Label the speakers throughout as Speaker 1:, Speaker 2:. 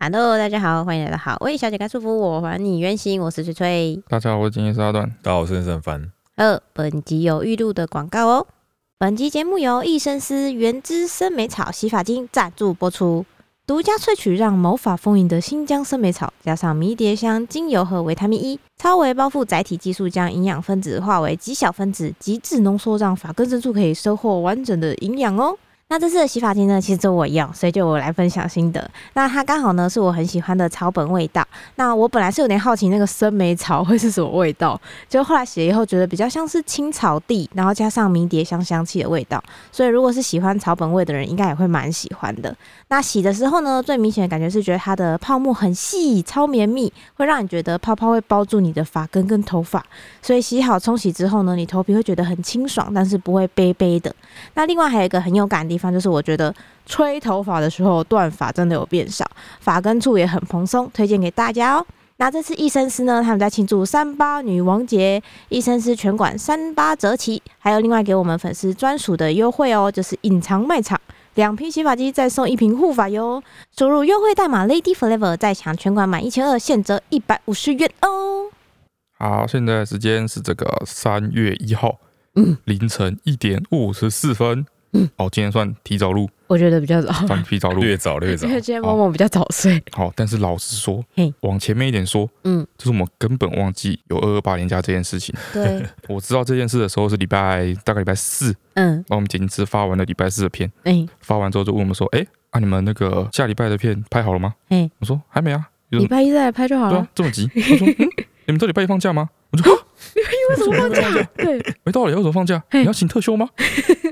Speaker 1: Hello，大家好，欢迎来到好味小姐该舒服，我还你原形，我是翠翠。
Speaker 2: 大家好，我今天是阿段。
Speaker 3: 大家好，我是沈凡。
Speaker 1: 二，本集有预录的广告哦。本集节目由益生丝原汁生美草洗发精赞助播出，独家萃取让毛发丰盈的新疆生美草，加上迷迭香、精油和维他命 E，超微包覆载体技术将营养分子化为极小分子，极致浓缩，让发根深处可以收获完整的营养哦。那这次的洗发精呢，其实只有我用，所以就我来分享心得。那它刚好呢是我很喜欢的草本味道。那我本来是有点好奇那个生梅草会是什么味道，就后来洗了以后觉得比较像是青草地，然后加上迷迭香香气的味道，所以如果是喜欢草本味的人，应该也会蛮喜欢的。那洗的时候呢，最明显的感觉是觉得它的泡沫很细，超绵密，会让你觉得泡泡会包住你的发根跟头发，所以洗好冲洗之后呢，你头皮会觉得很清爽，但是不会杯杯的。那另外还有一个很有感的地方，就是我觉得吹头发的时候断发真的有变少，发根处也很蓬松，推荐给大家哦。那这次益生丝呢，他们在庆祝三八女王节，益生丝全馆三八折起，还有另外给我们粉丝专属的优惠哦，就是隐藏卖场。两瓶洗发机再送一瓶护发油，输入优惠代码 Lady Forever 再享全馆满一千二现折一百五十元哦。
Speaker 2: 好，现在时间是这个三月一号，
Speaker 1: 嗯
Speaker 2: 凌晨一点五十四分。
Speaker 1: 嗯
Speaker 2: 哦，今天算提早录，
Speaker 1: 我觉得比较早，
Speaker 2: 算提早录。
Speaker 3: 略早，略早
Speaker 1: 因。为今天
Speaker 2: 某
Speaker 1: 某比较早睡。
Speaker 2: 好，但是老实说
Speaker 1: 嘿，
Speaker 2: 往前面一点说，
Speaker 1: 嗯，
Speaker 2: 就是我们根本忘记有二二八年假这件事情。
Speaker 1: 对，
Speaker 2: 我知道这件事的时候是礼拜大概礼拜四，然
Speaker 1: 嗯，
Speaker 2: 后我们剪辑师发完了礼拜四的片，
Speaker 1: 哎、
Speaker 2: 发完之后就问我们说，哎、啊你们那个下礼拜的片拍好了吗？
Speaker 1: 嘿
Speaker 2: 我说还没啊，有什
Speaker 1: 礼
Speaker 2: 么
Speaker 1: 拜一再来拍就好
Speaker 2: 对
Speaker 1: 了
Speaker 2: 啊。，这么急？我说、嗯、 你们这礼拜一放假吗？我就。啊
Speaker 1: 为什么放假？对，
Speaker 2: 没道理，哎要怎么放假？
Speaker 1: 嘿
Speaker 2: 你要请特 休吗？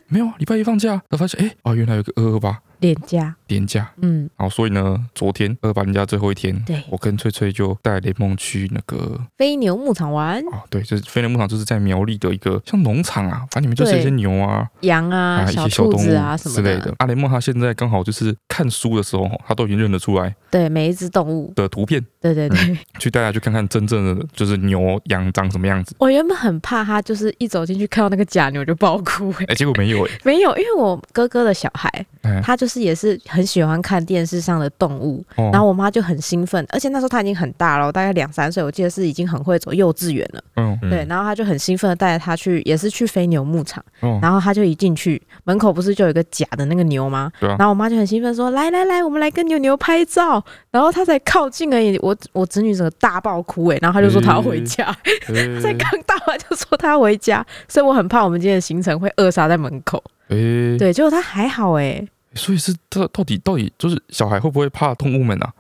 Speaker 2: 没有啊，礼拜一放假。他发现，哎、哦，原来有个二二八
Speaker 1: 脸颊，
Speaker 2: 年假。
Speaker 1: 嗯，
Speaker 2: 然后所以呢，昨天二八年假最后一天，
Speaker 1: 对
Speaker 2: 我跟翠翠就带雷梦去那个
Speaker 1: 飞牛牧场玩
Speaker 2: 啊，对，就是飞人牧场，就是在苗栗的一个像农场啊，反正里面就是一些
Speaker 1: 对
Speaker 2: 牛啊
Speaker 1: 羊啊、
Speaker 2: 一
Speaker 1: 小
Speaker 2: 些小
Speaker 1: 兔
Speaker 2: 动
Speaker 1: 子啊
Speaker 2: 物
Speaker 1: 什
Speaker 2: 之
Speaker 1: 么
Speaker 2: 类的。。阿雷梦他现在刚好就是看书的时候，他都已经认得出来
Speaker 1: 对，每一只动物，
Speaker 2: 的图片，
Speaker 1: 对对对。
Speaker 2: 去带他去看看真正的就是牛羊长什么样子。
Speaker 1: 我原本很怕他，就是一走进去看到那个假牛就爆哭、欸，
Speaker 2: 哎、结果没有哎、
Speaker 1: 没有，因为我哥哥的小孩，
Speaker 2: 哎
Speaker 1: 他就是也是很喜欢看电视上的动物，
Speaker 2: 哦
Speaker 1: 然后我妈就很兴奋，而且那时候他已经很大了，大概两三岁，我记得是已经很会走幼稚园了，
Speaker 2: 嗯
Speaker 3: 嗯
Speaker 1: 对，，然后他就很兴奋的带着他去，也是去飞牛牧场，
Speaker 2: 哦，
Speaker 1: 然后他就一进去，门口不是就有一个假的那个牛吗？
Speaker 2: 对啊
Speaker 1: 然后我妈就很兴奋说：“来来来，我们来跟牛牛拍照。”然后他才靠近而已，我我侄女整个大爆哭哎、欸然后他就说他要回家，
Speaker 2: 哎
Speaker 1: 才刚到他就说他要回家，所以我很怕我们今天的行程会扼杀在门口。
Speaker 2: 哎
Speaker 1: 对，结果他还好哎、
Speaker 2: 所以是他到底到底就是小孩会不会怕动物们啊？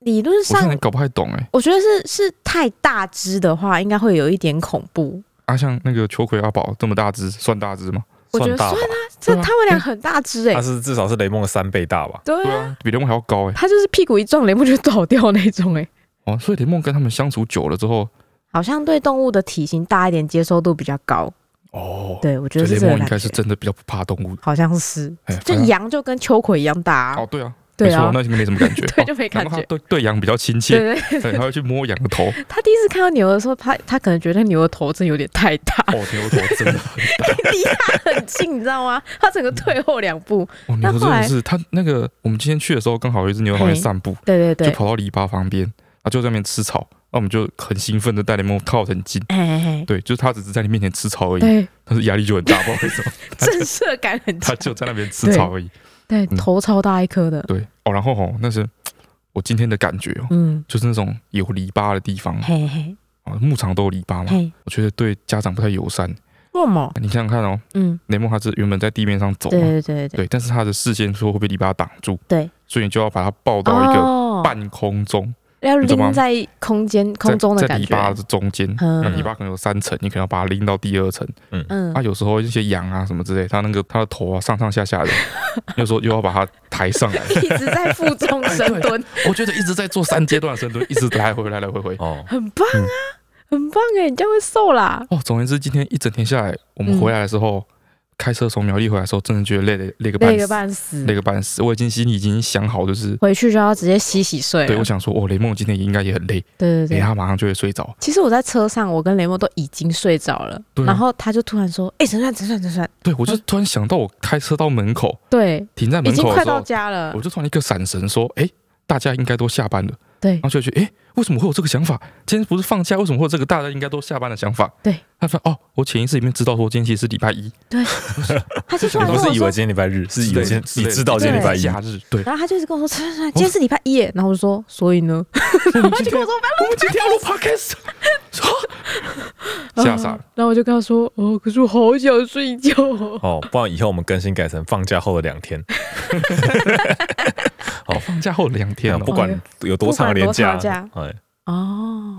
Speaker 1: 理论
Speaker 2: 我现
Speaker 1: 上
Speaker 2: 在搞不太懂哎、欸。
Speaker 1: 我觉得是是太大只的话，应该会有一点恐怖。
Speaker 2: 啊，像那个球葵阿宝这么大只，算大只吗？
Speaker 1: 我觉得
Speaker 3: 算大吧，
Speaker 1: 这
Speaker 2: 对啊
Speaker 1: 他们俩很大只哎、
Speaker 3: 他是至少是雷梦的三倍大吧？
Speaker 1: 对
Speaker 2: 对
Speaker 1: 啊，
Speaker 2: 啊，比雷梦还要高哎、
Speaker 1: 他就是屁股一撞，雷木就倒掉那种哎、
Speaker 2: 哦，所以雷梦跟他们相处久了之后，
Speaker 1: 好像对动物的体型大一点接受度比较高。
Speaker 2: 哦，
Speaker 1: 对，我觉
Speaker 2: 所
Speaker 1: 得是
Speaker 2: 以雷
Speaker 1: 这个
Speaker 2: 梦应
Speaker 1: 感
Speaker 2: 该
Speaker 1: 觉。
Speaker 2: 是真的比较不怕动物。
Speaker 1: 好像是，
Speaker 2: 哎，
Speaker 1: 就
Speaker 2: 反正
Speaker 1: 羊就跟秋葵一样大、啊
Speaker 2: 哦，对啊，
Speaker 1: 对
Speaker 2: 没错
Speaker 1: 啊，，，
Speaker 2: 那就没什么感觉
Speaker 1: 对就没感
Speaker 2: 哦难怪
Speaker 1: 觉
Speaker 2: 他。对对羊比较亲
Speaker 1: 对
Speaker 2: 切，
Speaker 1: 对，对
Speaker 2: 对，他会去摸羊的 头。哦
Speaker 1: 他第一次看到牛的时候，他他可能觉得牛的头真有点太大，
Speaker 2: 哦，牛头真的，
Speaker 1: 离他很近，你知道吗？ 他整个退后两步。
Speaker 2: 哦，
Speaker 1: 那
Speaker 2: 牛
Speaker 1: 后
Speaker 2: 真
Speaker 1: 来
Speaker 2: 的是他那个，我们今天去的时候刚好有一只牛在旁边
Speaker 1: 嘿
Speaker 2: 散步，
Speaker 1: 对对对，
Speaker 2: 就跑到篱笆旁边，然后就在那边吃草，那我们就很兴奋的带雷梦靠得很近。
Speaker 1: 哎哎，哎
Speaker 2: 对，就是他只是在你面前吃草而已，
Speaker 1: 对，
Speaker 2: 但是压力就很大，不知道为什么，他就
Speaker 1: 震慑感很
Speaker 2: 他
Speaker 1: 强。
Speaker 2: 就在那边吃草而已。
Speaker 1: 对，
Speaker 2: 嗯
Speaker 1: 头超大一颗的。
Speaker 2: 对，哦，然后吼，那是我今天的感觉哦，
Speaker 1: 嗯，
Speaker 2: 就是那种有篱笆的地方
Speaker 1: 嘿嘿
Speaker 2: 啊，牧场都有篱笆嘛，
Speaker 1: 嘿，
Speaker 2: 我觉得对家长不太友善。
Speaker 1: 为什么？
Speaker 2: 你想想看哦，
Speaker 1: 嗯，
Speaker 2: 雷蒙他是原本在地面上走
Speaker 1: 对
Speaker 2: 嘛，
Speaker 1: 对对对
Speaker 2: 对，但是他的视线说会被篱笆挡住，
Speaker 1: 对，
Speaker 2: 所以你就要把它抱
Speaker 1: 对，
Speaker 2: 到一个
Speaker 1: 哦
Speaker 2: 半空中，
Speaker 1: 要
Speaker 2: 你知道吗
Speaker 1: 拎在空间
Speaker 2: 在
Speaker 1: 空中的
Speaker 2: 在
Speaker 1: 感
Speaker 2: 篱
Speaker 1: 觉。
Speaker 2: 笆的中间。
Speaker 1: 嗯
Speaker 2: 那篱笆可能有三层，你可能要把它拎到第二层。
Speaker 1: 嗯
Speaker 2: 啊，，有时候一些羊啊什么之类，它那个它的头啊上上下 下的，有时候又要把它抬上来，
Speaker 1: 一直在负重 深蹲，
Speaker 2: 我觉得一直在做三阶段的深蹲，一直来回来来回回。
Speaker 3: 哦，
Speaker 1: 很棒啊，很棒哎，你这样会瘦啦。
Speaker 2: 哦，总而言之，今天一整天下来，我们回来的时候，开车从苗栗回来的时候，真的觉得累得累个半
Speaker 1: 累个
Speaker 2: 死，啊
Speaker 1: 半死
Speaker 2: 累，个半死。我已经心里已经想好，就是
Speaker 1: 回去就要直接洗洗睡
Speaker 2: 对
Speaker 1: 了
Speaker 2: 我。想哎说，哦，雷梦今天应该也很累，
Speaker 1: 对对
Speaker 2: 等一
Speaker 1: 对。
Speaker 2: 下马上就会睡着。
Speaker 1: 其实我在车上，我跟雷梦都已经睡着了，
Speaker 2: 对啊
Speaker 1: 然后他就突然说：“哎、陈算陈算陈算，
Speaker 2: 对我就突然想到，我开车到门口，
Speaker 1: 对，
Speaker 2: 停在
Speaker 1: 已
Speaker 2: 门
Speaker 1: 经
Speaker 2: 口
Speaker 1: 快
Speaker 2: 的时
Speaker 1: 到
Speaker 2: 候，
Speaker 1: 家了
Speaker 2: 我。就突然一个闪神，说，哎，大家应该都下班了。”
Speaker 1: 对
Speaker 2: 然后就觉得，哎、为什么会有这个想法？今天不是放假，为什么会有这个大家应该都下班的想法？
Speaker 1: 对，
Speaker 2: 他说，哦，我潜意识里面知道说今天其实是礼拜一，
Speaker 1: 对，他就突然
Speaker 3: 不
Speaker 1: 跟
Speaker 3: 是
Speaker 1: 我
Speaker 3: 以为
Speaker 1: 说，
Speaker 3: 今天礼拜日，是以为今
Speaker 2: 之
Speaker 3: 你
Speaker 2: 类的
Speaker 3: 知道今天礼拜一，
Speaker 2: 假日， 对。
Speaker 1: 然后他就一直跟我说陈算陈
Speaker 2: 哦
Speaker 1: 算，今天是礼拜一耶，然后我就说所以呢，
Speaker 2: 然后就跟我说，我们今天要录 podcast，说吓傻了。
Speaker 1: 嗯 然后我就跟他说，哦，可是我好想睡觉哦。
Speaker 3: 哦，不然以后我们更新改成放假后的两天，
Speaker 2: 放假后两天、哦，
Speaker 3: 不管有多长的年假，
Speaker 1: 不管多长
Speaker 3: 哎，
Speaker 1: 哦，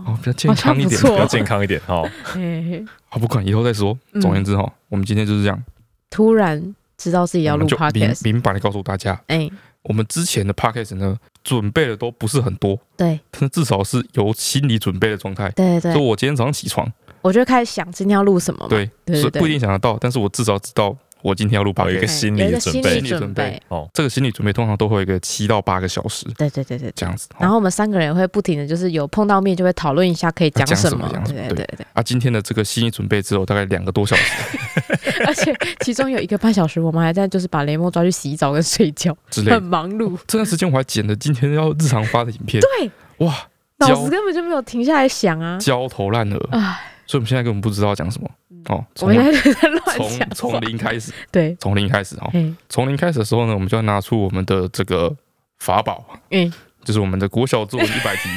Speaker 2: 哦，比较健康一点
Speaker 1: 好像不，错
Speaker 3: 要健康一点哦。
Speaker 1: 嘿嘿
Speaker 2: 好，不管以后再说。
Speaker 1: 嗯
Speaker 2: 总而言之哈、我们今天就是这样，
Speaker 1: 突然知道自己要
Speaker 2: 我
Speaker 1: 录
Speaker 2: 们就明
Speaker 1: podcast，
Speaker 2: 明白的告诉大家，
Speaker 1: 哎、
Speaker 2: 我们之前的 podcast 呢，准备的都不是很多，
Speaker 1: 对
Speaker 2: 但是至少是有心理准备的状态。
Speaker 1: 对对
Speaker 2: 所以
Speaker 1: 对，
Speaker 2: 我今天早上起床，
Speaker 1: 我就开始想今天要录什么嘛，
Speaker 2: 对，
Speaker 1: 对
Speaker 2: 所以
Speaker 1: 对
Speaker 2: 不一定想得到，但是我至少知道我今天要录八
Speaker 3: 有一
Speaker 2: 个
Speaker 3: 个
Speaker 1: 嘿，
Speaker 3: 心
Speaker 1: 哎有
Speaker 3: 理
Speaker 1: 一
Speaker 3: 的
Speaker 1: 个
Speaker 3: 准
Speaker 1: 心
Speaker 3: 备
Speaker 1: 理
Speaker 2: 心理
Speaker 1: 准
Speaker 2: 准
Speaker 1: 备
Speaker 2: 备，
Speaker 3: 哦，
Speaker 2: 这个心理准备通常都会有一个七到八个小时
Speaker 1: 对对对对对。
Speaker 2: 这样子。
Speaker 1: 然
Speaker 2: 哦
Speaker 1: 后我们三个人会不停的就是有碰到面就会讨论一下可以讲
Speaker 2: 讲什
Speaker 1: 么
Speaker 2: 么，讲什么
Speaker 1: 对对对。
Speaker 2: 啊，今天的这个心理准备只有大概两个多小时
Speaker 1: 对而且其中有一个半小时，我们还在就是把雷蒙抓去洗澡跟睡觉，
Speaker 2: 之类
Speaker 1: 很
Speaker 2: 的。
Speaker 1: 忙碌。
Speaker 2: 这段时间我还剪了今天要日常发的影片，
Speaker 1: 对，
Speaker 2: 哇，
Speaker 1: 脑
Speaker 2: 焦
Speaker 1: 子根本就没有停下来想啊。
Speaker 2: 焦头烂额，
Speaker 1: 唉，
Speaker 2: 所以我们现在根本不知道讲什么哦。
Speaker 1: 嗯我
Speaker 2: 从
Speaker 1: 们现在就在乱
Speaker 2: 从
Speaker 1: 讲话
Speaker 2: 从。零开始，
Speaker 1: 对，
Speaker 2: 从零开始哦。
Speaker 1: 嗯
Speaker 2: 从零开始的时候呢，我们就要拿出我们的这个法宝，
Speaker 1: 嗯，
Speaker 2: 就是我们的国小作文一 百题，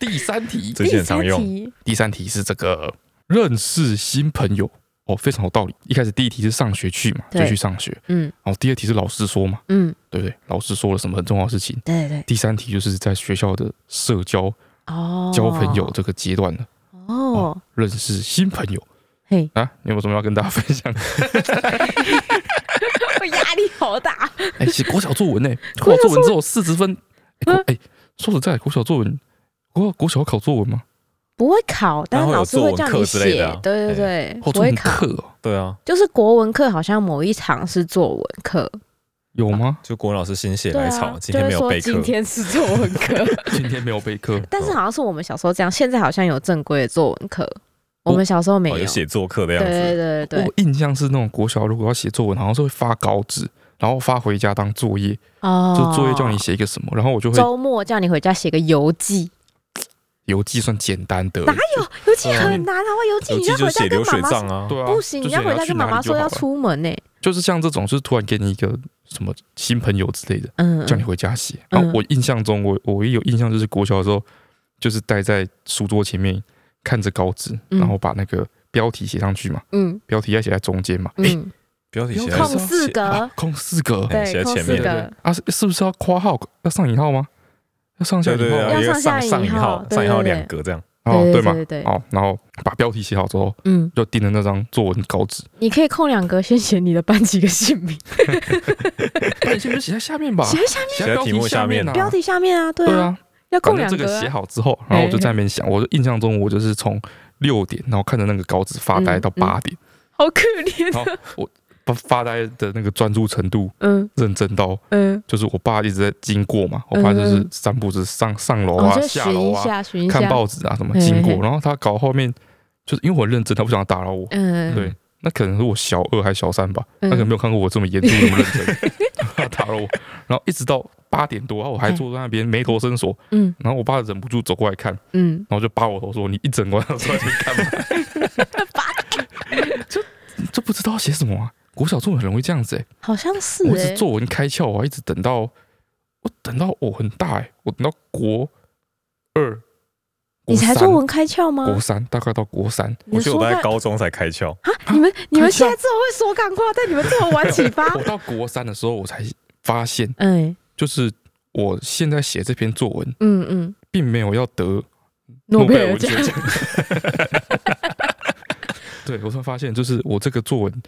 Speaker 2: 第三题，
Speaker 3: 最近很常用，
Speaker 1: 题，
Speaker 2: 第三题是这个认识新朋友哦，非常有道理。一开始第一题是上学去嘛，
Speaker 1: 对
Speaker 2: 就去上学，
Speaker 1: 嗯
Speaker 2: 然后第二题是老师说嘛，
Speaker 1: 嗯，
Speaker 2: 对不对？老师说了什么很重要的事情。
Speaker 1: 对对对，
Speaker 2: 第三题就是在学校的社交
Speaker 1: 哦，
Speaker 2: 交朋友这个阶段呢，
Speaker 1: 哦，
Speaker 2: 认识新朋友
Speaker 1: 嘿，
Speaker 2: 啊，你有没有什么要跟大家分 享？
Speaker 1: 我压力好大。
Speaker 2: 哎，写国小作文呢、国小作文只有四十分，哎
Speaker 1: 嗯
Speaker 2: 国哎，说实在，国小作文，国国小要考作文吗？
Speaker 1: 不会考，但
Speaker 3: 然
Speaker 1: 是
Speaker 3: 后
Speaker 1: 老师会
Speaker 3: 有作文
Speaker 1: 叫
Speaker 3: 课
Speaker 1: 你
Speaker 3: 之类
Speaker 1: 写
Speaker 3: 的啊，
Speaker 1: 对对
Speaker 3: 哎
Speaker 1: 对，
Speaker 2: 哦，
Speaker 1: 不
Speaker 2: 作
Speaker 1: 会
Speaker 2: 文
Speaker 1: 考。
Speaker 2: 课哦
Speaker 3: 对啊，
Speaker 1: 就是国文课好像某一场是作文课，
Speaker 2: 有 吗？
Speaker 3: 就国文老师心血
Speaker 1: 对
Speaker 3: 来
Speaker 1: 啊
Speaker 3: 潮，，今天没有备
Speaker 1: 就会说
Speaker 3: 课哦
Speaker 1: 今，天是作文课，
Speaker 2: 今天没有备课，
Speaker 1: 但是好像是我们小时候这样，现在好像有正规的作文课，我们小时候没
Speaker 3: 哦，有写作课的样
Speaker 1: 对对
Speaker 3: 子，
Speaker 1: 对对对
Speaker 2: 我印象是那种国小如果要写作文，好像是会发稿纸，然后发回家当作业，
Speaker 1: 哦
Speaker 2: 就作业叫你写一个什么，然后我就会
Speaker 1: 周末叫你回家写个游记，
Speaker 2: 邮寄算简单的，
Speaker 1: 哪有游记
Speaker 3: 对啊
Speaker 1: 很难啊？我游记
Speaker 3: 有
Speaker 1: 你
Speaker 3: 记
Speaker 1: 要
Speaker 3: 就
Speaker 1: 回家
Speaker 3: 写流
Speaker 1: 跟妈
Speaker 3: 水
Speaker 1: 妈
Speaker 3: 账
Speaker 1: 说，
Speaker 3: 啊，
Speaker 2: 对啊，
Speaker 1: 不行，
Speaker 2: 就
Speaker 1: 你
Speaker 2: 是
Speaker 1: 要回
Speaker 2: 要
Speaker 1: 家
Speaker 2: 去
Speaker 1: 跟妈
Speaker 2: 哪
Speaker 1: 妈
Speaker 2: 里就
Speaker 1: 说
Speaker 2: 好
Speaker 1: 要
Speaker 2: 了，
Speaker 1: 出门呢。
Speaker 2: 就是像这种，就是突然给你一个什么新朋友之类的，
Speaker 1: 嗯，
Speaker 2: 叫你回家写。
Speaker 1: 嗯
Speaker 2: 然后我印象中，我我一有印象就是国小的时候，就是待在书桌前面看着稿纸，
Speaker 1: 嗯
Speaker 2: 然后把那个标题写上去嘛，
Speaker 1: 嗯
Speaker 2: 标题要写在中间嘛，诶，
Speaker 1: 嗯，
Speaker 3: 标题写
Speaker 2: 有
Speaker 3: 在
Speaker 2: 空
Speaker 1: 空四格
Speaker 2: 啊，空四格，
Speaker 3: 哎
Speaker 1: 对，
Speaker 3: 写在
Speaker 1: 空
Speaker 3: 前
Speaker 1: 四
Speaker 3: 面
Speaker 2: 对对
Speaker 1: 格
Speaker 2: 对，啊，是是不是要括号要上引号吗？要上下
Speaker 3: 对
Speaker 2: 引
Speaker 3: 对
Speaker 2: 号
Speaker 3: 对
Speaker 2: 吗
Speaker 3: 啊，
Speaker 1: 要
Speaker 3: 一个
Speaker 1: 上下
Speaker 3: 上上
Speaker 1: 引
Speaker 3: 引
Speaker 1: 号
Speaker 3: 号，
Speaker 1: 对
Speaker 3: 上引号
Speaker 1: 对对
Speaker 3: 两格这样，
Speaker 2: 哦，
Speaker 1: 对
Speaker 2: 对
Speaker 1: 对
Speaker 2: 嘛，
Speaker 1: 对对，
Speaker 2: 好，然后把标题写好之后，
Speaker 1: 嗯，
Speaker 2: 就订了那张作文稿纸，
Speaker 1: 你可以空两格，先写你的班级跟姓名，
Speaker 2: 那你先就写在下面吧，
Speaker 1: 写在下面
Speaker 2: 写在标
Speaker 3: 写在题
Speaker 2: 题
Speaker 3: 目
Speaker 2: 下
Speaker 3: 下面
Speaker 2: 面啊，
Speaker 1: 标题下面啊，对
Speaker 2: 对
Speaker 1: 啊，
Speaker 2: 啊，
Speaker 1: 要空
Speaker 2: 反
Speaker 1: 两
Speaker 2: 正这
Speaker 1: 格
Speaker 2: 个
Speaker 1: 啊
Speaker 2: 写。好之后，然后我就在那边想，我就印象中我就是从六点，然后看着那个稿纸发
Speaker 1: 嗯
Speaker 2: 呆到八点，
Speaker 1: 好可怜。
Speaker 2: 然后我发发呆的那个专注程度
Speaker 1: 嗯
Speaker 2: 认真到，
Speaker 1: 嗯，
Speaker 2: 就是我爸一直在经过嘛，我爸就是
Speaker 1: 嗯
Speaker 2: 三步子上上楼
Speaker 1: 我
Speaker 2: 啊、
Speaker 1: 就
Speaker 2: 下
Speaker 1: 寻
Speaker 2: 楼
Speaker 1: 一
Speaker 2: 啊，
Speaker 1: 下，寻一下。
Speaker 2: 看报纸啊什么
Speaker 1: 嘿
Speaker 2: 经
Speaker 1: 嘿
Speaker 2: 过，然后他搞后面，就是因为我很认真，他不想打扰我。
Speaker 1: 嗯，
Speaker 2: 对，那可能是我小二还小三吧，
Speaker 1: 嗯
Speaker 2: 他可能没有看过我这么严肃、这么认 真， 他打扰我。然后一直到八点多，然后我还坐在那边眉头深锁，
Speaker 1: 嗯
Speaker 2: 然后我爸忍不住走过来看，
Speaker 1: 嗯，
Speaker 2: 然后就扒我头说：“你一整晚上坐在这边干嘛？” 就就不知道写什么啊。国小作文很容易这样子哎、
Speaker 1: 好像是
Speaker 2: 我一
Speaker 1: 哎
Speaker 2: 直，作文开窍，啊我还一直等到我等到我、很大哎、我等到国二，
Speaker 1: 你
Speaker 2: 国
Speaker 1: 才
Speaker 2: 三
Speaker 1: 作文开窍吗？
Speaker 2: 国三大概到国三，
Speaker 1: 你
Speaker 3: 我
Speaker 1: 的
Speaker 3: 觉得
Speaker 1: 说
Speaker 3: 我
Speaker 1: 干
Speaker 3: 在高中才开窍，
Speaker 1: 啊，你 们你们
Speaker 2: 开窍，
Speaker 1: 现在这么会说干话，但你们这么晚启发
Speaker 2: 我到国三的时候，我才发现，
Speaker 1: 哎，
Speaker 2: 就是我现在写这篇作文，
Speaker 1: 嗯嗯，
Speaker 2: 并没有要得
Speaker 1: 诺贝
Speaker 2: 贝尔
Speaker 1: 尔
Speaker 2: 文
Speaker 1: 奖
Speaker 2: 学奖。 对我突然发现，就是我这个作文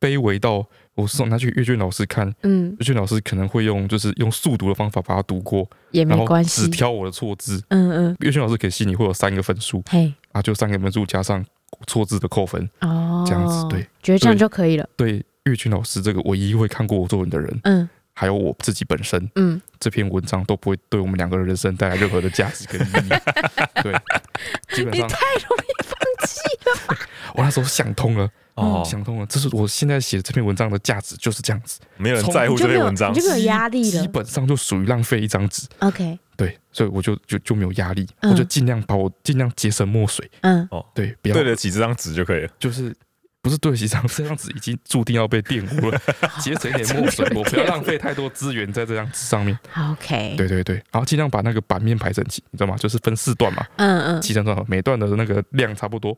Speaker 2: 卑微到我送拿去阅卷老师看，
Speaker 1: 嗯
Speaker 2: 阅卷老师可能会用就是用速读的方法把它读过，
Speaker 1: 也没
Speaker 2: 然后
Speaker 1: 关
Speaker 2: 只
Speaker 1: 系，
Speaker 2: 挑我的错字。
Speaker 1: 嗯嗯，
Speaker 2: 阅卷老师给心里会有三个分数
Speaker 1: 嘿，
Speaker 2: 啊，就三个分数加上错字的扣分。
Speaker 1: 哦，
Speaker 2: 这样子对，
Speaker 1: 觉得这样
Speaker 2: 对
Speaker 1: 就可以了。
Speaker 2: 对岳群老师这个唯一会看过我作文的人，
Speaker 1: 嗯
Speaker 2: 还有我自己本身，
Speaker 1: 嗯，
Speaker 2: 这篇文章都不会对我们两个人人生带来任何的价值跟意 义。对，基本
Speaker 1: 你
Speaker 2: 上
Speaker 1: 太容易放弃。
Speaker 2: 我那时候想通了，
Speaker 1: 嗯
Speaker 3: 哦，
Speaker 2: 想通了，这是我现在写这篇文章的价值就是这样子，
Speaker 3: 没有人
Speaker 2: 哎
Speaker 3: 在乎
Speaker 1: 你就
Speaker 3: 这
Speaker 1: 没
Speaker 3: 篇
Speaker 1: 有，
Speaker 3: 文章
Speaker 1: 你就，没有压力
Speaker 2: 基
Speaker 1: 了。
Speaker 2: 本上就属于浪费一张纸。
Speaker 1: OK，
Speaker 2: 对，所以我就就就没有压力，
Speaker 1: 嗯
Speaker 2: 我就尽量把我尽量节省墨水，
Speaker 1: 嗯，
Speaker 2: 对，不要
Speaker 3: 对得起这张纸就可以了。
Speaker 2: 就是。不是对得起这张这张纸已经注定要被玷 污了，节省一点墨水，我不要浪费太多资源在这张纸上面。
Speaker 1: 好 OK，，
Speaker 2: 对对对，然后尽量把那个版面排整齐，你知道吗？就是分四段嘛，
Speaker 1: 嗯嗯，
Speaker 2: 七张照，每段的那个量差不多。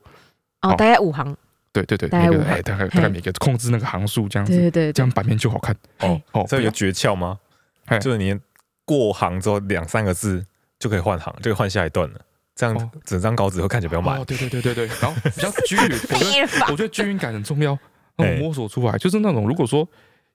Speaker 1: 哦，
Speaker 2: 好
Speaker 1: 大概五行，
Speaker 2: 对对对，
Speaker 1: 大概
Speaker 2: 每个
Speaker 1: 五行
Speaker 2: 哎，大概
Speaker 1: 嘿
Speaker 2: 大概每个控制那个行数这样
Speaker 1: 对
Speaker 2: 子，
Speaker 1: 对对
Speaker 2: 这
Speaker 1: 对，
Speaker 2: 样版面就好看。
Speaker 3: 哦
Speaker 1: 嘿
Speaker 2: 哦，
Speaker 3: 这有
Speaker 2: 不
Speaker 3: 诀窍吗
Speaker 2: 嘿？
Speaker 3: 就是你过行之后两三个字就可以换行，就可以换下一段了。这样
Speaker 2: 哦
Speaker 3: 整张稿纸会看起来比较
Speaker 2: 要哦，
Speaker 3: 满。
Speaker 2: 对对对对对，然后比较均匀，我觉 得
Speaker 1: 没人
Speaker 2: 我
Speaker 1: 吧？
Speaker 2: 觉得均匀感很重要，那
Speaker 3: 哎
Speaker 2: 种摸索出来，就是那种如果说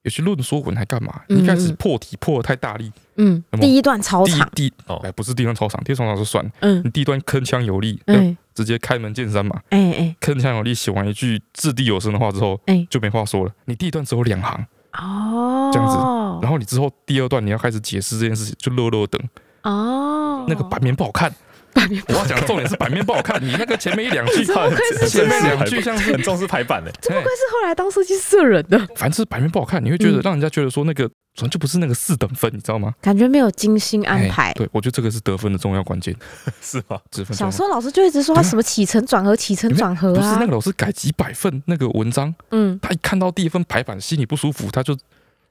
Speaker 2: 有些论说文还干嘛，
Speaker 1: 嗯
Speaker 2: 你一开始破题破的太大力，
Speaker 1: 嗯，
Speaker 2: 那么
Speaker 1: 第一段超
Speaker 2: 第一
Speaker 1: 长，
Speaker 2: 第一
Speaker 3: 哦
Speaker 2: 哎不是第一段超长，第一段超长就算了，
Speaker 1: 嗯
Speaker 2: 你第一段铿锵有力，
Speaker 1: 嗯，
Speaker 2: 直接开门见山嘛，
Speaker 1: 哎哎
Speaker 2: 铿锵有力写完一句掷地有声的话之后。
Speaker 1: 哎，
Speaker 2: 就没话说了。你第一段只有两行，
Speaker 1: 哦，
Speaker 2: 这样子然后你之后第二段你要开始解释这件事情，就落落等，
Speaker 1: 哦，
Speaker 2: 那个版面不好看。
Speaker 1: 版面
Speaker 2: 我要讲的重点是版面不好看，你那个前面一两句，
Speaker 3: 很
Speaker 1: 是
Speaker 2: 前面两句像是
Speaker 3: 很重视排 版的，欸
Speaker 1: 怎么会是后来当设计师的人的？
Speaker 2: 凡是版面不好看，你会觉得
Speaker 1: 嗯
Speaker 2: 让人家觉得说那个反正就不是那个四等分，你知道吗？
Speaker 1: 感觉没有精心安排
Speaker 2: 哎。对，我觉得这个是得分的重要关键，
Speaker 3: 是吗？
Speaker 2: 得分重
Speaker 1: 小
Speaker 2: 要
Speaker 1: 时。候老师就一直说他什么起承转合、起承转合
Speaker 2: 不是
Speaker 1: 啊
Speaker 2: 那个，老师改几百份那个文章，
Speaker 1: 嗯，
Speaker 2: 他一看到第一份排版，心里不舒服，他就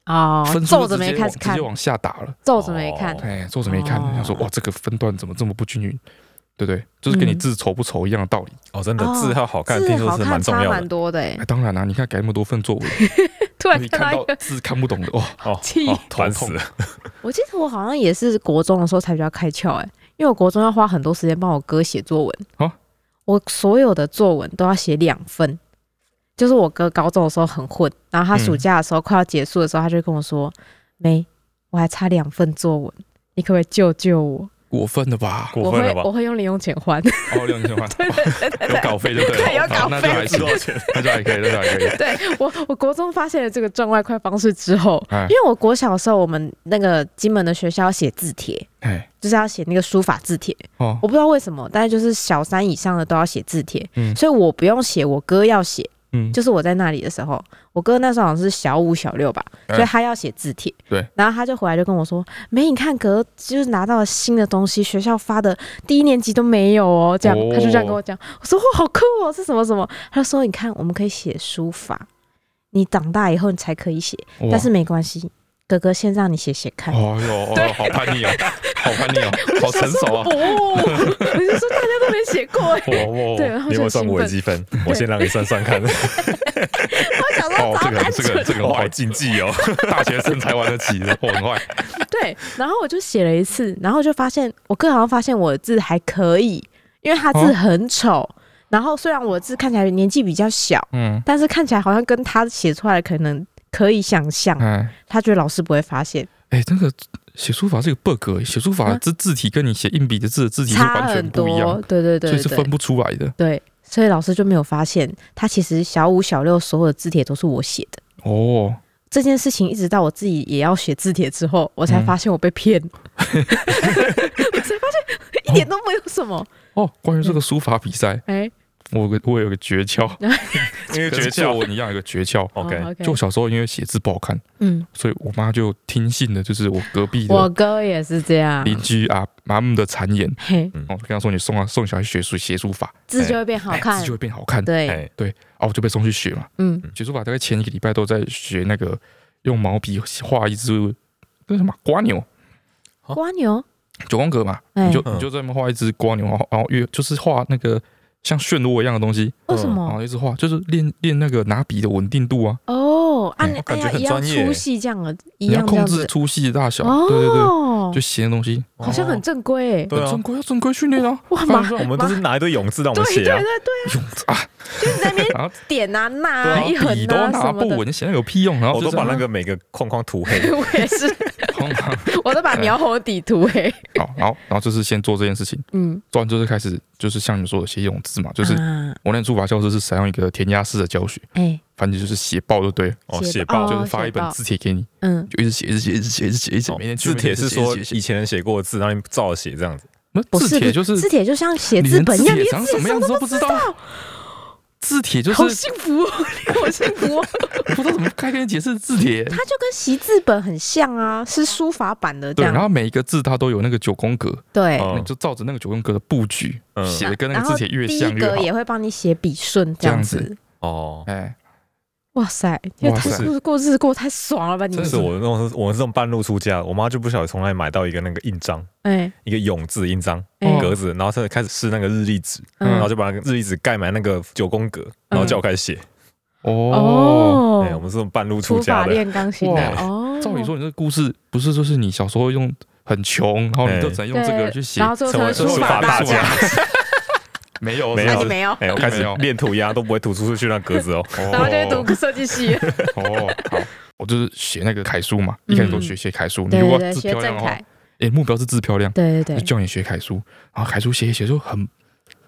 Speaker 1: 哦
Speaker 2: 分，数
Speaker 1: 皱
Speaker 2: 就
Speaker 1: 着
Speaker 2: 直接
Speaker 1: 眉开
Speaker 2: 往
Speaker 1: 始
Speaker 2: 直
Speaker 1: 看
Speaker 2: 接，往下打了。
Speaker 1: 皱着眉看
Speaker 3: 哦，
Speaker 2: 哎，作者没看，
Speaker 1: 哦
Speaker 2: 想说哇，这个分段怎么这么不均匀？对不对？就是跟你
Speaker 1: 嗯
Speaker 2: 字丑不丑一样的道理。
Speaker 3: 哦，真的
Speaker 1: 哦
Speaker 3: 字号好看，
Speaker 1: 字
Speaker 3: 听说
Speaker 1: 好
Speaker 3: 是
Speaker 1: 看
Speaker 3: 蛮重
Speaker 1: 差
Speaker 3: 要
Speaker 1: 蛮
Speaker 3: 的。
Speaker 1: 多的哎
Speaker 2: 哎，。当然啦、你看改那么多份 作文，
Speaker 1: 突然
Speaker 2: 你
Speaker 1: 看
Speaker 2: 看
Speaker 1: 到一
Speaker 2: 到
Speaker 1: 啊个，
Speaker 2: 字看不懂的，哇、
Speaker 3: 哦
Speaker 1: 气，
Speaker 3: 哦
Speaker 2: 头
Speaker 3: 烦
Speaker 2: 痛
Speaker 3: 死了！
Speaker 1: 我记得我好像也是国中的时候才比较开窍哎、因为我国中要花很多时间帮我哥写作文。
Speaker 2: 哦
Speaker 1: 我所有的作文都要写两份，就是我哥高中的时候很混，然后他
Speaker 3: 嗯
Speaker 1: 暑假的时候快要结束的时候，他就跟我说：“妹，我还差两份作文，你可不可以救救我？
Speaker 2: 过分了吧？
Speaker 3: 过
Speaker 1: 我
Speaker 3: 分
Speaker 1: 会
Speaker 3: 了吧？
Speaker 1: 我会用零用钱还。
Speaker 2: 哦，两千万，有稿费对不
Speaker 1: 对
Speaker 2: 对？
Speaker 1: 有稿
Speaker 2: 好那就
Speaker 1: 费
Speaker 2: 还行，那就还可以，那就还可以。
Speaker 1: 对我，我国中发现了这个赚外快方式之后，
Speaker 2: 哎
Speaker 1: 因为我国小的时候，我们那个金门的学校要写字帖，
Speaker 2: 哎
Speaker 1: 就是要写那个书法字帖，
Speaker 2: 哦，
Speaker 1: 我不知道为什么，但是就是小三以上的都要写字帖，
Speaker 2: 嗯
Speaker 1: 所以我不用写，我哥要写。
Speaker 2: 嗯，
Speaker 1: 就是我在那里的时候，我哥那时候好像是小五、小六吧，
Speaker 2: 嗯
Speaker 1: 所以他要写字帖。
Speaker 2: 对
Speaker 1: 然后他就回来就跟我说：“没，你看哥就是拿到了新的东西，学校发的第一年级都没有哦。”这样，
Speaker 2: 哦
Speaker 1: 他就这样跟我讲。我说：“哇，好酷哦，是什么什么？”他说：“你看，我们可以写书法，你长大以后你才可以写，
Speaker 2: 哇
Speaker 1: 但是没关系，哥哥先让你写写看。
Speaker 2: 哦哟，哦哟，好叛逆哦，好叛逆哦，好成熟啊
Speaker 1: 不，！我就说大家都没写 过哎、
Speaker 2: 哇哇，
Speaker 1: 对，
Speaker 2: 哇
Speaker 1: 然后
Speaker 3: 你有没
Speaker 1: 就
Speaker 3: 有算
Speaker 1: 兴
Speaker 3: 过
Speaker 1: 奋。
Speaker 3: 微积分？我先让你算 算看，
Speaker 1: 我想说
Speaker 2: 哦，
Speaker 1: 早
Speaker 2: 这
Speaker 1: 安
Speaker 2: 个这个这个
Speaker 3: 我
Speaker 2: 很
Speaker 3: 好
Speaker 2: 坏，
Speaker 3: 禁忌哦。
Speaker 2: 大学生才玩得起，的，哦很坏。
Speaker 1: 对，然后我就写了一次，然后就发现我哥好像发现我的字还可以，因为他字
Speaker 2: 哦
Speaker 1: 很丑，然后虽然我的字看起来年纪比较小，
Speaker 2: 嗯，
Speaker 1: 但是看起来好像跟他写出来的可能可以想象，
Speaker 2: 哎
Speaker 1: 他觉得老师不会发现，
Speaker 2: 哎，那个写书法是个 bug，写书法
Speaker 1: 啊
Speaker 2: 字字体跟你写硬笔的字的字体是
Speaker 1: 差
Speaker 2: 完
Speaker 1: 很
Speaker 2: 全不一样
Speaker 1: 多，，对对
Speaker 2: 所
Speaker 1: 对
Speaker 2: 以是
Speaker 1: 对
Speaker 2: 分不出来的。
Speaker 1: 对，所以老师就没有发现，他其实小五小六所有的字帖都是我写的。
Speaker 2: 哦，
Speaker 1: 这件事情一直到我自己也要写字帖之后，我才
Speaker 2: 嗯
Speaker 1: 发现我被骗， 我才发现一点都没有什么。
Speaker 2: 哦，关于这个书法比赛，
Speaker 1: 哎、
Speaker 2: 我有个我有个诀窍，
Speaker 3: 因为
Speaker 2: 跟
Speaker 3: 诀
Speaker 2: 作
Speaker 3: 窍
Speaker 2: 文一样有个诀窍。
Speaker 1: 哦
Speaker 3: OK，
Speaker 1: OK
Speaker 2: 就我小时候因为写字不好看，
Speaker 1: 嗯，
Speaker 2: 所以我妈就听信了，就是我隔壁
Speaker 1: 我
Speaker 2: 的
Speaker 1: 哥也是这样，
Speaker 2: 邻居啊妈姆的谗言。
Speaker 1: 嘿，
Speaker 2: 哦，就跟他说你送啊送小孩学书写书法，
Speaker 1: 字就会变好
Speaker 2: 哎
Speaker 1: 看
Speaker 2: 字就，会变好看。
Speaker 1: 对，
Speaker 3: 哎，
Speaker 2: 对，啊，我就被送去学嘛。
Speaker 1: 嗯，
Speaker 2: 学书法大概前一个礼拜都在学那个用毛笔画一只那什么瓜牛，
Speaker 3: 哦
Speaker 1: 瓜牛，
Speaker 2: 九宫格嘛，
Speaker 1: 哎
Speaker 2: 你就
Speaker 3: 嗯
Speaker 2: 你就在那边画一只瓜牛，然后然后越就是画那个像漩涡一样的东西，
Speaker 1: 为什
Speaker 2: 然
Speaker 1: 么？
Speaker 2: 后一直画，就是练练那个拿笔的稳定度啊。
Speaker 1: 哦，按
Speaker 3: 我
Speaker 1: 按
Speaker 3: 感觉
Speaker 1: 要
Speaker 3: 很
Speaker 1: 一样
Speaker 3: 专业
Speaker 1: 粗细这样的，一
Speaker 2: 你要
Speaker 1: 样这
Speaker 2: 控
Speaker 1: 样
Speaker 2: 制
Speaker 1: 子，
Speaker 2: 粗细的大小，
Speaker 1: 哦，
Speaker 2: 对对对，就写的东西，
Speaker 1: 好像很
Speaker 3: 哦
Speaker 1: 正规哎，
Speaker 3: 对啊
Speaker 2: 正。规要正规训练啊，
Speaker 1: 哇
Speaker 2: 不
Speaker 1: 妈
Speaker 2: 然让
Speaker 3: 我
Speaker 2: 我
Speaker 3: 们都是拿一堆勇字让我
Speaker 1: 对
Speaker 3: 们
Speaker 1: 对
Speaker 3: 写啊
Speaker 1: 对，对，
Speaker 2: 用啊，
Speaker 1: 就是在那边
Speaker 2: 然后
Speaker 1: 点啊、捺
Speaker 2: 对
Speaker 1: 啊、
Speaker 2: 啊
Speaker 1: 一横
Speaker 2: 笔都
Speaker 1: 啊
Speaker 2: 拿
Speaker 1: 什么
Speaker 2: 不
Speaker 1: 的，
Speaker 2: 稳，写那有屁用？然后
Speaker 3: 我
Speaker 2: 就
Speaker 3: 都
Speaker 2: 是
Speaker 3: 把那个每个框框涂黑。
Speaker 1: 我也是，
Speaker 2: 通常
Speaker 1: 我都把苗猴底图哎、
Speaker 2: 好，然后然后就是先做这件事情，
Speaker 1: 嗯，
Speaker 2: 做完就是开始就是像你们说的写用字嘛，就是
Speaker 1: 啊
Speaker 2: 我那书法教室是采用一个填鸭式的教学，
Speaker 1: 哎、
Speaker 2: 反正就是写爆就对了，
Speaker 3: 哦，
Speaker 1: 写
Speaker 3: 写
Speaker 1: 报
Speaker 3: 报
Speaker 1: 哦
Speaker 2: 就是发一本
Speaker 1: 写爆
Speaker 2: 字帖给你，
Speaker 1: 嗯，
Speaker 2: 就一直写，一直写，一直写，一直写，一直写，每天 去
Speaker 3: 哦字
Speaker 2: 每天
Speaker 3: 帖是
Speaker 2: 写一直
Speaker 3: 说
Speaker 2: 写一直写
Speaker 3: 以前人写过的字，然后你照着写这样子。
Speaker 2: 那
Speaker 1: 不是
Speaker 2: 字帖就是
Speaker 1: 字帖，就像写
Speaker 2: 你
Speaker 1: 字
Speaker 2: 连
Speaker 1: 本一样，
Speaker 2: 字
Speaker 1: 连
Speaker 2: 帖长什么样子
Speaker 1: 都
Speaker 2: 都不知道，字帖就
Speaker 1: 好
Speaker 2: 是
Speaker 1: 幸福哦，你好幸福哦，
Speaker 2: 不知道怎么该跟你解释字帖。
Speaker 1: 它就跟习字本很像啊，是书法版的这
Speaker 2: 对，然
Speaker 1: 样，
Speaker 2: 后每一个字它都有那个九宫格，
Speaker 1: 对。
Speaker 3: 哦
Speaker 2: 你就照着那个九宫格的布局
Speaker 3: 嗯
Speaker 2: 写的跟那
Speaker 1: 然
Speaker 2: 个
Speaker 1: 后
Speaker 2: 字帖越
Speaker 1: 第一
Speaker 2: 像越
Speaker 1: 格
Speaker 2: 好。
Speaker 1: 也会帮你写笔顺这样
Speaker 2: 这
Speaker 1: 子，
Speaker 3: 哦，
Speaker 2: 哎，
Speaker 1: 哇塞，因为
Speaker 2: 哇
Speaker 1: 他
Speaker 2: 塞
Speaker 1: 是不是过日子过得太爽了吧？你
Speaker 3: 这
Speaker 1: 们
Speaker 3: 是
Speaker 2: 真的是
Speaker 3: 我那种我这种半路出家，我妈就不晓得从哪里买到一个那个印章，
Speaker 1: 哎
Speaker 3: 一个永字印章
Speaker 1: 哎
Speaker 3: 格子，然后她就开始试那个日历纸，
Speaker 2: 嗯
Speaker 3: 然后就把那个日历纸盖满那个九宫格，然后叫我开始写。
Speaker 2: 哦，
Speaker 1: 嗯哦
Speaker 3: 哎，我们是这种半路出
Speaker 1: 书
Speaker 3: 家
Speaker 1: 法
Speaker 3: 的，
Speaker 1: 练钢琴的
Speaker 2: 哇
Speaker 1: 哦，
Speaker 2: 照理说你这个故事不是就是你小时候用很穷，然后你就只能用这个
Speaker 1: 对
Speaker 2: 去写
Speaker 1: 然，后最后成为
Speaker 3: 成
Speaker 1: 书
Speaker 3: 为
Speaker 1: 法
Speaker 3: 书法
Speaker 1: 大
Speaker 3: 大
Speaker 1: 家
Speaker 3: 家。
Speaker 2: 没有
Speaker 3: 没
Speaker 1: 那
Speaker 3: 有
Speaker 1: 你没有，
Speaker 3: 哎，我开始
Speaker 2: 没有
Speaker 3: 练涂鸦都不会涂出去那格子哦。
Speaker 1: 然后就去读设计系。
Speaker 2: 哦，好，我就是写那个楷书嘛，一开始都
Speaker 1: 嗯
Speaker 2: 学写楷书，你
Speaker 1: 对
Speaker 2: 如
Speaker 1: 对
Speaker 2: 果
Speaker 1: 对，
Speaker 2: 字
Speaker 1: 学
Speaker 2: 漂亮
Speaker 1: 正
Speaker 2: 的话
Speaker 1: 楷，。
Speaker 2: 哎，目标是字漂亮，
Speaker 1: 对
Speaker 2: 就
Speaker 1: 对对，
Speaker 2: 叫你学楷书，然后楷书写一写就很，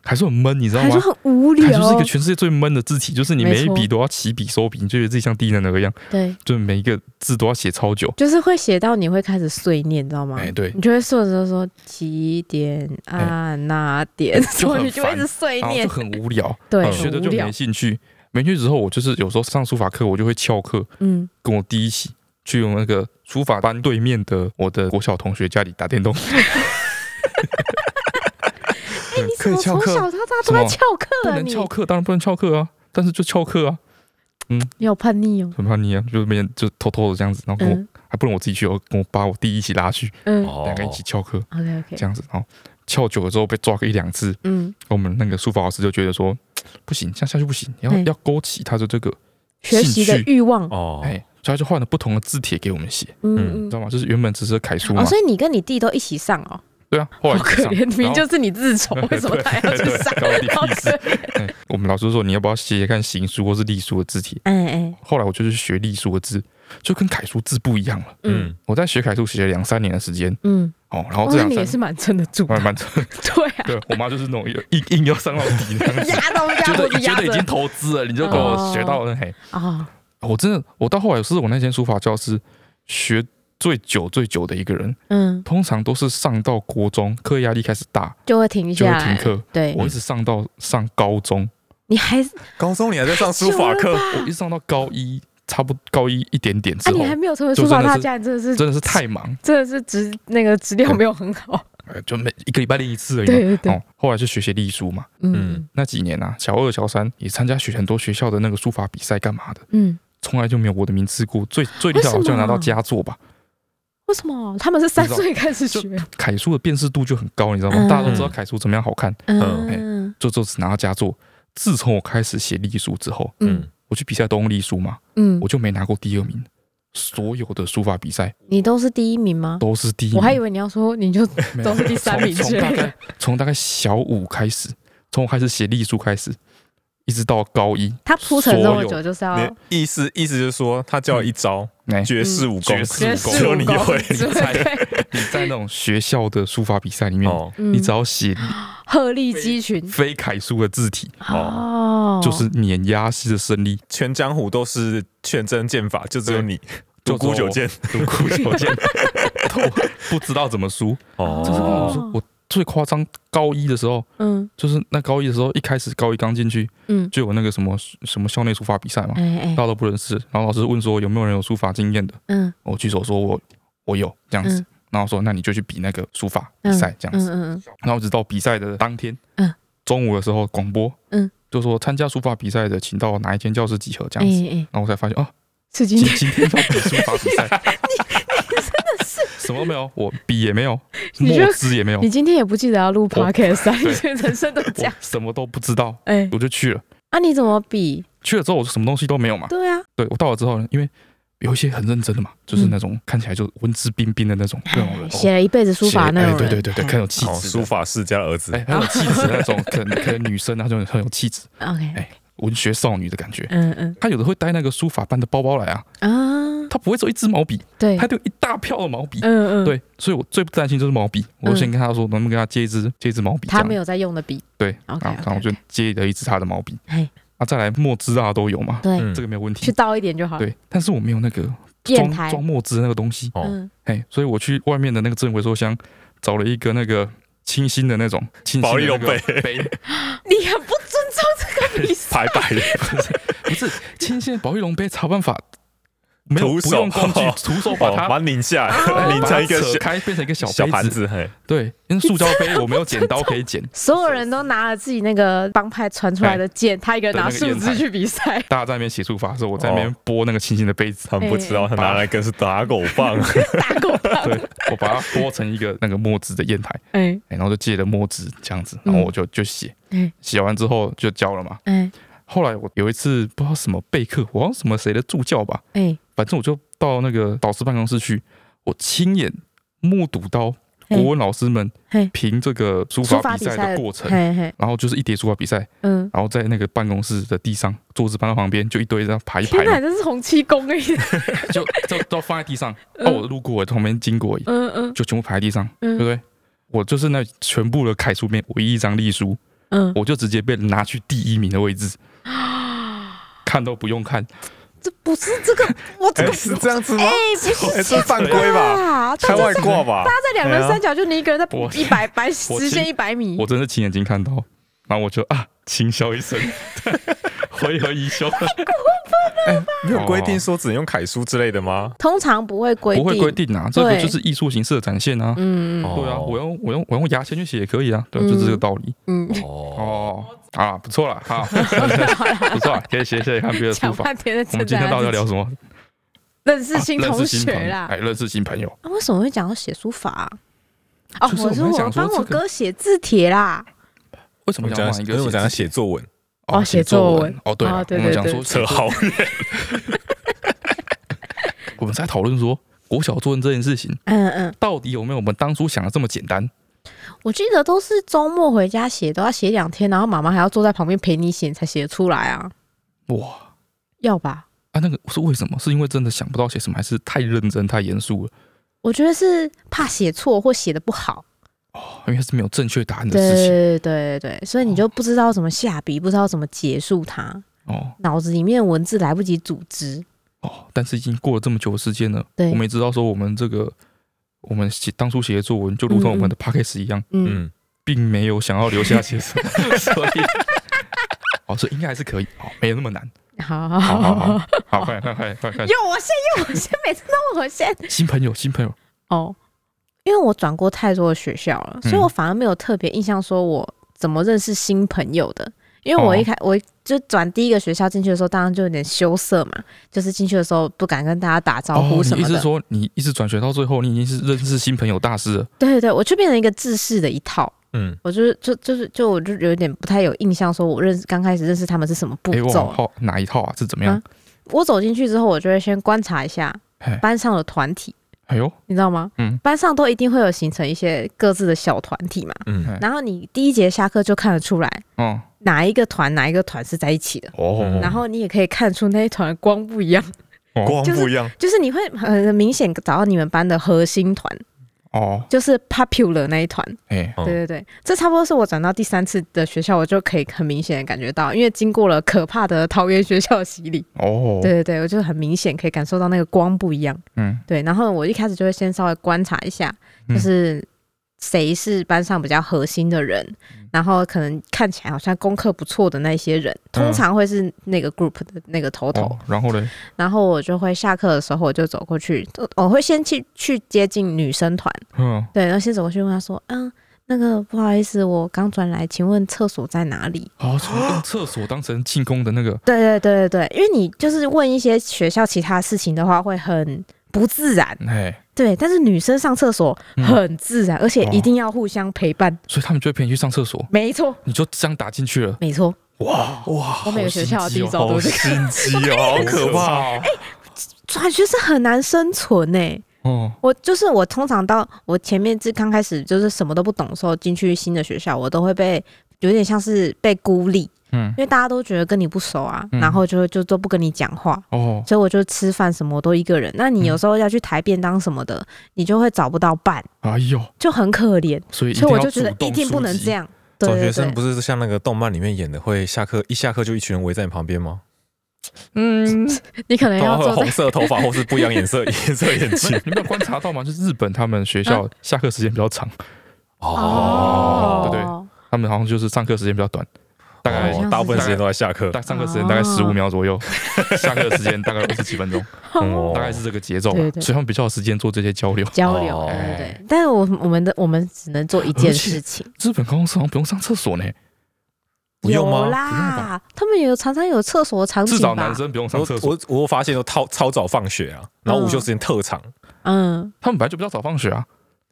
Speaker 2: 楷书很闷，你知道
Speaker 1: 还说
Speaker 2: 吗？
Speaker 1: 很无
Speaker 2: 楷
Speaker 1: 聊哦
Speaker 2: 书是一。个全世界最闷的字体，就是你每
Speaker 1: 没
Speaker 2: 一
Speaker 1: 错
Speaker 2: 笔都要起笔收笔，你就觉得自己像低能儿一样，
Speaker 1: 对，
Speaker 2: 就是每一个字都要写超久。
Speaker 1: 就是会写到你会开始碎念，你知道吗？
Speaker 2: 哎，对，哎
Speaker 1: 你就会顺着说几点啊哪点，所以你就
Speaker 2: 就
Speaker 1: 会
Speaker 2: 很
Speaker 1: 一直碎
Speaker 2: 然后就
Speaker 1: 念，
Speaker 2: 很无聊，
Speaker 1: 对，
Speaker 3: 嗯
Speaker 2: 学
Speaker 1: 很
Speaker 2: 的
Speaker 1: 无
Speaker 2: 就
Speaker 1: 聊
Speaker 2: 没。兴趣。没兴趣之后，我就是有时候上书法课，我就会翘课，
Speaker 1: 嗯，
Speaker 2: 跟我弟一起去用那个书法班对面的我的国小同学家里打电动。
Speaker 1: 哎，你怎么从小到大都
Speaker 2: 什么
Speaker 1: 在翘课
Speaker 2: 不
Speaker 1: 啊？
Speaker 2: 能
Speaker 1: 你
Speaker 2: 翘课，当然不能翘课啊，但是就翘课啊，
Speaker 1: 你有叛逆哦。
Speaker 2: 很叛逆啊，就每天就偷偷的这样子，然后跟我、
Speaker 1: 嗯
Speaker 2: 还不能我自己去，我跟我爸我弟一起拉去，
Speaker 1: 嗯
Speaker 3: 哦
Speaker 2: 两个人一起翘课
Speaker 1: ，OK OK，
Speaker 2: 这样子，然后翘久了之后被抓个一两次，
Speaker 1: 嗯，
Speaker 2: 我们那个书法老师就觉得说不行，这样下去不行，要、
Speaker 1: 嗯
Speaker 2: 要勾起他的这个
Speaker 1: 学习的
Speaker 2: 兴趣，
Speaker 1: 欲望，
Speaker 3: 哦，
Speaker 2: 哎，所以他就换了不同的字帖给我们写，
Speaker 1: 嗯
Speaker 2: 你知
Speaker 1: 嗯。
Speaker 2: 道吗？就是原本只是楷书嘛，
Speaker 1: 哦，所以你跟你弟都一起上 哦，
Speaker 2: 对啊，后
Speaker 1: 好
Speaker 2: 来一
Speaker 1: 可
Speaker 2: 起上
Speaker 1: 怜，明
Speaker 2: 然
Speaker 1: 明
Speaker 2: 后？
Speaker 1: 就是你自丑，为什么他还要去上
Speaker 2: 对对对
Speaker 1: 好
Speaker 2: 关我弟屁事
Speaker 1: 可怜。
Speaker 2: 哎我们老师说你要不要写写看行书或是隶书的字帖，
Speaker 1: 哎哎，
Speaker 2: 后来我就去学隶书的字，就跟楷书字不一样了。
Speaker 1: 嗯
Speaker 3: 嗯，
Speaker 2: 我在学楷书学了两三年的时间
Speaker 1: 嗯，
Speaker 2: 哦，然后
Speaker 1: 哦
Speaker 2: 这
Speaker 1: 那
Speaker 2: 两
Speaker 1: 你也
Speaker 2: 三
Speaker 1: 是蛮撑得住的
Speaker 2: 慢，慢
Speaker 1: 对啊，
Speaker 2: 对我妈就是那种硬硬要上到底的样子，
Speaker 1: 压到 压
Speaker 2: 觉
Speaker 1: 脖
Speaker 2: 得
Speaker 1: 子
Speaker 2: 觉
Speaker 1: 压哦
Speaker 2: 得已经
Speaker 1: 着
Speaker 2: 投资了，你就给我学到了嘿。哦
Speaker 1: 啊，
Speaker 2: 我真的，我到后来是我那间书法教室学最久最久的一个人，
Speaker 1: 嗯，
Speaker 2: 通常都是上到国中课业压力开始大
Speaker 1: 就会停
Speaker 2: 就
Speaker 1: 下
Speaker 2: 会
Speaker 1: 来，
Speaker 2: 停课，
Speaker 1: 对，
Speaker 2: 我一直上到上高中，
Speaker 1: 你还
Speaker 3: 高中你还在上书法
Speaker 1: 太久
Speaker 3: 课
Speaker 1: 了，
Speaker 2: 我一直上到高一，差不多高一一点点
Speaker 1: 啊，
Speaker 2: 之后
Speaker 1: 你，还没有成为
Speaker 2: 就
Speaker 1: 书法
Speaker 2: 真的
Speaker 1: 大
Speaker 2: 是
Speaker 1: 家，你真的是
Speaker 2: 真的是太忙，
Speaker 1: 真的是质那个质量没有很好，
Speaker 2: 呃就每一个礼拜练一次而已
Speaker 1: 对
Speaker 2: 嘛。
Speaker 1: 对对，
Speaker 2: 哦，后来就学学隶书嘛，
Speaker 1: 嗯
Speaker 2: 那几年啊，小二、小三也参加学很多学校的那个书法比赛，干嘛的？
Speaker 1: 嗯，
Speaker 2: 从来就没有我的名次过，最最厉害好像拿到
Speaker 1: 啊
Speaker 2: 佳作吧。
Speaker 1: 为什么他们是三岁开始学
Speaker 2: 就？楷书的辨识度就很高，你知道吗？
Speaker 1: 嗯
Speaker 2: 大家都知道楷书怎么样好看，
Speaker 1: 嗯
Speaker 2: 就就只拿到佳作。自从我开始写隶书之后，
Speaker 1: 嗯
Speaker 3: 嗯，
Speaker 2: 我去比赛都用隶书嘛，
Speaker 1: 嗯
Speaker 2: 我，就没拿过第二名。所有的书法比赛
Speaker 1: 你都是第一名吗？
Speaker 2: 都是第一名，
Speaker 1: 我还以为你要说你 就
Speaker 2: 没有
Speaker 1: 都是第三名之
Speaker 2: 从从大
Speaker 1: 类
Speaker 2: 概
Speaker 1: 的，
Speaker 2: 从大概小五开始，从我开始写隶书开始，一直到高一，
Speaker 1: 他铺陈这么久就是要
Speaker 3: 你意思意思就是说，他教一招
Speaker 2: 哎，
Speaker 3: 绝世武功
Speaker 2: 嗯，绝世武功
Speaker 3: 只有你会。
Speaker 1: 只
Speaker 2: 你猜
Speaker 1: 对，
Speaker 2: 你在那种学校的书法比赛里面，
Speaker 3: 哦，
Speaker 1: 嗯
Speaker 2: 你只要写
Speaker 1: 鹤立鸡群
Speaker 2: 非楷书的字体，
Speaker 1: 哦，
Speaker 2: 就是碾压式的胜利，
Speaker 3: 全江湖都是全真剑法，就只有你独孤九剑。
Speaker 2: 独孤求剑， 都不知道怎么输。
Speaker 1: 哦
Speaker 2: 就是跟我说
Speaker 1: 哦，
Speaker 2: 我最夸张，高一的时候，
Speaker 1: 嗯
Speaker 2: 就是那高一的时候，一开始高一刚进去
Speaker 1: 嗯，
Speaker 2: 就有那个什么什么校内书法比赛嘛，
Speaker 1: 哎
Speaker 2: 大
Speaker 1: 哎
Speaker 2: 家都不认识。然后老师问说有没有人有书法经验的，
Speaker 1: 嗯
Speaker 2: 我举手说我我有这样子
Speaker 1: 嗯。
Speaker 2: 然后说那你就去比那个书法比
Speaker 1: 嗯
Speaker 2: 赛这样子。
Speaker 1: 嗯嗯
Speaker 2: 然后直到比赛的当天，
Speaker 1: 嗯，
Speaker 2: 中午的时候广播，
Speaker 1: 嗯，
Speaker 2: 就说参加书法比赛的，请到哪一间教室集合
Speaker 1: 嗯，
Speaker 2: 这
Speaker 1: 哎
Speaker 2: 样子。
Speaker 1: 哎，
Speaker 2: 然后我才发现啊，
Speaker 1: 是今
Speaker 2: 今
Speaker 1: 天
Speaker 2: 今天要比书法比赛， 你真的是 什么都没有，我笔也没有，
Speaker 1: 你就
Speaker 2: 墨汁也没有，
Speaker 1: 你今天也不记得要录 podcast 啊，
Speaker 2: 哦对
Speaker 1: 你这人生都这
Speaker 2: 我
Speaker 1: 样，
Speaker 2: 什么都不知道，
Speaker 1: 哎，
Speaker 2: 我就去了。
Speaker 1: 啊你怎么比？
Speaker 2: 去了之后，我就什么东西都没有嘛。
Speaker 1: 对啊，
Speaker 2: 对我到了之后呢，因为有一些很认真的嘛，就是
Speaker 1: 嗯哎
Speaker 2: 那种看起来就文质彬彬的那种那种人，哦
Speaker 1: 写了一辈子书法那
Speaker 2: 哎
Speaker 1: 种
Speaker 2: 对
Speaker 1: 人，
Speaker 2: 对对对，
Speaker 1: 哎
Speaker 2: 很有气
Speaker 3: 哦，
Speaker 2: 质
Speaker 3: 书
Speaker 2: 的，
Speaker 3: 法世家的儿子
Speaker 2: 哎，很 有气质的那种，可能可能女生她就很有气质，
Speaker 1: OK，
Speaker 2: 哎文学少女的感觉。
Speaker 1: 嗯嗯
Speaker 2: 他有的会带那个书法班的包包来啊，
Speaker 1: 啊，
Speaker 2: 它不会只有一支毛笔，
Speaker 1: 对，
Speaker 2: 它就一大票的毛笔。
Speaker 1: 嗯嗯，，嗯
Speaker 2: 对，所以我最不担心就是毛笔，我就先跟他说能不能跟他借一支借一支毛笔，这
Speaker 1: 他
Speaker 2: 样
Speaker 1: 没有在用的笔，
Speaker 2: 对，然
Speaker 1: OK，
Speaker 2: 后然后我就
Speaker 1: OK，OK
Speaker 2: 借了一支他的毛笔
Speaker 1: 嘿，
Speaker 2: 啊，再来墨汁啊都有嘛，
Speaker 1: 对，
Speaker 3: 嗯
Speaker 2: 这个没有问
Speaker 1: 去
Speaker 2: 题。
Speaker 1: 倒一点就好。
Speaker 2: 对，但是我没有那个
Speaker 1: 砚
Speaker 2: 装
Speaker 1: 台，
Speaker 2: 装墨汁的那个东西，
Speaker 3: 哦
Speaker 1: 嗯，
Speaker 2: 嘿，所以我去外面的那个资源回收箱找了一个那个清新的那种清新
Speaker 3: 保
Speaker 2: 的
Speaker 3: 利
Speaker 2: 那
Speaker 3: 龙
Speaker 2: 个
Speaker 3: 杯
Speaker 2: 杯，
Speaker 1: 你很不尊重这个比 赛。
Speaker 3: 排白的，
Speaker 2: 不是清新的保利龙杯，才有办法没有
Speaker 3: 徒
Speaker 2: 不用
Speaker 3: 手
Speaker 2: 工具 徒手把
Speaker 3: 哦
Speaker 2: 它
Speaker 3: 把它拧下
Speaker 2: 哎
Speaker 3: 来，拧
Speaker 2: 把
Speaker 3: 成
Speaker 2: 它
Speaker 3: 一个
Speaker 2: 扯
Speaker 3: 小
Speaker 2: 开变成一个小
Speaker 3: 小
Speaker 2: 杯
Speaker 3: 盘。子，嘿，
Speaker 2: 对，因为塑胶杯我没有剪刀可以剪，
Speaker 1: 所有人都拿了自己那个帮派传出来的剑，他一个人拿树枝去比赛。
Speaker 2: 大家在那边写书法的时候，我在那边拨那个清新的 杯子，
Speaker 3: 他们不知道他拿来跟是打狗棒，
Speaker 1: 打狗 棒。
Speaker 2: 对我把它拨成一个那个墨汁的砚台，
Speaker 1: 哎
Speaker 2: 哎然后就借了墨汁这样子，然后我就就写
Speaker 1: 嗯，
Speaker 2: 写完之后就交了嘛。
Speaker 1: 哎
Speaker 2: 后来我有一次不知道什么备课，我好像什么谁的助教吧，
Speaker 1: 哎，
Speaker 2: 反正我就到那个导师办公室去，我亲眼目睹到
Speaker 1: 嘿
Speaker 2: 国文老师们
Speaker 1: 嘿
Speaker 2: 评这个书
Speaker 1: 书法
Speaker 2: 法比
Speaker 1: 比
Speaker 2: 赛
Speaker 1: 赛
Speaker 2: 的过程。
Speaker 1: 嘿嘿，
Speaker 2: 然后就是一叠书法比赛，
Speaker 1: 嗯，
Speaker 2: 然后在那个办公室的地上，桌子搬到旁边，就一堆这样排一排
Speaker 1: 天哪，
Speaker 2: 嘛，
Speaker 1: 这是洪七公哎，
Speaker 2: 就就都放在地上。
Speaker 1: 嗯
Speaker 2: 哦，我路过，我从旁边经过而已，
Speaker 1: 嗯嗯
Speaker 2: 就全部排在地上，对
Speaker 1: 嗯
Speaker 2: 不对？我就是那全部的楷书面唯一一张隶书，
Speaker 1: 嗯，
Speaker 2: 我就直接被拿去第一名的 位置，看都不用看，
Speaker 1: 这不是这个，我这
Speaker 3: 哎
Speaker 1: 个
Speaker 3: 是这样子吗
Speaker 1: 哎？不
Speaker 3: 哎，
Speaker 1: 是啊
Speaker 3: 这犯规吧？
Speaker 1: 吧？
Speaker 3: 开
Speaker 1: 大
Speaker 3: 外
Speaker 1: 家
Speaker 3: 挂吧？
Speaker 1: 在两人三角，就你一个人在
Speaker 2: 啊我
Speaker 1: 一 百百实现一百米
Speaker 2: 我，真是亲眼睛看到，然后我就啊，轻笑一声，回 合一笑，
Speaker 3: 没有规定说只能用楷书之类的吗？
Speaker 1: 通常不会规
Speaker 2: 不
Speaker 1: 定，
Speaker 2: 会规定啊，这个
Speaker 1: 对
Speaker 2: 就是艺术形式的展现啊。
Speaker 1: 嗯嗯
Speaker 3: 哦
Speaker 2: 对啊，我用我用我用牙签去写也可以啊，对啊，
Speaker 1: 嗯
Speaker 2: 就这个道理。
Speaker 1: 嗯，
Speaker 3: 哦，
Speaker 2: 哦，啊，不错了， 好，不错啊啦，可以写写看别的书
Speaker 1: 讲
Speaker 2: 法。
Speaker 1: 半天的
Speaker 2: 我们今天到底要聊什么？
Speaker 1: 认识新
Speaker 2: 啊认
Speaker 1: 同
Speaker 2: 识新
Speaker 1: 学
Speaker 2: 朋友
Speaker 1: 啦
Speaker 2: 哎，。认识新朋友。
Speaker 1: 啊，为什么会讲到写书法啊、哦，
Speaker 2: 就是
Speaker 1: 我
Speaker 2: 我
Speaker 1: 说
Speaker 2: 们讲
Speaker 1: 我
Speaker 2: 说
Speaker 1: 帮
Speaker 2: 这
Speaker 1: 我
Speaker 2: 个
Speaker 1: 哥写字帖啦，
Speaker 2: 为什么
Speaker 3: 我
Speaker 2: 讲
Speaker 3: 讲
Speaker 2: 完一
Speaker 3: 因
Speaker 2: 个
Speaker 3: 为我讲
Speaker 2: 字
Speaker 3: 要写作文，
Speaker 1: 哦写作文
Speaker 2: 哦，对
Speaker 1: 哦
Speaker 2: 啊，我
Speaker 1: 对
Speaker 2: 们
Speaker 1: 对
Speaker 2: 讲
Speaker 1: 对
Speaker 2: 说
Speaker 3: 扯
Speaker 2: 写作
Speaker 3: 好远，
Speaker 2: 我们在讨论说国小作文这件事情
Speaker 1: 嗯嗯，
Speaker 2: 到底有没有我们当初想的这么简单？
Speaker 1: 我记得都是周末回家写，都要写两天，然后妈妈还要坐在旁边陪你写，你才写得出来啊，
Speaker 2: 哇
Speaker 1: 要吧？
Speaker 2: 啊，那个是为什么？是因为真的想不到写什么，还是太认真太严肃了？
Speaker 1: 我觉得是怕写错或写的不好，
Speaker 2: 哦，因为是没有正确答案的
Speaker 1: 对
Speaker 2: 事情
Speaker 1: 对对对对，所以你就不知道怎么下笔，不知道怎么结束它，
Speaker 2: 哦
Speaker 1: 脑子里面文字来不及组织，
Speaker 2: 哦，但是已经过了这么久的时间了，
Speaker 1: 对
Speaker 2: 我们也知道说我们这个我们写当初写的作文，就如同我们的 p a c k a g e 一样，
Speaker 1: 嗯，
Speaker 3: 嗯，
Speaker 2: 并没有想要留下些什么， 所以。哦，所以应该还是可以，哦，没有那么难。
Speaker 1: 好好
Speaker 2: 好
Speaker 1: 好
Speaker 2: 好好，好，快快快快快！
Speaker 1: 用我先，用我先，每次都我先，
Speaker 2: 新朋友，新朋友，
Speaker 1: 哦，因为我转过太多的学校了，
Speaker 2: 嗯
Speaker 1: 所以我反而没有特别印象说我怎么认识新朋友的。因
Speaker 2: 哦
Speaker 1: 为我一开、我就转第一个学校进去的时候，当然就有点羞涩嘛，就是进去的时候不敢跟大家打招呼什
Speaker 2: 哦你意
Speaker 1: 么
Speaker 2: 思
Speaker 1: 的。
Speaker 2: 说你一直转学到最后，你已经是认识新朋友大师了？
Speaker 1: 对对对，我就变成一个制式的一套，
Speaker 3: 嗯，
Speaker 1: 我就是就就是就我就有点不太有印象，说我认识刚开始认识他们是什么步
Speaker 2: 哎，我
Speaker 1: 骤。
Speaker 2: 好好哪一套啊？是怎么样
Speaker 1: 啊？我走进去之后，我就会先观察一下
Speaker 2: 嘿
Speaker 1: 班上的团体，
Speaker 2: 哎呦，
Speaker 1: 你知道吗？
Speaker 2: 嗯
Speaker 1: 班上都一定会有形成一些各自的小团体嘛。
Speaker 3: 嗯，
Speaker 1: 然后你第一节下课就看得出来，
Speaker 2: 嗯，
Speaker 1: 哪一个团哪一个团是在一起的，
Speaker 2: 哦
Speaker 3: 嗯
Speaker 1: 然后你也可以看出那一团的光不一样，
Speaker 3: 光
Speaker 1: 就是
Speaker 3: 不一样，
Speaker 1: 就是你会很明显找到你们班的核心团，
Speaker 2: 哦，
Speaker 1: 就是 popular 那一团。
Speaker 2: 哎，
Speaker 3: 哦
Speaker 1: 对对对，这差不多是我转到第三次的学校，我就可以很明显的感觉到，因为经过了可怕的桃园学校的洗礼。
Speaker 2: 哦，
Speaker 1: 对对对，我就很明显可以感受到那个光不一样。
Speaker 2: 嗯，
Speaker 1: 对，然后我一开始就会先稍微观察一下，就
Speaker 2: 嗯
Speaker 1: 是谁是班上比较核心的人，
Speaker 2: 嗯
Speaker 1: 然后可能看起来好像功课不错的那些人，通
Speaker 2: 嗯
Speaker 1: 常会是那个 group 的那个头头。
Speaker 2: 哦，然后嘞，
Speaker 1: 然后我就会下课的时候，我就走过去，我会先去去接近女生团，
Speaker 2: 嗯，
Speaker 1: 对，然后先走过去问他说，嗯。那个不好意思，我刚转来，请问厕所在哪里？
Speaker 2: 好， 用厕啊所当成进攻的那个，
Speaker 1: 对对对对对，因为你就是问一些学校其他事情的话，会很不自然。
Speaker 2: 哎，
Speaker 1: 对，但是女生上厕所
Speaker 2: 嗯哦
Speaker 1: 很自然，而且一定要互相陪伴。
Speaker 2: 所以他们就会陪你去上厕所，
Speaker 1: 没错，
Speaker 2: 你就这样打进去了，
Speaker 1: 没错，
Speaker 3: 哇哇，
Speaker 1: 我每个学校的第一招
Speaker 3: 好
Speaker 1: 都是这个。
Speaker 3: 心机哦，好可怕，
Speaker 2: 哦！
Speaker 1: 转学生很难生存呢、
Speaker 2: 哦，
Speaker 1: 我就是我，通常到我前面是刚开始就是什么都不懂的时候进去新的学校，我都会被有点像是被孤立，
Speaker 2: 嗯
Speaker 1: 因，为大家都觉得跟你不熟啊，
Speaker 2: 嗯
Speaker 1: 然后就就都不跟你讲话，
Speaker 2: 哦，
Speaker 1: 所以我就吃饭什么我都一个人。那
Speaker 2: 嗯
Speaker 1: 你有时候要去抬便当什么的，你就会找不到伴，
Speaker 2: 哎呦，
Speaker 1: 就很可怜。
Speaker 2: 所以一定
Speaker 1: 所以我
Speaker 2: 要
Speaker 1: 就觉得
Speaker 2: 主动
Speaker 1: 一定不
Speaker 2: 出
Speaker 1: 能
Speaker 2: 击
Speaker 1: 这。样。对
Speaker 3: 转
Speaker 1: 对
Speaker 3: 学生
Speaker 1: 对，
Speaker 3: 不是像那个动漫里面演的，会下课一下课就一群人围在你旁边吗？
Speaker 1: 嗯，你可能
Speaker 3: 然
Speaker 1: 要
Speaker 3: 后
Speaker 1: 坐
Speaker 3: 红
Speaker 1: 在
Speaker 3: 色头发或是不一样颜色颜色眼
Speaker 2: 你
Speaker 3: 镜。
Speaker 2: 有没有观察到吗？就是日本他们学
Speaker 1: 嗯
Speaker 2: 校下课时间比较长，
Speaker 3: 哦，
Speaker 2: 对他们好像就是上课时间比较短，大概
Speaker 1: 哦
Speaker 3: 大部分时间都在下课。
Speaker 2: 大上课时间大概
Speaker 1: 哦
Speaker 2: 十五 秒左右，下课时间大概二十几分钟，
Speaker 1: 嗯
Speaker 3: 哦
Speaker 2: 大概是这个节奏吧
Speaker 1: 对对
Speaker 2: 所以他们比较有时间做这些交流。
Speaker 1: 交流，
Speaker 3: 哦
Speaker 1: 对对对。但是我我们的我们只能做一件
Speaker 2: 而且
Speaker 1: 事情，
Speaker 2: 日本高中生好像不用上厕所呢，
Speaker 3: 不用吗
Speaker 1: 有
Speaker 2: 哦不用
Speaker 1: 啦
Speaker 2: 吧，
Speaker 1: 他们有常常有厕所的场
Speaker 2: 至
Speaker 1: 景
Speaker 2: 少
Speaker 1: 吧
Speaker 2: 男？生不用上
Speaker 3: 我
Speaker 2: 厕所，
Speaker 3: 我我发现都超超早放学啊，然后午休时间特长。
Speaker 1: 嗯，
Speaker 2: 他们本来就比较早放学啊，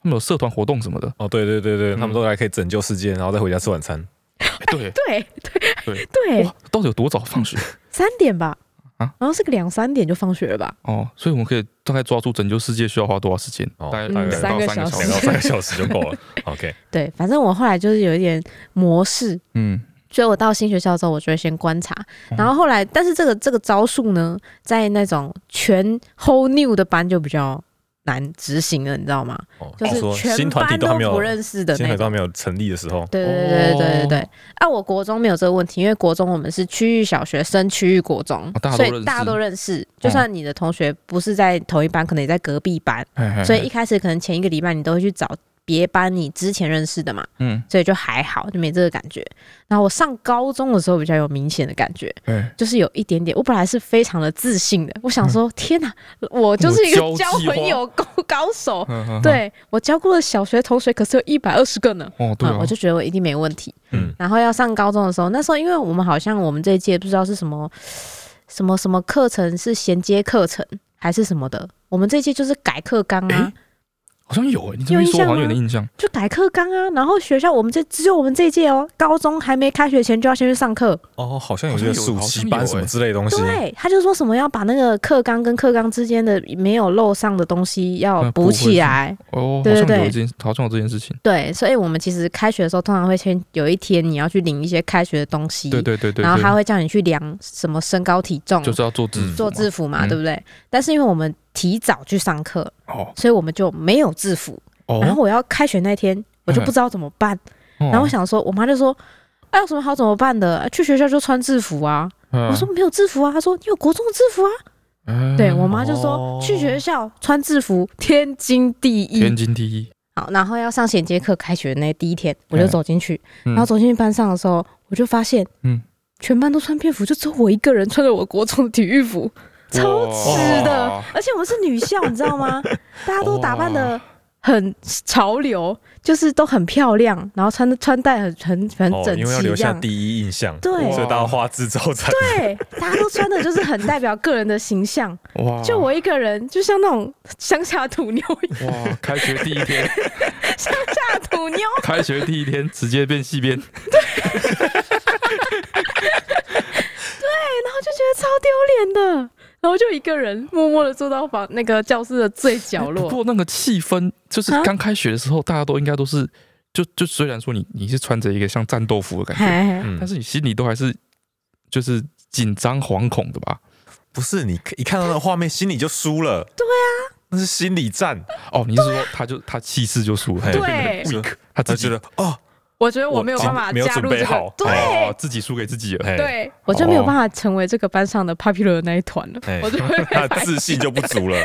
Speaker 2: 他们有社团活动什么的。
Speaker 1: 啊
Speaker 3: 哦，对对对对，
Speaker 2: 嗯
Speaker 3: 他们都来可以拯救世界，然后再回家吃晚餐。
Speaker 2: 哎对，
Speaker 1: 对
Speaker 2: 对
Speaker 1: 对对
Speaker 2: 哇，，到底有多早 放学？
Speaker 1: 三点吧，
Speaker 2: 啊
Speaker 1: 然后是个两三点就放学了吧？
Speaker 2: 哦，所以我们可以大概抓住拯救世界需要花多少时间，
Speaker 3: 哦
Speaker 2: 大概
Speaker 1: 嗯
Speaker 2: 两到
Speaker 1: 三
Speaker 2: 三
Speaker 1: 个
Speaker 2: 个
Speaker 1: 小时
Speaker 2: 小
Speaker 3: 两到
Speaker 2: 时。
Speaker 3: 三 个小时就够了。OK，
Speaker 1: 对，反正我后来就是有一点模式，
Speaker 2: 嗯，
Speaker 1: 所以我到新学校之后，我就会先观察，然后后来，但是这个这个招数呢，在那种全 whole new 的班就比较难执行了，你知道吗？
Speaker 3: 哦，
Speaker 1: 就
Speaker 3: 说
Speaker 1: 是
Speaker 3: 新
Speaker 1: 全
Speaker 3: 团体
Speaker 1: 班
Speaker 3: 都
Speaker 1: 都
Speaker 3: 还没有
Speaker 1: 不，认识的
Speaker 3: 新
Speaker 1: 那
Speaker 3: 团体都哦
Speaker 1: 种。
Speaker 3: 还没有成立的时候，
Speaker 1: 对对对对对对对。啊，我国中没有这个问题，因为国中我们是区域小学升区域国中
Speaker 2: 哦大，家都
Speaker 1: 所
Speaker 2: 认
Speaker 1: 以
Speaker 2: 识
Speaker 1: 大家都认识。就算你的同学不是在同一班，可能也在隔壁班，
Speaker 2: 嘿嘿
Speaker 1: 所以一开始可能前一个礼拜你都会去找别班你之前认识的嘛，
Speaker 2: 嗯，
Speaker 1: 所以就还好，就没这个感觉。然后我上高中的时候比较有明显的感觉，
Speaker 2: 哎，
Speaker 1: 就是有一点点，我本来是非常的自信的，我
Speaker 3: 嗯
Speaker 1: 想说，天哪，我就是一个
Speaker 2: 我
Speaker 1: 交
Speaker 2: 交际
Speaker 3: 哦
Speaker 2: 花
Speaker 1: 朋友高高手。
Speaker 2: 嗯嗯嗯
Speaker 1: 对我教过的小学同学可是有一百二十个呢，
Speaker 2: 哦，对
Speaker 1: 嗯
Speaker 2: 啊
Speaker 1: 我，就觉得我一定没问题。
Speaker 3: 嗯，
Speaker 1: 然后要上高中的时候，那时候因为我们好像我们这一届不知道是什么什么什么课程是衔接课程还是什么的，我们这一届就是改课纲啊。
Speaker 2: 诶好像有哎，你这么
Speaker 1: 有
Speaker 2: 一说，
Speaker 1: 印象
Speaker 2: 好像有
Speaker 1: 吗
Speaker 2: 点印象。
Speaker 1: 就改课纲啊，然后学校我们这只有我们这一届哦，高中还没开学前就要先去上课。
Speaker 3: 哦，好像有
Speaker 2: 好像
Speaker 3: 一个
Speaker 2: 有
Speaker 3: 暑
Speaker 2: 好像
Speaker 3: 期
Speaker 2: 有
Speaker 3: 班
Speaker 2: 欸
Speaker 3: 什么之类的东西，
Speaker 1: 对，他就说什么要把那个课纲跟课纲之间的没有漏上的东西要
Speaker 2: 嗯
Speaker 1: 补
Speaker 2: 补回
Speaker 1: 起
Speaker 2: 去
Speaker 1: 来。
Speaker 2: 哦，好
Speaker 1: 对对
Speaker 2: 像
Speaker 1: 对
Speaker 2: 有这件，好像有这件事情。
Speaker 1: 对，所以我们其实开学的时候通常会先有一天你要去领一些开学的东西，
Speaker 2: 对对对对，
Speaker 1: 然后
Speaker 2: 对
Speaker 1: 他会叫你去量什么身高体重，
Speaker 2: 就是要做制服嘛，
Speaker 1: 做制服嘛，
Speaker 2: 嗯
Speaker 1: 对不对？但是因为我们提早去上课，
Speaker 2: 哦
Speaker 1: 所以我们就没有制服。然
Speaker 2: 哦，
Speaker 1: 后我要开学那天，我就
Speaker 2: 嗯
Speaker 1: 不知道怎么办。
Speaker 2: 然
Speaker 1: 然后我想说，我妈就说：“哎，有什么好怎么办的？去学校就穿制服啊。”
Speaker 2: 嗯
Speaker 1: 我说：“没有制服啊。”她说：“你有国中的制服啊。”
Speaker 2: 哎
Speaker 1: 对我妈就说
Speaker 3: 哦：“
Speaker 1: 去学校穿制服，天经地义
Speaker 2: 天。经地义，”
Speaker 1: 好，然后要上衔接课，开学那第一天，我就
Speaker 2: 嗯
Speaker 1: 走进去，
Speaker 2: 嗯
Speaker 1: 然后走进去班上的时候，我就发现，嗯
Speaker 2: 嗯，
Speaker 1: 全班都穿便服，就只有我一个人穿着我国中的体育服，超吃的
Speaker 2: 哇。
Speaker 1: 而且我们是女校，你知道吗？大家都打扮的很潮流，就是都很漂亮，然后穿的穿戴很很很
Speaker 3: 哦，
Speaker 1: 整
Speaker 3: 因为要
Speaker 1: 齐，
Speaker 3: 留
Speaker 1: 这
Speaker 3: 下
Speaker 1: 样
Speaker 3: 第一印象，
Speaker 1: 对
Speaker 3: 所以大家花枝招展。
Speaker 1: 对，大家都穿的就是很代表个人的形象。
Speaker 3: 哦
Speaker 2: 哇，
Speaker 1: 就我一个人，就像那种乡下土妞一样，
Speaker 2: 哇，开学第一 天，
Speaker 1: 乡下土妞，
Speaker 2: 开学第一天直接变戏编，
Speaker 1: 然后就觉得超丢脸的，然后就一个人默默的坐到房那个教室的最角
Speaker 2: 不
Speaker 1: 落。
Speaker 2: 过那个气氛，就是
Speaker 1: 啊
Speaker 2: 刚开学的时候，大家都应该都是，就就虽然说你你是穿着一个像战斗服的感觉，
Speaker 1: 哎，
Speaker 3: 嗯
Speaker 2: 但是你心里都还是就是紧张惶恐的吧？
Speaker 3: 不是你一看到那个画面，心里就输了。对啊，那是心理战，
Speaker 2: 哦，你是说他就他气势就输了，
Speaker 3: 对
Speaker 2: 变得很 weak，他
Speaker 3: 他
Speaker 2: 自己
Speaker 3: 觉得哦，
Speaker 1: 我觉得我
Speaker 3: 我
Speaker 1: 没有
Speaker 3: 今
Speaker 1: 办法
Speaker 3: 没有
Speaker 1: 加入
Speaker 3: 准备
Speaker 1: 这个
Speaker 3: 好，
Speaker 1: 对
Speaker 2: 哦自己输给自己了，
Speaker 3: 哎，
Speaker 1: 对，我就没有办法成为这个班上的 popular 的那一团了
Speaker 3: 哎，
Speaker 1: 我就 会
Speaker 3: 他的自信就不 足了。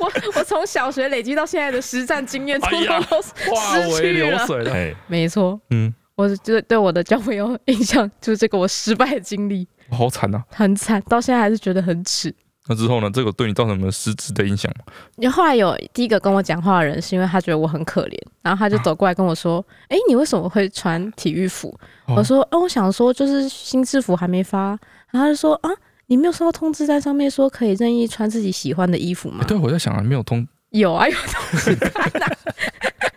Speaker 1: 我我从小学累积到现在的实战经验，通
Speaker 2: 哎呀
Speaker 1: 通都
Speaker 2: 哇，
Speaker 1: 失
Speaker 2: 为
Speaker 1: 去
Speaker 2: 流
Speaker 1: 了。
Speaker 2: 水了，
Speaker 3: 哎，
Speaker 1: 没错，
Speaker 2: 嗯，
Speaker 1: 我对对我的交朋友印象就是这个我失败的经历。
Speaker 2: 好惨呐。
Speaker 1: 很惨，到现在还是觉得很耻。
Speaker 2: 那之后呢？这个对你造成什么实质的影响吗？
Speaker 1: 然后后来有第一个跟我讲话的人，是因为他觉得我很可怜，然后他就
Speaker 2: 啊
Speaker 1: 走过来跟我说：“哎、你为什么会穿体育服？”
Speaker 2: 哦
Speaker 1: 我说：“哦，我想说就是新制服还没发。”然后他就说：“啊，你没有收到通知在上面说可以任意穿自己喜欢的衣服吗
Speaker 2: 哎？”对，我在想啊，没有通，
Speaker 1: 有啊，有通知单啊。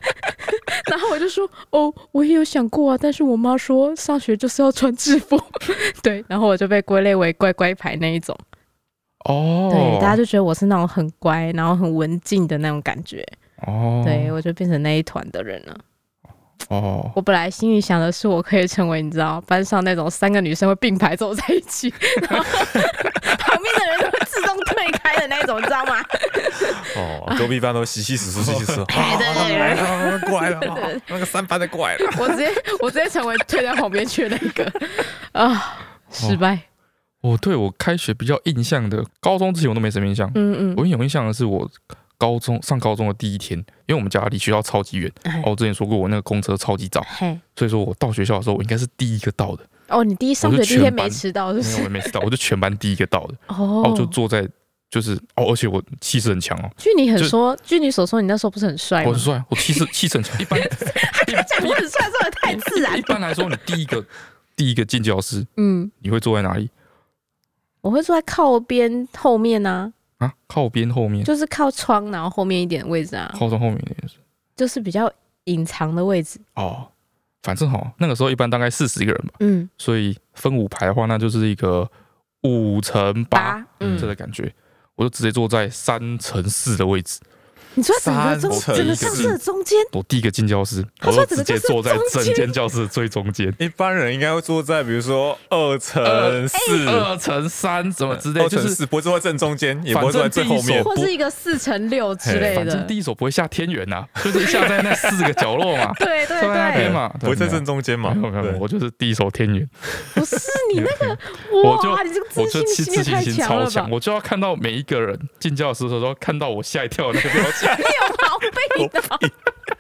Speaker 1: 然后我就说：“哦，我也有想过啊，但是我妈说上学就是要穿制服。”对，然后我就被归类为乖乖牌那一种。
Speaker 2: 哦，
Speaker 1: 对，大家就觉得我是那种很乖，然后很文静的那种感觉。
Speaker 2: 哦，
Speaker 1: 对我就变成那一团的人了。
Speaker 2: 哦，
Speaker 1: 我本来心里想的是，我可以成为你知道班上那种三个女生会并排走在一起， 然后旁边的人就会自动退开的那种，你知道 吗？
Speaker 3: 哦，隔壁班都稀稀疏疏，稀 稀疏疏，
Speaker 1: 哎对对对
Speaker 3: 哦来了，过来了，哦那个三班的过来了，
Speaker 1: 我直接我直接成为退在旁边去的那个啊，
Speaker 2: 哦
Speaker 1: 失败。
Speaker 2: 我对我开学比较印象的，高中之前我都没什么印象。
Speaker 1: 嗯嗯，
Speaker 2: 我很有印象的是我高中上高中的第一天，因为我们家离学校超级远。
Speaker 1: 哎
Speaker 2: 哦，我之前说过我那个公车超级早，
Speaker 1: 嘿，
Speaker 2: 所以说我到学校的时候，我应该是第一个到的。
Speaker 1: 哦，你第一上学第一天没迟到是不
Speaker 2: 没有，
Speaker 1: 是？
Speaker 2: 我没迟到，我就全班第一个到的。哦，
Speaker 1: 哦
Speaker 2: 我就坐在就是哦，而且我气势很强哦，
Speaker 1: 据你很说，据你所说，你那时候不是很帅
Speaker 2: 我
Speaker 1: 吗
Speaker 2: 很？帅，我气势气势很强。一般一
Speaker 1: 讲我很帅，说的太自然
Speaker 2: 一。 般来说，你第一个第一个进教室，
Speaker 1: 嗯，
Speaker 2: 你会坐在哪里
Speaker 1: 我会坐在靠边后面啊，
Speaker 2: 啊？靠边后面，
Speaker 1: 就是靠窗，然后后面一点的位置啊，
Speaker 2: 靠窗后面那边是
Speaker 1: 就是比较隐藏的位置。
Speaker 2: 哦。反正哈，那个时候一般大概四十个人吧，
Speaker 1: 嗯，
Speaker 2: 所以分五排的话，那就是一个五乘八
Speaker 1: 八，嗯
Speaker 2: 这，个感觉。我就直接坐在三乘四的位置，
Speaker 1: 你说整个中
Speaker 3: 三
Speaker 1: 整个
Speaker 2: 乘
Speaker 1: 教
Speaker 2: 一
Speaker 1: 室的中间，
Speaker 2: 我第一个进教室，
Speaker 1: 他
Speaker 2: 我
Speaker 1: 说
Speaker 2: 就
Speaker 1: 整
Speaker 2: 直
Speaker 1: 个教室
Speaker 2: 接坐在
Speaker 1: 中
Speaker 2: 整
Speaker 1: 间
Speaker 2: 间教室的最中间，
Speaker 3: 一般人应该会坐在比如说二乘
Speaker 2: 呃
Speaker 1: 哎
Speaker 3: 四、
Speaker 2: 二乘三什么之类，
Speaker 3: 二
Speaker 2: 就
Speaker 3: 乘
Speaker 2: 是
Speaker 3: 四，不会坐在正中间，也不会坐在最后
Speaker 2: 反正第一
Speaker 3: 面
Speaker 2: 手。
Speaker 1: 或是一个四乘六之类
Speaker 2: 哎反
Speaker 1: 的，
Speaker 2: 哎正，第一手不会下天元呐，就是下在那四个角落嘛
Speaker 1: 对对
Speaker 2: 坐在那边
Speaker 1: 对，
Speaker 2: 嘛，
Speaker 3: 不会在
Speaker 2: 对
Speaker 3: 正中间嘛？
Speaker 2: 没有没有没有，
Speaker 3: 对，
Speaker 2: 我就是第一手天元，
Speaker 1: 不是你那个
Speaker 2: 我
Speaker 1: 哇，
Speaker 2: 就
Speaker 1: 你这个
Speaker 2: 我
Speaker 1: 自
Speaker 2: 就
Speaker 1: 信
Speaker 2: 自
Speaker 1: 心也
Speaker 2: 自信
Speaker 1: 太
Speaker 2: 心
Speaker 1: 强
Speaker 2: 超
Speaker 1: 了吧
Speaker 2: 强，？我就要看到每一个人进教室的时候，看到我吓一跳的那个表情，
Speaker 1: 你有毛病的。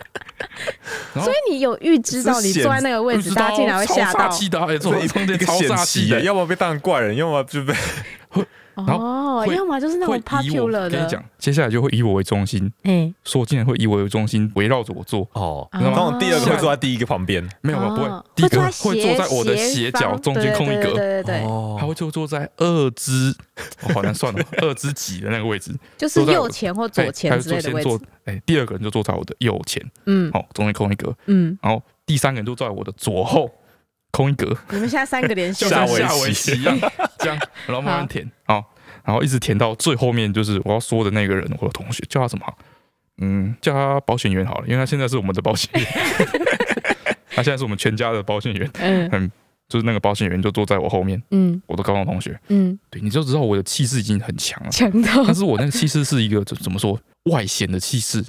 Speaker 2: 然后
Speaker 1: 所以你有预知到你坐在那个位置，大家进来会吓
Speaker 2: 超
Speaker 1: 到
Speaker 2: 煞气的啊，哎，这
Speaker 3: 这
Speaker 2: 种
Speaker 3: 一
Speaker 2: 中
Speaker 3: 一
Speaker 2: 间
Speaker 3: 个
Speaker 2: 超
Speaker 3: 险
Speaker 2: 煞气
Speaker 3: 棋
Speaker 2: 的
Speaker 3: 耶，，要么被当怪人，要么就被
Speaker 2: 然
Speaker 1: 哦，
Speaker 2: 会
Speaker 1: 要么就是那种
Speaker 2: 会以我
Speaker 1: popular
Speaker 2: 跟你
Speaker 1: 的，
Speaker 2: 讲，接下来就会以我为中心，
Speaker 1: 哎，
Speaker 2: 说竟然会以我为中心，围绕着我做，
Speaker 3: 哦，
Speaker 1: 啊
Speaker 3: 然后第二个会坐在第一个旁边。
Speaker 2: 没有没有不会
Speaker 1: 哦，
Speaker 2: 第一个
Speaker 1: 会
Speaker 2: 会坐在我的斜角
Speaker 1: 方
Speaker 2: 中间空一
Speaker 1: 对对
Speaker 2: 格，
Speaker 1: 对对对对，
Speaker 3: 哦
Speaker 2: 他会就坐在二之，哦好难算哦，二之几的那个位置，
Speaker 1: 就是
Speaker 2: 坐在
Speaker 1: 右
Speaker 2: 我
Speaker 1: 前或
Speaker 2: 哎
Speaker 1: 左
Speaker 2: 他
Speaker 1: 前
Speaker 2: 就
Speaker 1: 之
Speaker 2: 坐
Speaker 1: 类的
Speaker 2: 先
Speaker 1: 位置
Speaker 2: 坐，，哎，第二个人就坐在我的右前，
Speaker 1: 嗯
Speaker 2: 哦，中间空一格，
Speaker 1: 嗯，
Speaker 2: 然后第三个人就坐在我的左后，空一格，
Speaker 1: 你们现在三个连
Speaker 2: 就
Speaker 1: 线
Speaker 2: 像
Speaker 3: 下围
Speaker 2: 下
Speaker 3: 棋
Speaker 2: 围棋一样，这样，然后慢慢填，哦，然后一直填到最后面，就是我要说的那个人，我的同学叫他什么啊？嗯，叫他保险员好了，因为他现在是我们的保险员， 他现在是我们全家的保险员。
Speaker 1: 嗯
Speaker 2: 就是那个保险员就坐在我后面，
Speaker 1: 嗯
Speaker 2: 我的高中同学，
Speaker 1: 嗯，。
Speaker 2: 对，你就知道我的气势已经很强 了
Speaker 1: 强到
Speaker 2: 但是我那个气势是一个怎怎么说外显的气势，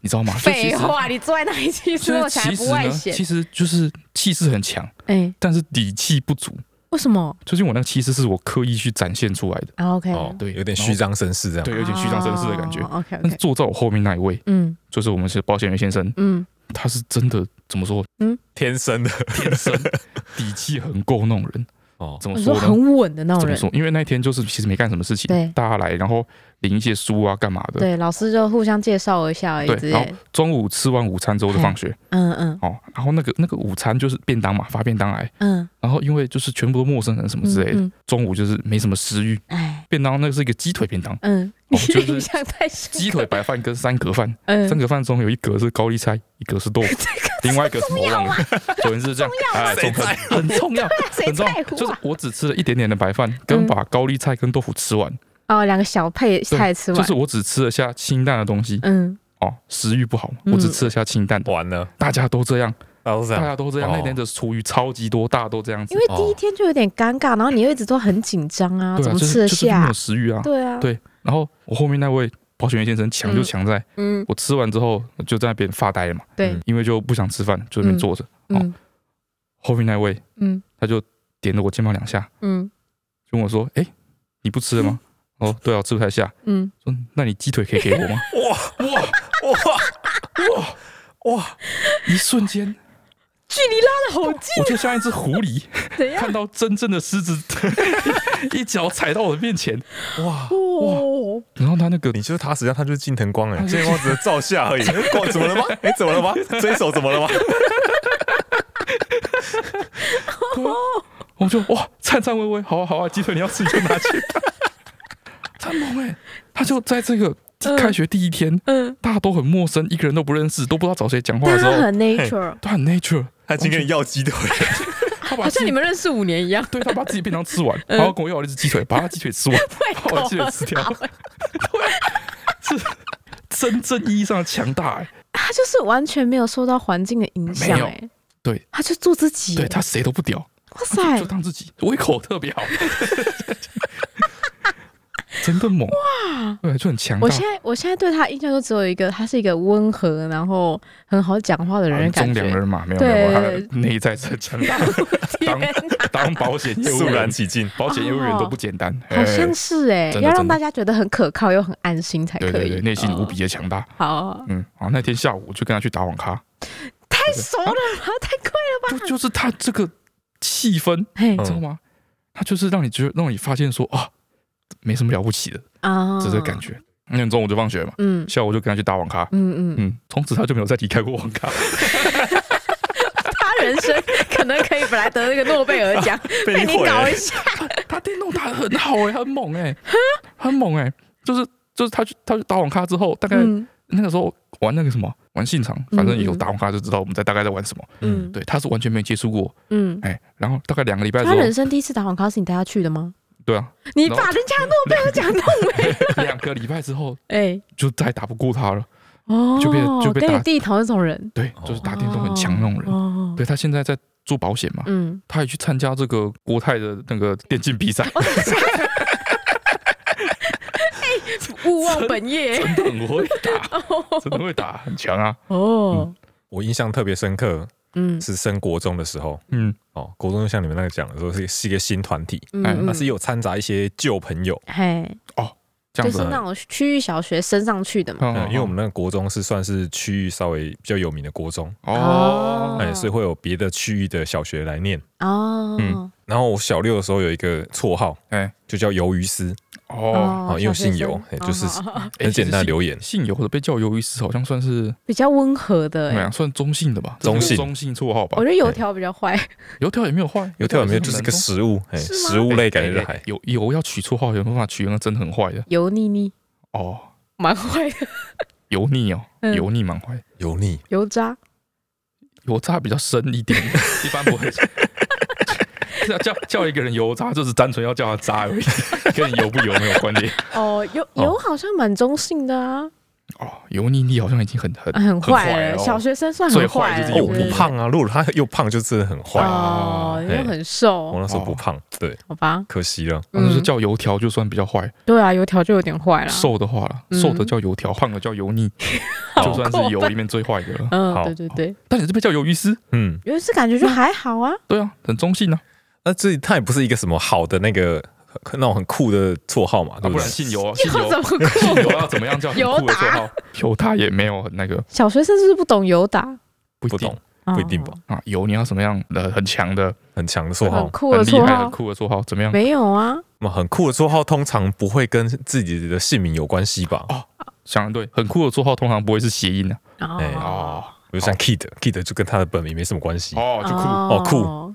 Speaker 2: 你知道吗？就其
Speaker 1: 废
Speaker 2: 实，
Speaker 1: 话，你坐在那里其实
Speaker 2: 就
Speaker 1: 我
Speaker 2: 是
Speaker 1: 才
Speaker 2: 其
Speaker 1: 不
Speaker 2: 实
Speaker 1: 外
Speaker 2: 呢，
Speaker 1: 显
Speaker 2: 其，实就是气势很强，
Speaker 1: 哎，
Speaker 2: 但是底气不足。
Speaker 1: 为什么
Speaker 2: 最近我那个气势是我刻意去展现出来的，
Speaker 1: 啊？OK，
Speaker 3: 哦，
Speaker 2: 对
Speaker 3: 有点
Speaker 2: 然
Speaker 3: 虚
Speaker 2: 后
Speaker 3: 张声势这样。
Speaker 2: 对，有点虚张声势的感觉。
Speaker 1: OK
Speaker 2: 但
Speaker 1: 哦
Speaker 2: 是
Speaker 1: OK，
Speaker 2: 坐在我后面那一位，
Speaker 1: 嗯
Speaker 2: 就是我们是保险员先生，
Speaker 1: 嗯，
Speaker 2: 他是真的怎么说，
Speaker 3: 天生的
Speaker 2: 天 生底气很够那种人。
Speaker 3: 哦，
Speaker 2: 怎么
Speaker 1: 你
Speaker 2: 说
Speaker 1: 说
Speaker 2: 呢？
Speaker 1: 很稳的那种
Speaker 2: 怎么
Speaker 1: 人，
Speaker 2: 说？因为那天就是其实没干什么事情
Speaker 1: 对，
Speaker 2: 大家来，然后领一些书啊，干嘛的。
Speaker 1: 对，老师就互相介绍一下而已
Speaker 2: 对，
Speaker 1: 之
Speaker 2: 然
Speaker 1: 类
Speaker 2: 后。中午吃完午餐之后就放学
Speaker 1: 嗯嗯
Speaker 2: 哦，然后那个那个午餐就是便当嘛，发便当来，
Speaker 1: 嗯，
Speaker 2: 然后因为就是全部都陌生人什么之类的，
Speaker 1: 嗯嗯
Speaker 2: 中午就是没什么食欲，
Speaker 1: 哎，
Speaker 2: 便当那个是一个鸡腿 便当，
Speaker 1: 嗯，你
Speaker 2: 哦就是
Speaker 1: 印象太深刻。
Speaker 2: 鸡腿白饭跟三格饭，
Speaker 1: 嗯
Speaker 2: 三格饭中有一格是高丽菜，一格是 豆腐，另外一格是我
Speaker 1: 啊
Speaker 2: 忘了，总之是这样，哎，
Speaker 3: 谁
Speaker 2: 重很很重要，
Speaker 1: 谁
Speaker 2: 很重
Speaker 1: 在
Speaker 2: 要，
Speaker 1: 乎
Speaker 2: 就是
Speaker 1: 啊？
Speaker 2: 我只吃了一点点的白饭，跟
Speaker 1: 嗯
Speaker 2: 把高丽菜跟豆腐吃完，
Speaker 1: 哦，两个小配菜吃
Speaker 2: 就
Speaker 1: 完
Speaker 2: 是，我只吃了下清淡的东西
Speaker 1: 嗯，
Speaker 2: 哦，食欲不好，我只吃了下清淡的，
Speaker 3: 完了，
Speaker 2: 大家都这样。
Speaker 3: 大家都这
Speaker 2: 大
Speaker 3: 样。
Speaker 1: 啊
Speaker 2: 家都这样，
Speaker 3: 哦
Speaker 2: 那天的厨余超级多，大家都这样子
Speaker 1: 因，为第一
Speaker 3: 哦
Speaker 1: 天就有点尴尬，然后你又一直都很紧张啊，
Speaker 2: 对
Speaker 1: 怎
Speaker 2: 啊，
Speaker 1: 么
Speaker 2: 就是
Speaker 1: 吃得
Speaker 2: 就是没
Speaker 1: 下
Speaker 2: 有？食欲啊。
Speaker 1: 对啊，
Speaker 2: 对然后我后面那位保险员先生强就强在，
Speaker 1: 嗯，
Speaker 2: 我吃完之后就在那边发呆了嘛，
Speaker 1: 对
Speaker 3: 嗯，
Speaker 2: 因为就不想吃饭，就在那边坐着。
Speaker 1: 嗯
Speaker 2: 后面那位
Speaker 1: 嗯
Speaker 2: 他就点了我肩膀两下，
Speaker 1: 嗯
Speaker 2: 就问我说：“哎，你不吃了吗？” 哦，对啊，我吃不太下。
Speaker 1: 嗯，
Speaker 2: 说：“那你鸡腿可以给我吗
Speaker 3: 哇哇哇哇哇！？”
Speaker 2: 一瞬间，
Speaker 1: 距离拉的好近，
Speaker 2: 我就像一只狐狸，
Speaker 1: 怎样？
Speaker 2: 看到真正的狮子， 一脚踩到我的面前，哇！
Speaker 1: 哦，
Speaker 2: 然后他那个
Speaker 3: 你就是他，实际上他就是近藤光哎，近藤光只是照下 而已。光怎么了吗？哎，怎么了吗？这一手怎么了吗？
Speaker 2: 我就哇，颤颤巍巍，好啊好啊，鸡腿你要吃你就拿去。 他猛哎、他就在这个
Speaker 1: 嗯
Speaker 2: 开学第一天，
Speaker 1: 嗯，
Speaker 2: 大家都很陌生，一个人都不认识，都不知道找谁讲话
Speaker 1: 但
Speaker 2: 的时
Speaker 1: 他
Speaker 2: 候，
Speaker 1: 很 nature，
Speaker 2: 他很 nature，
Speaker 3: 他已经跟你 要鸡腿了，
Speaker 2: 他把
Speaker 1: 好
Speaker 2: 自
Speaker 1: 像你
Speaker 2: 己
Speaker 1: 们认识五年一样，
Speaker 2: 对他把自己便当 吃完，
Speaker 1: 嗯
Speaker 2: 然后跟我要了一只鸡腿，把他鸡 腿吃完，
Speaker 1: 胃
Speaker 2: 把 我鸡腿吃掉，
Speaker 1: 口很大
Speaker 2: 是真正意义上的强大、欸。
Speaker 1: 他就是完全没有受到环境的影响、
Speaker 2: 没有
Speaker 1: 哎，
Speaker 2: 对，
Speaker 1: 他就做自己、
Speaker 2: 对
Speaker 1: 哎
Speaker 2: 他谁都不屌，
Speaker 1: 哇塞
Speaker 2: 就，当自己，胃口 特别好，真的猛哇！对，就很强大
Speaker 1: 我，现在我现在对他印象就只有一个，他是一个温和，然后很好讲话的人，
Speaker 2: 很
Speaker 1: 感
Speaker 2: 中
Speaker 1: 觉
Speaker 2: 良。人嘛，没有
Speaker 1: 对
Speaker 2: 没有，他的内在是很强大的，
Speaker 1: 天
Speaker 2: 当当保险业务
Speaker 3: 肃然
Speaker 2: 员，
Speaker 3: 起敬，
Speaker 2: 保险业务员都不简单，
Speaker 1: 哦好像
Speaker 2: 哎
Speaker 1: 是哎、
Speaker 2: 真的
Speaker 1: 要让
Speaker 2: 真的
Speaker 1: 大家觉得很可靠又很安心才可以。
Speaker 2: 对对对，内心无比
Speaker 1: 哦、
Speaker 2: 的强大。
Speaker 1: 好好，好
Speaker 2: 嗯，好，那天下午我就跟他去打网咖，
Speaker 1: 太熟了吧，太快了
Speaker 2: 就就是他这个气氛，
Speaker 1: 嘿
Speaker 2: 你知道吗？他就是让你觉得让你发现说啊，没什么了不起的，
Speaker 1: 啊，
Speaker 2: 这个感觉。那中午就放学嘛，
Speaker 1: 嗯
Speaker 2: 下午我就跟他去打网咖。
Speaker 1: 嗯嗯，
Speaker 2: 嗯，从此他就没有再离开过网 咖。
Speaker 1: 他人生可能可以本来得那个诺贝尔 奖，被
Speaker 3: 被
Speaker 1: 你
Speaker 3: 你毁
Speaker 1: 搞
Speaker 3: 了
Speaker 1: 一。下，
Speaker 2: 他电动打的很好哎、很猛哎、很猛哎、就是就是他去他去打网咖之后，大概
Speaker 1: 嗯
Speaker 2: 那个时候玩那个什么玩信场，反正有
Speaker 1: 嗯嗯
Speaker 2: 打网咖就知道我们在大概在玩什么。
Speaker 1: 嗯
Speaker 2: 对，他是完全没接触过
Speaker 1: 嗯。
Speaker 2: 哎、然后大概两个礼拜之
Speaker 1: 他
Speaker 2: 后，
Speaker 1: 人生第一次打网咖是你带他去的吗？
Speaker 2: 对啊，
Speaker 1: 你把人家诺贝尔奖弄没？
Speaker 2: 两个礼拜之后
Speaker 1: 哎，
Speaker 2: 就再也打不过他了。
Speaker 1: 哦，
Speaker 2: 就被就被
Speaker 1: 跟
Speaker 2: 打
Speaker 1: 你弟同一种人，
Speaker 2: 对，
Speaker 3: 哦
Speaker 2: 就是打电动很强那种人。
Speaker 1: 哦，
Speaker 2: 对他现在在做保险嘛，
Speaker 1: 嗯，
Speaker 2: 他也去参加这个国泰的那个电竞比 赛，
Speaker 1: 勿忘本 业
Speaker 2: 真的很会打， 真的会打，很强啊。
Speaker 1: 哦，
Speaker 3: 我印象特别深刻
Speaker 1: 嗯
Speaker 3: 是升国中的时候，
Speaker 2: 嗯，
Speaker 3: 哦，国中就像你们那个讲的说是是一个新团体，
Speaker 1: 嗯
Speaker 2: 哎
Speaker 1: 嗯，
Speaker 3: 那是有掺杂一些旧朋友，
Speaker 1: 嘿，
Speaker 2: 这
Speaker 1: 就
Speaker 2: 样子
Speaker 1: 是
Speaker 2: 啊。
Speaker 1: 那种哦区域小学升上去的嘛，
Speaker 2: 嗯
Speaker 3: 嗯，因为我们那个国中是算是区域稍微比较有名的国中，
Speaker 1: 哦
Speaker 3: 哎，所以会有别的区域的小学来念。
Speaker 1: 哦
Speaker 2: 嗯，
Speaker 3: 然后我小六的时候有一个绰号，
Speaker 2: 哎
Speaker 3: 就叫鱿鱼丝，
Speaker 2: 哦，
Speaker 3: 哦因为姓游
Speaker 1: 小学生
Speaker 3: 哎就是
Speaker 1: 哦好好好
Speaker 2: 哎
Speaker 3: 很简单的留言。
Speaker 2: 姓有的被叫鱿鱼丝，好像算是
Speaker 1: 比较温和的
Speaker 2: 怎么
Speaker 1: 哎
Speaker 2: 样？，算中性的吧？
Speaker 3: 中性
Speaker 2: 这是中性绰号吧
Speaker 1: 我觉。得油条比较坏，
Speaker 2: 油条也没有坏，
Speaker 3: 油条有没有就是个
Speaker 2: 食
Speaker 3: 食物，哎，
Speaker 1: 是吗
Speaker 3: 食物类感觉就还
Speaker 2: 哎有油要取绰号，有没有办法取那个真的很坏的
Speaker 1: 油腻腻，
Speaker 2: 哦，
Speaker 1: 蛮坏的，
Speaker 2: 油腻哦，
Speaker 1: 嗯
Speaker 2: 油腻蛮坏，
Speaker 3: 油腻，
Speaker 1: 油渣，
Speaker 2: 油渣比较深 一点，一般不会。 叫叫叫一个人油渣，就是单纯要叫他渣 而已，跟你油不油没有关系。
Speaker 1: 哦，油
Speaker 2: 哦
Speaker 1: 油好像蛮中性的啊，
Speaker 2: 哦，油腻腻好像已经很很
Speaker 1: 啊很
Speaker 2: 很
Speaker 1: 坏
Speaker 2: 坏
Speaker 1: 了，
Speaker 2: 哦
Speaker 1: 小学生算
Speaker 2: 最
Speaker 1: 很
Speaker 2: 坏
Speaker 1: 坏欸
Speaker 2: 就是
Speaker 1: 了，
Speaker 3: 哦，
Speaker 2: 油
Speaker 3: 我
Speaker 2: 腻
Speaker 1: 对
Speaker 3: 不胖啊，如果他又胖，就真的很坏。
Speaker 1: 哦，
Speaker 2: 坏啊
Speaker 1: 因为
Speaker 3: 哎
Speaker 1: 很
Speaker 3: 我
Speaker 1: 瘦，
Speaker 3: 那时候不胖，对，
Speaker 1: 好吧，
Speaker 3: 可惜了。
Speaker 2: 我就是
Speaker 1: 嗯，
Speaker 2: 叫油条就算比较坏，
Speaker 1: 对啊，油条就有点坏了，
Speaker 2: 瘦的话啦，
Speaker 1: 嗯
Speaker 2: 瘦的叫油条，胖的叫油腻，
Speaker 1: 好
Speaker 2: 就算
Speaker 1: 过
Speaker 2: 是油
Speaker 1: 分
Speaker 2: 里面最坏的了。
Speaker 1: 嗯，
Speaker 3: 好
Speaker 1: 对对对，
Speaker 2: 但你这边叫鱿鱼丝，
Speaker 3: 嗯，
Speaker 1: 有一次感觉就还好 啊，
Speaker 2: 对啊，很中性啊，
Speaker 3: 那这他也不是一个什么好的那个那种很酷的绰号嘛，
Speaker 2: 啊
Speaker 3: 对
Speaker 2: 不
Speaker 3: 不
Speaker 2: 然
Speaker 3: 对？
Speaker 2: 姓油啊，姓
Speaker 1: 又怎
Speaker 2: 油，
Speaker 1: 么
Speaker 2: 姓油
Speaker 1: 酷？
Speaker 2: 啊要怎么样叫很
Speaker 1: 油
Speaker 2: 酷的绰
Speaker 1: 打
Speaker 2: 号？油他也没有很那个，
Speaker 1: 小学生是不是不懂油打？
Speaker 2: 不
Speaker 3: 不
Speaker 2: 一定
Speaker 3: 懂，不一定吧
Speaker 1: 哦？
Speaker 2: 啊。油你要什么样的很强的、
Speaker 3: 很强的绰
Speaker 1: 很
Speaker 3: 号，
Speaker 1: 酷的
Speaker 2: 很厉
Speaker 1: 绰
Speaker 2: 害、很
Speaker 1: 号，
Speaker 2: 酷的绰号，怎么样？
Speaker 1: 没有啊，
Speaker 3: 那很酷的绰号通常不会跟自己的姓名有关系吧？
Speaker 2: 想得对，很酷的绰号通常不会是谐音的
Speaker 3: 哎
Speaker 1: 哦
Speaker 2: 哦
Speaker 3: 比如像 Kid，Kid 就跟他的本名没什么关系。
Speaker 2: 哦，就酷
Speaker 1: 哦
Speaker 3: 酷
Speaker 1: 哦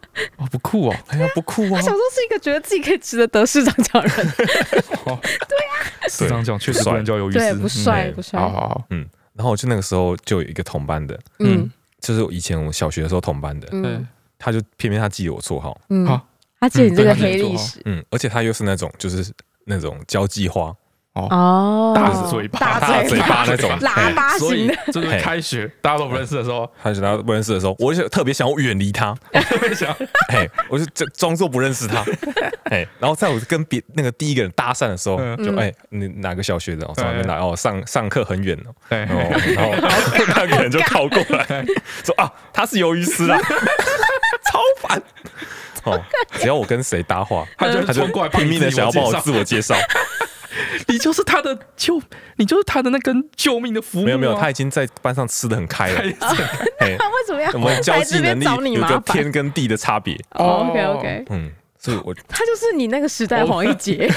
Speaker 2: 哦，不酷哦，
Speaker 3: 哎呀不酷啊
Speaker 1: 他，小时候是一个觉得自己可以值得得市长奖的人，
Speaker 2: 是这样讲，确实
Speaker 3: 不
Speaker 2: 不
Speaker 3: 帅
Speaker 2: 能叫鱿鱼
Speaker 1: 对，
Speaker 2: 丝，
Speaker 1: 不帅不
Speaker 2: 嗯。好
Speaker 1: 帅，
Speaker 2: 好好，
Speaker 3: 然后我就那个时候就有一个同班的，
Speaker 1: 嗯
Speaker 2: 嗯
Speaker 3: 就是我以前我小学的时候同班的，
Speaker 1: 嗯
Speaker 2: 对，
Speaker 3: 他就偏偏他记得我绰号，
Speaker 1: 嗯，
Speaker 2: 好
Speaker 1: 他记得你这个
Speaker 2: 嗯
Speaker 1: 黑
Speaker 2: 对他记得
Speaker 1: 历
Speaker 2: 我
Speaker 1: 史
Speaker 3: 嗯，而且他又是那种就是那种交际花，
Speaker 1: 哦，
Speaker 2: 大嘴巴
Speaker 1: 大
Speaker 2: 哎
Speaker 3: 大
Speaker 1: 嘴
Speaker 3: 嘴
Speaker 1: 巴
Speaker 3: 巴那种，
Speaker 1: 喇叭
Speaker 2: 所
Speaker 1: 型
Speaker 2: 以
Speaker 1: 的，
Speaker 2: 这就是开学大家都不认识的时 候，
Speaker 3: 他就他不认识的时候，我就特别想要远离他，
Speaker 2: 特别想
Speaker 3: 嘿，我就装装作不认识他，嘿，然后在我跟别那个第一个人搭讪的时候，
Speaker 2: 嗯
Speaker 3: 就
Speaker 1: 嗯
Speaker 3: 哎，你哪个小学的？我从哪边
Speaker 2: 哎
Speaker 3: 来？哦，上上课很远哦，
Speaker 2: 哎
Speaker 3: 哦， 然后 那个人就靠过来说啊，他是鱿鱼丝啦，超烦。哦，只要我跟谁搭话，
Speaker 2: 他就会
Speaker 3: 他就
Speaker 2: 冲过来帮
Speaker 3: 拼
Speaker 2: 你
Speaker 3: 命的
Speaker 2: 自我
Speaker 3: 想要
Speaker 2: 介
Speaker 3: 帮我
Speaker 2: 绍
Speaker 3: 自我介绍，
Speaker 2: 你就是他的救，你就是他的那根救命的浮木啊。
Speaker 3: 没有没有， 他已经在班上吃的很开了，嘿，
Speaker 1: 他为什么要
Speaker 3: 我们交
Speaker 1: 来
Speaker 3: 际
Speaker 1: 这
Speaker 3: 能
Speaker 1: 边
Speaker 3: 力
Speaker 1: 找你
Speaker 3: 有
Speaker 1: 麻
Speaker 3: 个
Speaker 1: 烦
Speaker 3: 天跟地的差别，
Speaker 1: ？OK OK，
Speaker 3: 嗯，所以我
Speaker 1: 他就是你那个时代黄一杰，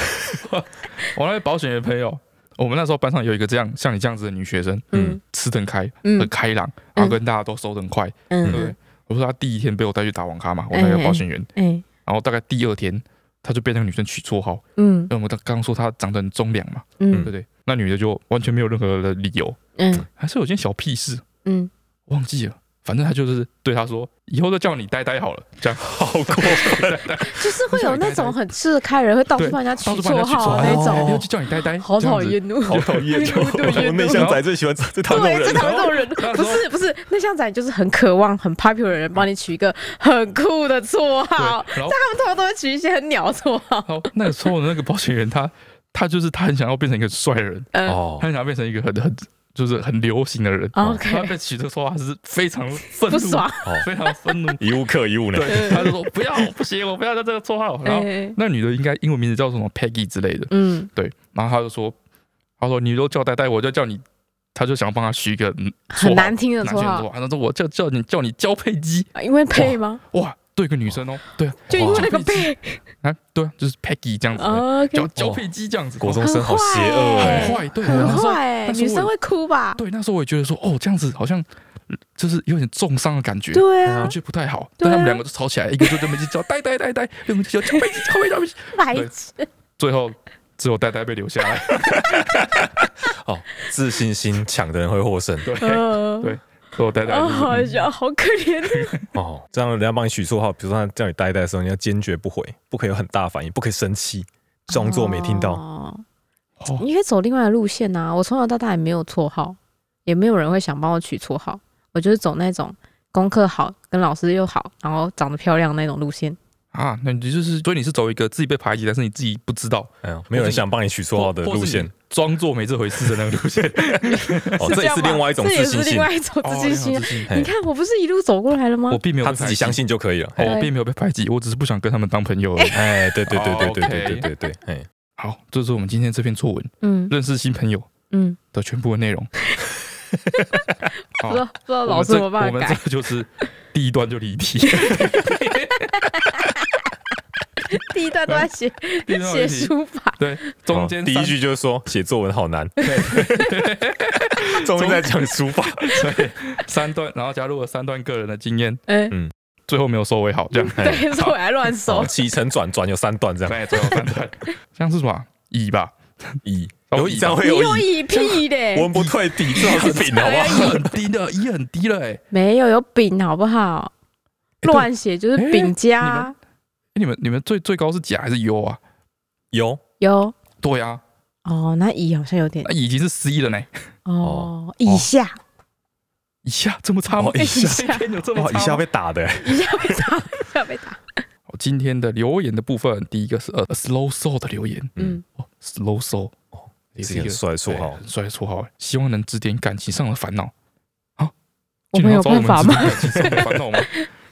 Speaker 2: 我那位保险的朋友，我们那时候班上有一个这样像你这样子的女学生，
Speaker 1: 嗯
Speaker 2: 嗯，吃得很开，
Speaker 1: 嗯
Speaker 2: 很开朗，然后跟大家都熟得很快，对不
Speaker 1: 嗯
Speaker 2: 对？我说他第一天被我带去打网咖嘛，我那个保险员，
Speaker 1: 哎
Speaker 2: 然后大概第二天他就被那个女生取绰号，
Speaker 1: 嗯
Speaker 2: 因为我们刚刚说他长得很忠良嘛，对不
Speaker 1: 嗯
Speaker 2: 对？那女的就完全没有任何的理由，
Speaker 1: 嗯
Speaker 2: 还是有件小屁事
Speaker 1: 嗯，
Speaker 2: 忘记了，反正他就是对他说，以后都叫你呆呆好了，这样好过
Speaker 1: 就是会有那种很吃得开的人会到处帮人家取
Speaker 2: 到处帮
Speaker 1: 绰
Speaker 2: 人家取
Speaker 1: 号啊
Speaker 3: 绰
Speaker 1: 那
Speaker 3: 号
Speaker 1: 种，
Speaker 2: 要去叫你呆呆，
Speaker 1: 好
Speaker 2: 这样
Speaker 1: 讨
Speaker 2: 子。
Speaker 1: 厌哦。
Speaker 3: 好讨厌
Speaker 1: 对对对
Speaker 3: 哦！内向仔最喜欢最讨厌
Speaker 1: 对，
Speaker 3: 这
Speaker 1: 最
Speaker 3: 种
Speaker 1: 讨厌
Speaker 3: 人，
Speaker 1: 这种人，
Speaker 2: 然
Speaker 1: 不
Speaker 2: 后
Speaker 1: 是不是，那像仔就是很渴望、很 popular 的人帮你取一个很酷的绰
Speaker 2: 对，
Speaker 1: 号，
Speaker 2: 然后
Speaker 1: 他们通常都会取一些很鸟的绰号。
Speaker 2: 然后那个时候的那个保险员他他就是他很想要变成一个帅的人，
Speaker 1: 嗯、
Speaker 3: 哦。
Speaker 2: 他，很想要变成一个很很就是很流行的人。
Speaker 1: 哦 OK
Speaker 2: 他被取的说他是非常 愤怒
Speaker 1: 不，爽，
Speaker 2: 非常 愤怒
Speaker 3: 一物克一物呢。
Speaker 2: 对，他就说不要，不行，我不要叫这个绰号。然后
Speaker 1: 哎
Speaker 2: 那女的应该英文名字叫什么 Peggy 之类的，
Speaker 1: 嗯，
Speaker 2: 对。然后他就说，他说你都叫呆呆，我就叫你，他就想帮他取一个嗯绰
Speaker 1: 很
Speaker 2: 号
Speaker 1: 难听的
Speaker 2: 男
Speaker 1: 绰
Speaker 2: 性
Speaker 1: 号
Speaker 2: 说，，他说我叫叫你叫你交配鸡，
Speaker 1: 啊因为配吗？
Speaker 2: 哇，对个女生哦，对啊，
Speaker 1: 就因为那个配
Speaker 2: 啊，对啊，就是 Peggy 这样子的，
Speaker 1: 啊，OK，
Speaker 2: 交交配鸡这样子，哦
Speaker 3: 国中生好邪恶
Speaker 2: 很
Speaker 3: 哎，
Speaker 2: 坏，对，
Speaker 1: 很
Speaker 2: 然后说
Speaker 1: 坏欸，
Speaker 2: 但是我
Speaker 1: 女生会哭吧？
Speaker 2: 对，那时候我也觉得说，哦，这样子好像嗯就是有点重伤的感觉，
Speaker 1: 对
Speaker 2: 我
Speaker 1: 啊，
Speaker 2: 觉得不太好。
Speaker 1: 对啊
Speaker 2: 但他们两个就吵起来，一个就这么一直叫呆呆呆呆，另一个就叫交配鸡交配鸡 交配鸡，
Speaker 1: 白
Speaker 2: 对
Speaker 1: 痴，
Speaker 2: 最后只有呆呆被留下来。
Speaker 3: 哦，自信心强的人会获胜
Speaker 2: 对，
Speaker 1: 嗯
Speaker 2: 对嗯最后呆呆
Speaker 1: 啊，
Speaker 2: 就是
Speaker 1: 好笑，好可怜，
Speaker 3: 哦。这样人家帮你取绰号，比如说他叫你呆呆的时候，你要坚决不回，不可以有很大反应，不可以生气，装作没听到。
Speaker 1: 到。
Speaker 2: 哦，
Speaker 1: 你可以走另外的路线呐、我从小到大也没有绰号，也没有人会想帮我取绰号。我就是走那种功课好、跟老师又好，然后长得漂亮那种路线。
Speaker 2: 啊，那你就是，所以你是走一个自己被排挤，但是你自己不知道
Speaker 3: 哎呦，没有人想帮你取绰号的
Speaker 2: 或
Speaker 3: 路，
Speaker 2: 或是
Speaker 3: 线
Speaker 2: 你装作没这回事的那个路线。
Speaker 3: 哦，这也是
Speaker 1: 样吗
Speaker 3: 另外一种
Speaker 1: 这也是
Speaker 3: 自信
Speaker 1: 另
Speaker 3: 心。
Speaker 1: 外一种 自信心啊。
Speaker 2: 哦
Speaker 3: 嘿
Speaker 1: 你看，我不是一路走过来了吗
Speaker 2: 我？并没有
Speaker 3: 他
Speaker 2: 被
Speaker 3: 自
Speaker 2: 排
Speaker 3: 己
Speaker 2: 挤
Speaker 3: 相，信就可以了。
Speaker 2: 哦
Speaker 3: 嘿
Speaker 2: 我并没有被排挤，我只是不想跟他们当朋友而已。
Speaker 3: 哎，对对对对
Speaker 2: 哦
Speaker 3: 对对对
Speaker 2: OK
Speaker 3: 对对，对哎，
Speaker 2: 好，这是我们今天这篇作文，
Speaker 1: 嗯
Speaker 2: 认识新朋友
Speaker 1: 嗯，
Speaker 2: 的全部的内容。
Speaker 1: 不
Speaker 2: 好
Speaker 1: 知道不知道
Speaker 2: 我
Speaker 1: 老
Speaker 2: 们
Speaker 1: 师有
Speaker 2: 这
Speaker 1: 没有办
Speaker 2: 我
Speaker 1: 法
Speaker 2: 们
Speaker 1: 改
Speaker 2: 这。个就是第一段就离 题，
Speaker 1: 第一段都在写
Speaker 2: 第一段
Speaker 1: 写
Speaker 2: 离题，
Speaker 1: 书法，
Speaker 2: 对，中间
Speaker 3: 哦第
Speaker 2: 三
Speaker 3: 一句就是说写作文好难， 中间在讲书法，
Speaker 2: 对三段，然后加入了三段个人的经验，
Speaker 1: 哎、
Speaker 2: 最后没有收尾好，这样
Speaker 3: 哎
Speaker 1: 对，所以我还乱
Speaker 3: 哦
Speaker 1: 手，
Speaker 3: 起承转转有三段这样，
Speaker 2: 对，最后三 段，像是什么乙吧，
Speaker 3: 乙
Speaker 2: 哦
Speaker 3: 有
Speaker 2: 乙
Speaker 3: 乙这样会
Speaker 1: 你有
Speaker 3: 有乙，
Speaker 1: 乙屁嘞，
Speaker 3: 文不退底，这种是丙好不好？
Speaker 2: 很低的，乙很低了，哎，
Speaker 1: 没有有丙好不好？
Speaker 2: 对
Speaker 1: 乱写就是
Speaker 2: 哎
Speaker 1: 丙加、
Speaker 2: 你们你们你们最最高是甲还是优啊？
Speaker 3: 有
Speaker 1: 有
Speaker 2: 对啊，
Speaker 1: 哦，那乙好像有点
Speaker 2: 那乙已经是 C 了呢，
Speaker 1: 哦，以下
Speaker 2: 以下这么差吗
Speaker 3: 哦？以
Speaker 1: 下
Speaker 2: 这一篇有这么
Speaker 3: 哇，
Speaker 2: 差
Speaker 3: 乙下
Speaker 2: 吗？
Speaker 3: 被打的，
Speaker 1: 一下被打，一下被打。
Speaker 2: 好今天的留言的部分，第一个是呃 Slow Soul 的留言，
Speaker 1: 嗯
Speaker 3: 嗯，
Speaker 2: 哦 Slow Soul
Speaker 3: 哦
Speaker 2: 也
Speaker 3: 是一个很帅的绰
Speaker 2: 对
Speaker 3: 号，
Speaker 2: 很帅的绰号欸，希望能指点感情上的烦恼。啊，
Speaker 1: 我们有办法吗
Speaker 2: 竟然要找我们指点感情上的烦 恼吗？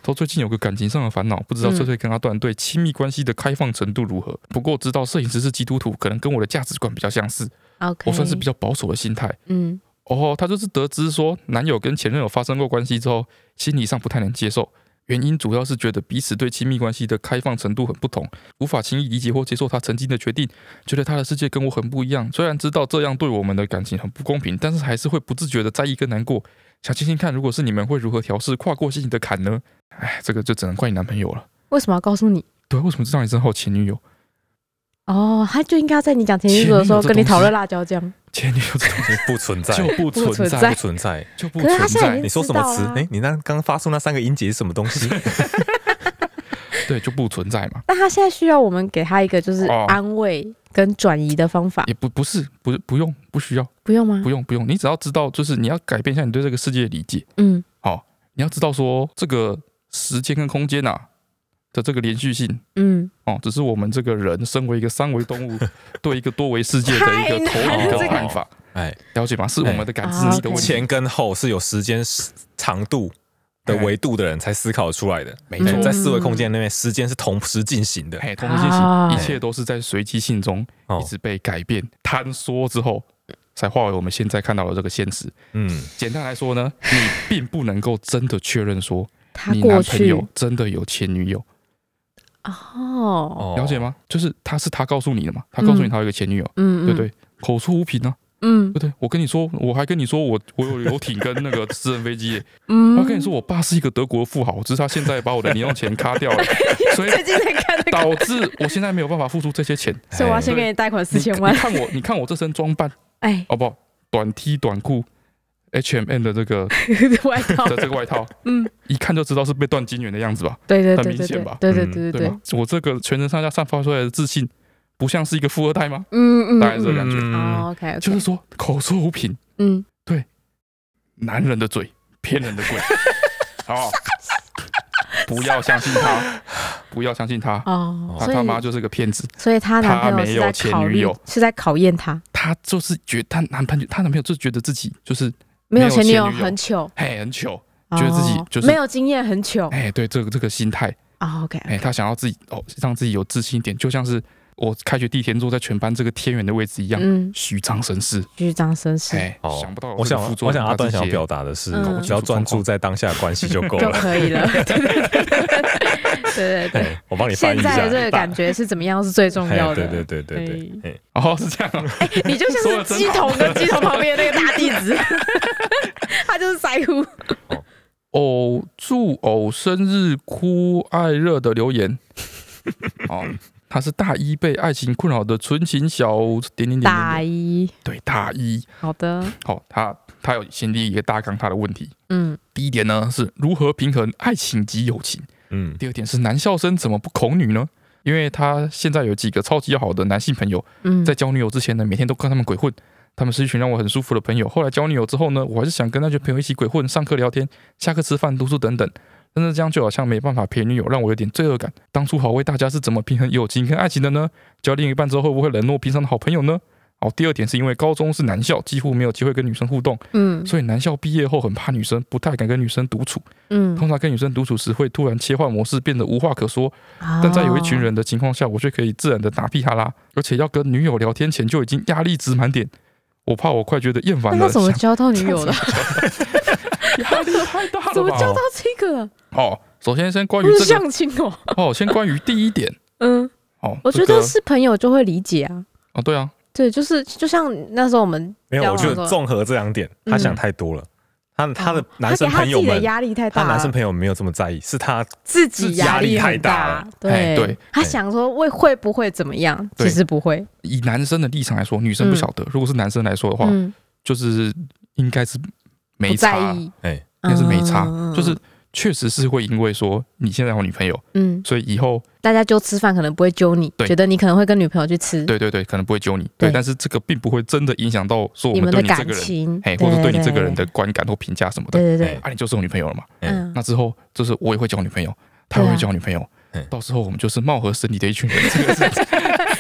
Speaker 2: 说最近有个感情上的烦恼，不知道翠翠跟阿段对亲密关系的开放程度如何。不过知道摄影师是基督徒，可能跟我的价值观比较相似，
Speaker 1: OK，
Speaker 2: 我算是比较保守的心态。
Speaker 1: 嗯
Speaker 2: 哦，她就是得知说男友跟前任有发生过关系之后，心理上不太能接受。原因主要是觉得彼此对亲密关系的开放程度很不同，无法轻易理解或接受他曾经的决定，觉得他的世界跟我很不一样。虽然知道这样对我们的感情很不公平，但是还是会不自觉的在意跟难过。想听听看，如果是你们会如何调试跨过心里的坎呢？哎，这个就只能怪你男朋友了。
Speaker 1: 为什么要告诉你？
Speaker 2: 对，啊为什么知道你身后前女友？
Speaker 1: 哦，他就应该在你讲前女友的时候跟你讨论辣椒酱。
Speaker 2: 前女友这种
Speaker 3: 不存在，
Speaker 2: 就不
Speaker 1: 不
Speaker 2: 存
Speaker 1: 存
Speaker 2: 在
Speaker 1: 在，
Speaker 3: 不存在。
Speaker 2: 就不
Speaker 1: 可是他
Speaker 2: 存
Speaker 1: 现在已
Speaker 2: 在，
Speaker 1: 经
Speaker 3: 你说什么词
Speaker 1: 知道啊？
Speaker 3: 哎，你那刚发出那三个音节是什么东 西？
Speaker 2: 对，就不存在嘛。
Speaker 1: 但他现在需要我们给他一个就是
Speaker 2: 哦
Speaker 1: 安慰跟转移的方法，
Speaker 2: 也不不是，不不用，不需要，
Speaker 1: 不用吗
Speaker 2: 不？用不用。你只要知道，就是你要改变一下你对这个世界的理解。
Speaker 1: 嗯
Speaker 2: 你要知道说这个时间跟空间啊的这个连续性
Speaker 1: 嗯，
Speaker 2: 哦，只是我们这个人身为一个三维动物对一个多维世界的一个投
Speaker 3: 太
Speaker 2: 影
Speaker 3: 难了
Speaker 2: 跟
Speaker 3: 这个
Speaker 2: 看法，
Speaker 3: 哎，
Speaker 2: 了解吗？是我们的感知
Speaker 1: 哎
Speaker 2: 力的问题。
Speaker 3: 前跟后是有时间长度的维度的人才思考出来的，
Speaker 2: 没
Speaker 1: 错
Speaker 3: 哎在四维空间内面，时间是同时进行的。
Speaker 2: 哎，同时进行，
Speaker 1: 啊
Speaker 2: 一切都是在随机性中一
Speaker 3: 哦，
Speaker 2: 直被改变、坍缩之后，才化为我们现在看到的这个现实。
Speaker 3: 嗯，
Speaker 2: 简单来说呢，你并不能够真的确认说
Speaker 1: 他
Speaker 2: 你男
Speaker 1: 过
Speaker 2: 朋
Speaker 1: 去
Speaker 2: 友真的有前女友。
Speaker 1: 哦，
Speaker 3: 哦
Speaker 2: 哦了解？吗？就是他是他告诉你的嘛，他告诉你他有一个前女友，
Speaker 1: 嗯，嗯
Speaker 2: 对不，对？口出无凭啊，
Speaker 1: 嗯
Speaker 2: 对不对？我跟你说，我还跟你说我我有游艇跟那 个私人飞机耶，
Speaker 1: 嗯，
Speaker 2: 我还跟你说我爸是一个德国富豪，只是他现在把我的零用钱卡掉 了，所以
Speaker 1: 最近在看那
Speaker 2: 导
Speaker 1: 个，
Speaker 2: 致我现在没有办法付出这些钱。
Speaker 1: 所以我要先
Speaker 2: 哎对
Speaker 1: 给你贷款 四
Speaker 2: 你
Speaker 1: 千万
Speaker 2: 你。看我，你看我这身装扮哦
Speaker 1: 哎，
Speaker 2: 好不好？短 T 短裤，H M N 的这个
Speaker 1: 外套，
Speaker 2: 的这个 外套，
Speaker 1: 嗯，
Speaker 2: 一看就知道是被断金元的样子吧，
Speaker 1: 对对
Speaker 2: 很
Speaker 1: 对
Speaker 2: 明
Speaker 1: 对对
Speaker 2: 显吧，
Speaker 1: 对对
Speaker 3: 嗯
Speaker 1: 对对
Speaker 2: 对
Speaker 1: 对
Speaker 2: 吧，？我这个全身上下散发出来的自信，不像是一个富二代吗？
Speaker 1: 嗯嗯
Speaker 2: 大概是这
Speaker 1: 嗯
Speaker 2: 个感觉
Speaker 1: 嗯，
Speaker 3: 嗯，
Speaker 1: 哦，OK，
Speaker 2: 就是说，口说无凭，
Speaker 1: 嗯，
Speaker 2: 男人的嘴，骗人的鬼，好不好？不要相信他，不要相信他，
Speaker 1: 哦，
Speaker 2: 他
Speaker 1: 所以
Speaker 2: 他妈就是个骗子，
Speaker 1: 所以她男朋友是在考
Speaker 2: 她没有前女
Speaker 1: 虑
Speaker 2: 友，
Speaker 1: 是在考验她，
Speaker 2: 他就是觉她男朋友，她男朋友就觉得自己就是
Speaker 1: 没有前女友
Speaker 2: 没有前女友
Speaker 1: 很糗，
Speaker 2: 嘿很糗，觉得自己
Speaker 1: 哦
Speaker 2: 就是
Speaker 1: 没有经验很糗。
Speaker 2: 哎，对这个这个心态，
Speaker 1: 哦，OK，
Speaker 2: 哎，他想要自己哦，让自己有自信一点，就像是我开学第一天坐在全班这个天元的位置一样，
Speaker 1: 嗯，
Speaker 2: 虚张声势，
Speaker 1: 虚张声势
Speaker 2: 哎，
Speaker 3: 哦
Speaker 2: 想不到这
Speaker 3: 我想
Speaker 2: 个副作
Speaker 3: 我
Speaker 2: 用
Speaker 3: 想阿段
Speaker 2: 他自
Speaker 3: 想要
Speaker 2: 己也
Speaker 3: 表达的是
Speaker 1: 嗯，
Speaker 3: 只要专注在当下的关系就够
Speaker 1: 就
Speaker 3: 了。
Speaker 1: 可以 了。对对对对对对对。
Speaker 3: 哎我帮你翻
Speaker 1: 现
Speaker 3: 译一下
Speaker 1: 在的这个感觉是怎么样是最重
Speaker 3: 哎
Speaker 1: 要的。哎
Speaker 3: 对对对对对，哎
Speaker 2: 哦，是这样哦，
Speaker 1: 你就
Speaker 2: 说
Speaker 1: 像
Speaker 2: 得
Speaker 1: 是
Speaker 2: 真
Speaker 1: 鸡
Speaker 2: 好
Speaker 1: 桶跟鸡桶旁边的那个大弟 子，他就是腮乎。
Speaker 2: 偶哦祝偶生日哭爱热的留言， 哦，他是大一被爱情困扰的纯情小点点点点
Speaker 1: 大
Speaker 2: 点，
Speaker 1: 一，
Speaker 2: 对大一，
Speaker 1: 好的，
Speaker 2: 好、他他有先第一个大纲他的问题，
Speaker 1: 嗯，
Speaker 2: 第一点呢是如何平衡爱情及友情，
Speaker 3: 嗯
Speaker 2: 第二点是男校生怎么不恐女呢？因为他现在有几个超级要好的男性朋友，
Speaker 1: 嗯，
Speaker 2: 在交女友之前呢，每天都跟他们鬼混，他们是一群让我很舒服的朋友。后来交女友之后呢，我还是想跟那群朋友一起鬼混，上课聊天，下课吃饭、读书等等。但是这样就好像没办法陪女友，让我有点罪恶感。当初好为大家是怎么平衡友情跟爱情的呢？交另一半之后会不会冷落平常的好朋友呢？哦，第二点是因为高中是男校，几乎没有机会跟女生互动，
Speaker 1: 嗯
Speaker 2: 所以男校毕业后很怕女生，不太敢跟女生独处。
Speaker 1: 嗯，
Speaker 2: 通常跟女生独处时会突然切换模式，变得无话可说，但在有一
Speaker 1: 哦嗯
Speaker 2: 群人的情况下，我却可以自然的打屁哈啦，而且要跟女友聊天前就已经压力值满点，我怕我快觉得厌
Speaker 1: 哦，
Speaker 2: 烦
Speaker 1: 那
Speaker 2: 了，
Speaker 1: 他怎
Speaker 2: 想
Speaker 1: 么交到女友的？
Speaker 2: 压力太大
Speaker 1: 怎
Speaker 2: 了
Speaker 1: 么
Speaker 2: 吧？
Speaker 1: 交到这个？
Speaker 2: 哦，首先先关于
Speaker 1: 不是
Speaker 2: 这个
Speaker 1: 相亲哦。
Speaker 2: 哦，先关于第一点
Speaker 1: 嗯，
Speaker 2: 哦，
Speaker 1: 我觉
Speaker 2: 这
Speaker 1: 得
Speaker 2: 个
Speaker 1: 是朋友就会理解啊。
Speaker 2: 哦，对啊，
Speaker 1: 对，就是就像那时候我们
Speaker 3: 没
Speaker 1: 交
Speaker 3: 有，
Speaker 1: 往
Speaker 3: 我觉
Speaker 1: 的
Speaker 3: 得
Speaker 1: 时候嗯
Speaker 3: 综合这两点，他想太多了。他他的
Speaker 1: 哦
Speaker 3: 男生
Speaker 1: 他给
Speaker 3: 朋
Speaker 1: 他
Speaker 3: 友
Speaker 1: 自己的
Speaker 3: 们，
Speaker 1: 压力太
Speaker 3: 他
Speaker 1: 大了，
Speaker 3: 男生朋友没有这么在意，是 他
Speaker 1: 自己压力很
Speaker 3: 自
Speaker 2: 己压力太大
Speaker 1: 对
Speaker 2: 了哎对，
Speaker 1: 他想说会会不会怎么样，
Speaker 2: 对
Speaker 1: 其实不会。
Speaker 2: 以男生的立场来说，女生不晓得，如果是男生来说的话，
Speaker 1: 嗯，
Speaker 2: 就是应该是没
Speaker 1: 不在
Speaker 2: 差，应
Speaker 1: 意，
Speaker 3: 哎
Speaker 2: 该是没差，
Speaker 1: 嗯
Speaker 2: 就是确实是会因为说你现在有女朋友，
Speaker 1: 嗯，
Speaker 2: 所以以后
Speaker 1: 大家揪吃饭可能不会揪你，
Speaker 2: 对
Speaker 1: 觉得你可能会跟女朋友去吃，
Speaker 2: 对对对，可能不会揪你，
Speaker 1: 嗯
Speaker 2: 对，
Speaker 1: 对
Speaker 2: 但是这个并不会真的影响到说我
Speaker 1: 你
Speaker 2: 们
Speaker 1: 的
Speaker 2: 对你这
Speaker 1: 感
Speaker 2: 个人。
Speaker 1: 情，
Speaker 2: 哎，或者对你这个人
Speaker 1: 对
Speaker 2: 的观感或评价什么的，
Speaker 1: 对对对，
Speaker 2: 啊，你就是我女朋友了嘛。
Speaker 3: 哎
Speaker 1: 嗯，
Speaker 2: 那之后就是我也会交女朋友，
Speaker 1: 啊
Speaker 2: 他也会交女朋友
Speaker 3: 嗯，
Speaker 2: 到时候我们就是貌合神离的一群人，这 个是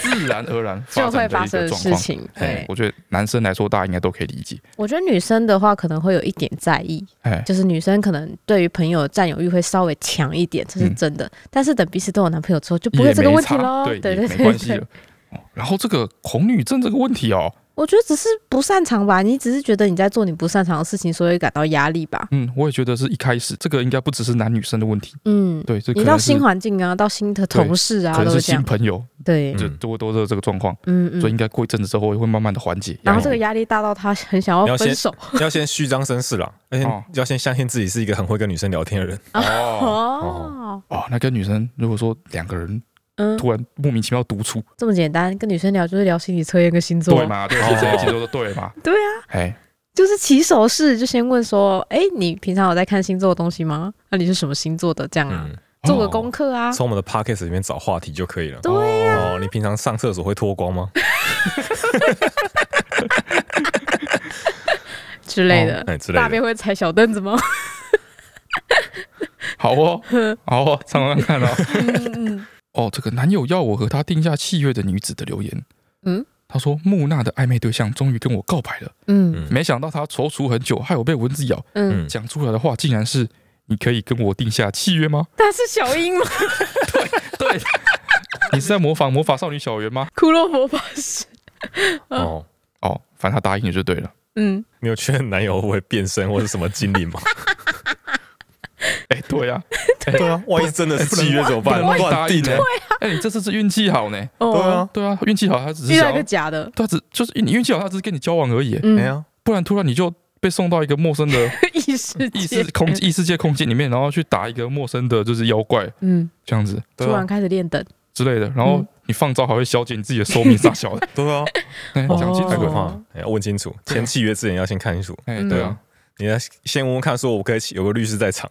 Speaker 2: 自然而然
Speaker 1: 就
Speaker 2: 发
Speaker 1: 会
Speaker 2: 展
Speaker 1: 发
Speaker 2: 的一
Speaker 1: 生
Speaker 2: 个
Speaker 1: 的
Speaker 2: 状
Speaker 1: 事
Speaker 2: 况。
Speaker 1: 情。
Speaker 2: 哎
Speaker 1: 对，，
Speaker 2: 我觉得男生来说，大家应该都可以理解。
Speaker 1: 我觉得女生的话可能会有一点在意，
Speaker 2: 哎，
Speaker 1: 就是女生可能对于朋友的占有欲会稍微强一点，这是
Speaker 2: 嗯
Speaker 1: 真的。但是等彼此都有男朋友之后，就不
Speaker 2: 也
Speaker 1: 会有这个
Speaker 2: 没
Speaker 1: 问题
Speaker 2: 差
Speaker 1: 喽。
Speaker 2: 对，
Speaker 1: 对
Speaker 2: 也
Speaker 1: 对
Speaker 2: 没
Speaker 1: 对
Speaker 2: 关系
Speaker 1: 对
Speaker 2: 了。，哦然后这个恐女症这个问题哦，
Speaker 1: 我觉得只是不擅长吧，你只是觉得你在做你不擅长的事情，所以会感到压力吧。
Speaker 2: 嗯，我也觉得是一开始这个应该不只是男女生的问题，
Speaker 1: 嗯，
Speaker 2: 对，这可
Speaker 1: 你到
Speaker 2: 能是
Speaker 1: 新环境啊，到新的同事
Speaker 2: 可
Speaker 1: 啊，
Speaker 2: 能
Speaker 1: 都
Speaker 2: 是
Speaker 1: 会这
Speaker 2: 新
Speaker 1: 样。
Speaker 2: 朋友，
Speaker 1: 对，
Speaker 2: 就
Speaker 3: 嗯
Speaker 2: 多多的这个状况，
Speaker 1: 嗯
Speaker 2: 所以应
Speaker 1: 嗯。
Speaker 2: 该过一阵子之后会慢慢的缓解。
Speaker 1: 然后这个
Speaker 2: 压力
Speaker 1: 压力大到他很想要分手。
Speaker 3: 要先虚张声势啦，而
Speaker 2: 哦
Speaker 3: 且要先相信自己是一个很会跟女生聊天的人。
Speaker 2: 哦
Speaker 1: 哦，
Speaker 2: 哦，那跟女生如果说两个人
Speaker 1: 嗯，
Speaker 2: 突然莫名其妙独处，
Speaker 1: 这么简单，跟女生聊就是聊心理测验跟星座
Speaker 2: 对。嘛？对，
Speaker 3: 哦
Speaker 2: 是这一集都是对嘛？
Speaker 1: 啊对啊，
Speaker 2: 哎，
Speaker 1: 就是起手式就先问说，哎，你平常有在看星座的东西吗？那你是什么星座的？这样啊，
Speaker 3: 嗯，
Speaker 2: 哦
Speaker 1: 做个功课啊。
Speaker 3: 从我们的 podcast 里面找话题就可以了。
Speaker 1: 对啊呀，
Speaker 3: 哦，你平常上厕所会脱光吗？
Speaker 1: 之
Speaker 2: 哦
Speaker 1: 类的。
Speaker 3: 哎之类
Speaker 1: 大
Speaker 3: 的。
Speaker 1: 便会踩小凳子吗？
Speaker 2: 好哦， 好哦，常常看到
Speaker 1: 嗯嗯
Speaker 2: 哦，这个男友要我和他定下契约的女子的留言，
Speaker 1: 嗯，
Speaker 2: 他说木讷的暧昧对象终于跟我告白了，
Speaker 1: 嗯
Speaker 2: 没想到他踌躇很久，害我被蚊子咬，
Speaker 1: 嗯，
Speaker 3: 嗯，
Speaker 2: 讲出来的话竟然是你可以跟我定下契约吗？
Speaker 1: 他是小樱吗？
Speaker 2: 对，你是在模仿魔法少女小圆吗？
Speaker 1: 骷髅魔法师。
Speaker 3: 哦，
Speaker 2: 哦，反正他答应了就对 了。
Speaker 1: 嗯，
Speaker 3: 你有确认男友会变身或是什么精灵吗？
Speaker 2: 哎，对呀、 哎
Speaker 3: 对啊，万一真的是契约怎么办？
Speaker 2: 不能
Speaker 3: 乱
Speaker 2: 不能
Speaker 3: 定
Speaker 2: 答应
Speaker 3: 呢
Speaker 2: 啊？哎、你这次是运气好呢。
Speaker 3: 对啊，，
Speaker 2: 对啊，运气好，他只是
Speaker 1: 哦遇到
Speaker 2: 想
Speaker 1: 一个
Speaker 2: 要，
Speaker 1: 假的，
Speaker 2: 他只就是你运气好，他只是跟你哎交往而已，
Speaker 3: 没
Speaker 1: 嗯，
Speaker 3: 有，
Speaker 2: 不然突然你就被送到一个陌生的
Speaker 1: 异世
Speaker 2: 异
Speaker 1: 界
Speaker 2: 世，空异世界空间里面，然后去打一个陌生的就是妖怪
Speaker 1: 嗯，
Speaker 2: 这样子
Speaker 3: 对
Speaker 1: 突然
Speaker 3: 啊，
Speaker 1: 开始练等，
Speaker 2: 之类的，然后
Speaker 1: 嗯
Speaker 2: 你放招还会消解你自己的寿命大小 的，
Speaker 3: 对啊，
Speaker 2: 哎
Speaker 1: 哦
Speaker 2: 讲清
Speaker 3: 太
Speaker 2: 楚
Speaker 3: 可
Speaker 2: 了，
Speaker 3: 怕了，哎要问清楚，签契约之前要先看清楚，
Speaker 2: 哎，
Speaker 1: 嗯
Speaker 2: 对啊，
Speaker 3: 你要先问问看，说我可以有个律师在场，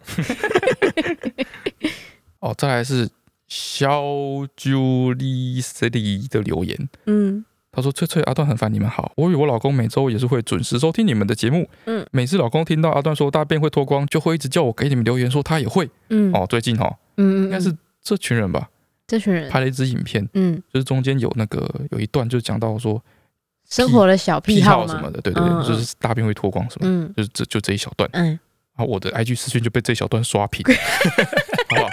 Speaker 2: 哦，再来是肖朱丽斯里的留言，
Speaker 1: 嗯，
Speaker 2: 他说：“翠翠，阿段很烦你们好，我与我老公每周也是会准时收听你们的节目。
Speaker 1: 嗯，
Speaker 2: 每次老公听到阿段说大便会脱光，就会一直叫我给你们留言说他也会。
Speaker 1: 嗯，
Speaker 2: 哦，最近哦，
Speaker 1: 嗯，嗯，
Speaker 2: 应该是
Speaker 1: 嗯
Speaker 2: 这群人吧，
Speaker 1: 这群人，
Speaker 2: 拍了一支影片，
Speaker 1: 嗯，
Speaker 2: 就是中间有那个有一段就讲到说
Speaker 1: 生活的小
Speaker 2: 癖
Speaker 1: 好
Speaker 2: 什
Speaker 1: 吗
Speaker 2: 么？的，对对
Speaker 1: 嗯嗯
Speaker 2: 对，就是大便会脱光什么的，
Speaker 1: 嗯
Speaker 2: 就是这就这一小段。
Speaker 1: 嗯，
Speaker 2: 然后我的 IG 私讯就被这一小段刷 屏，好不好？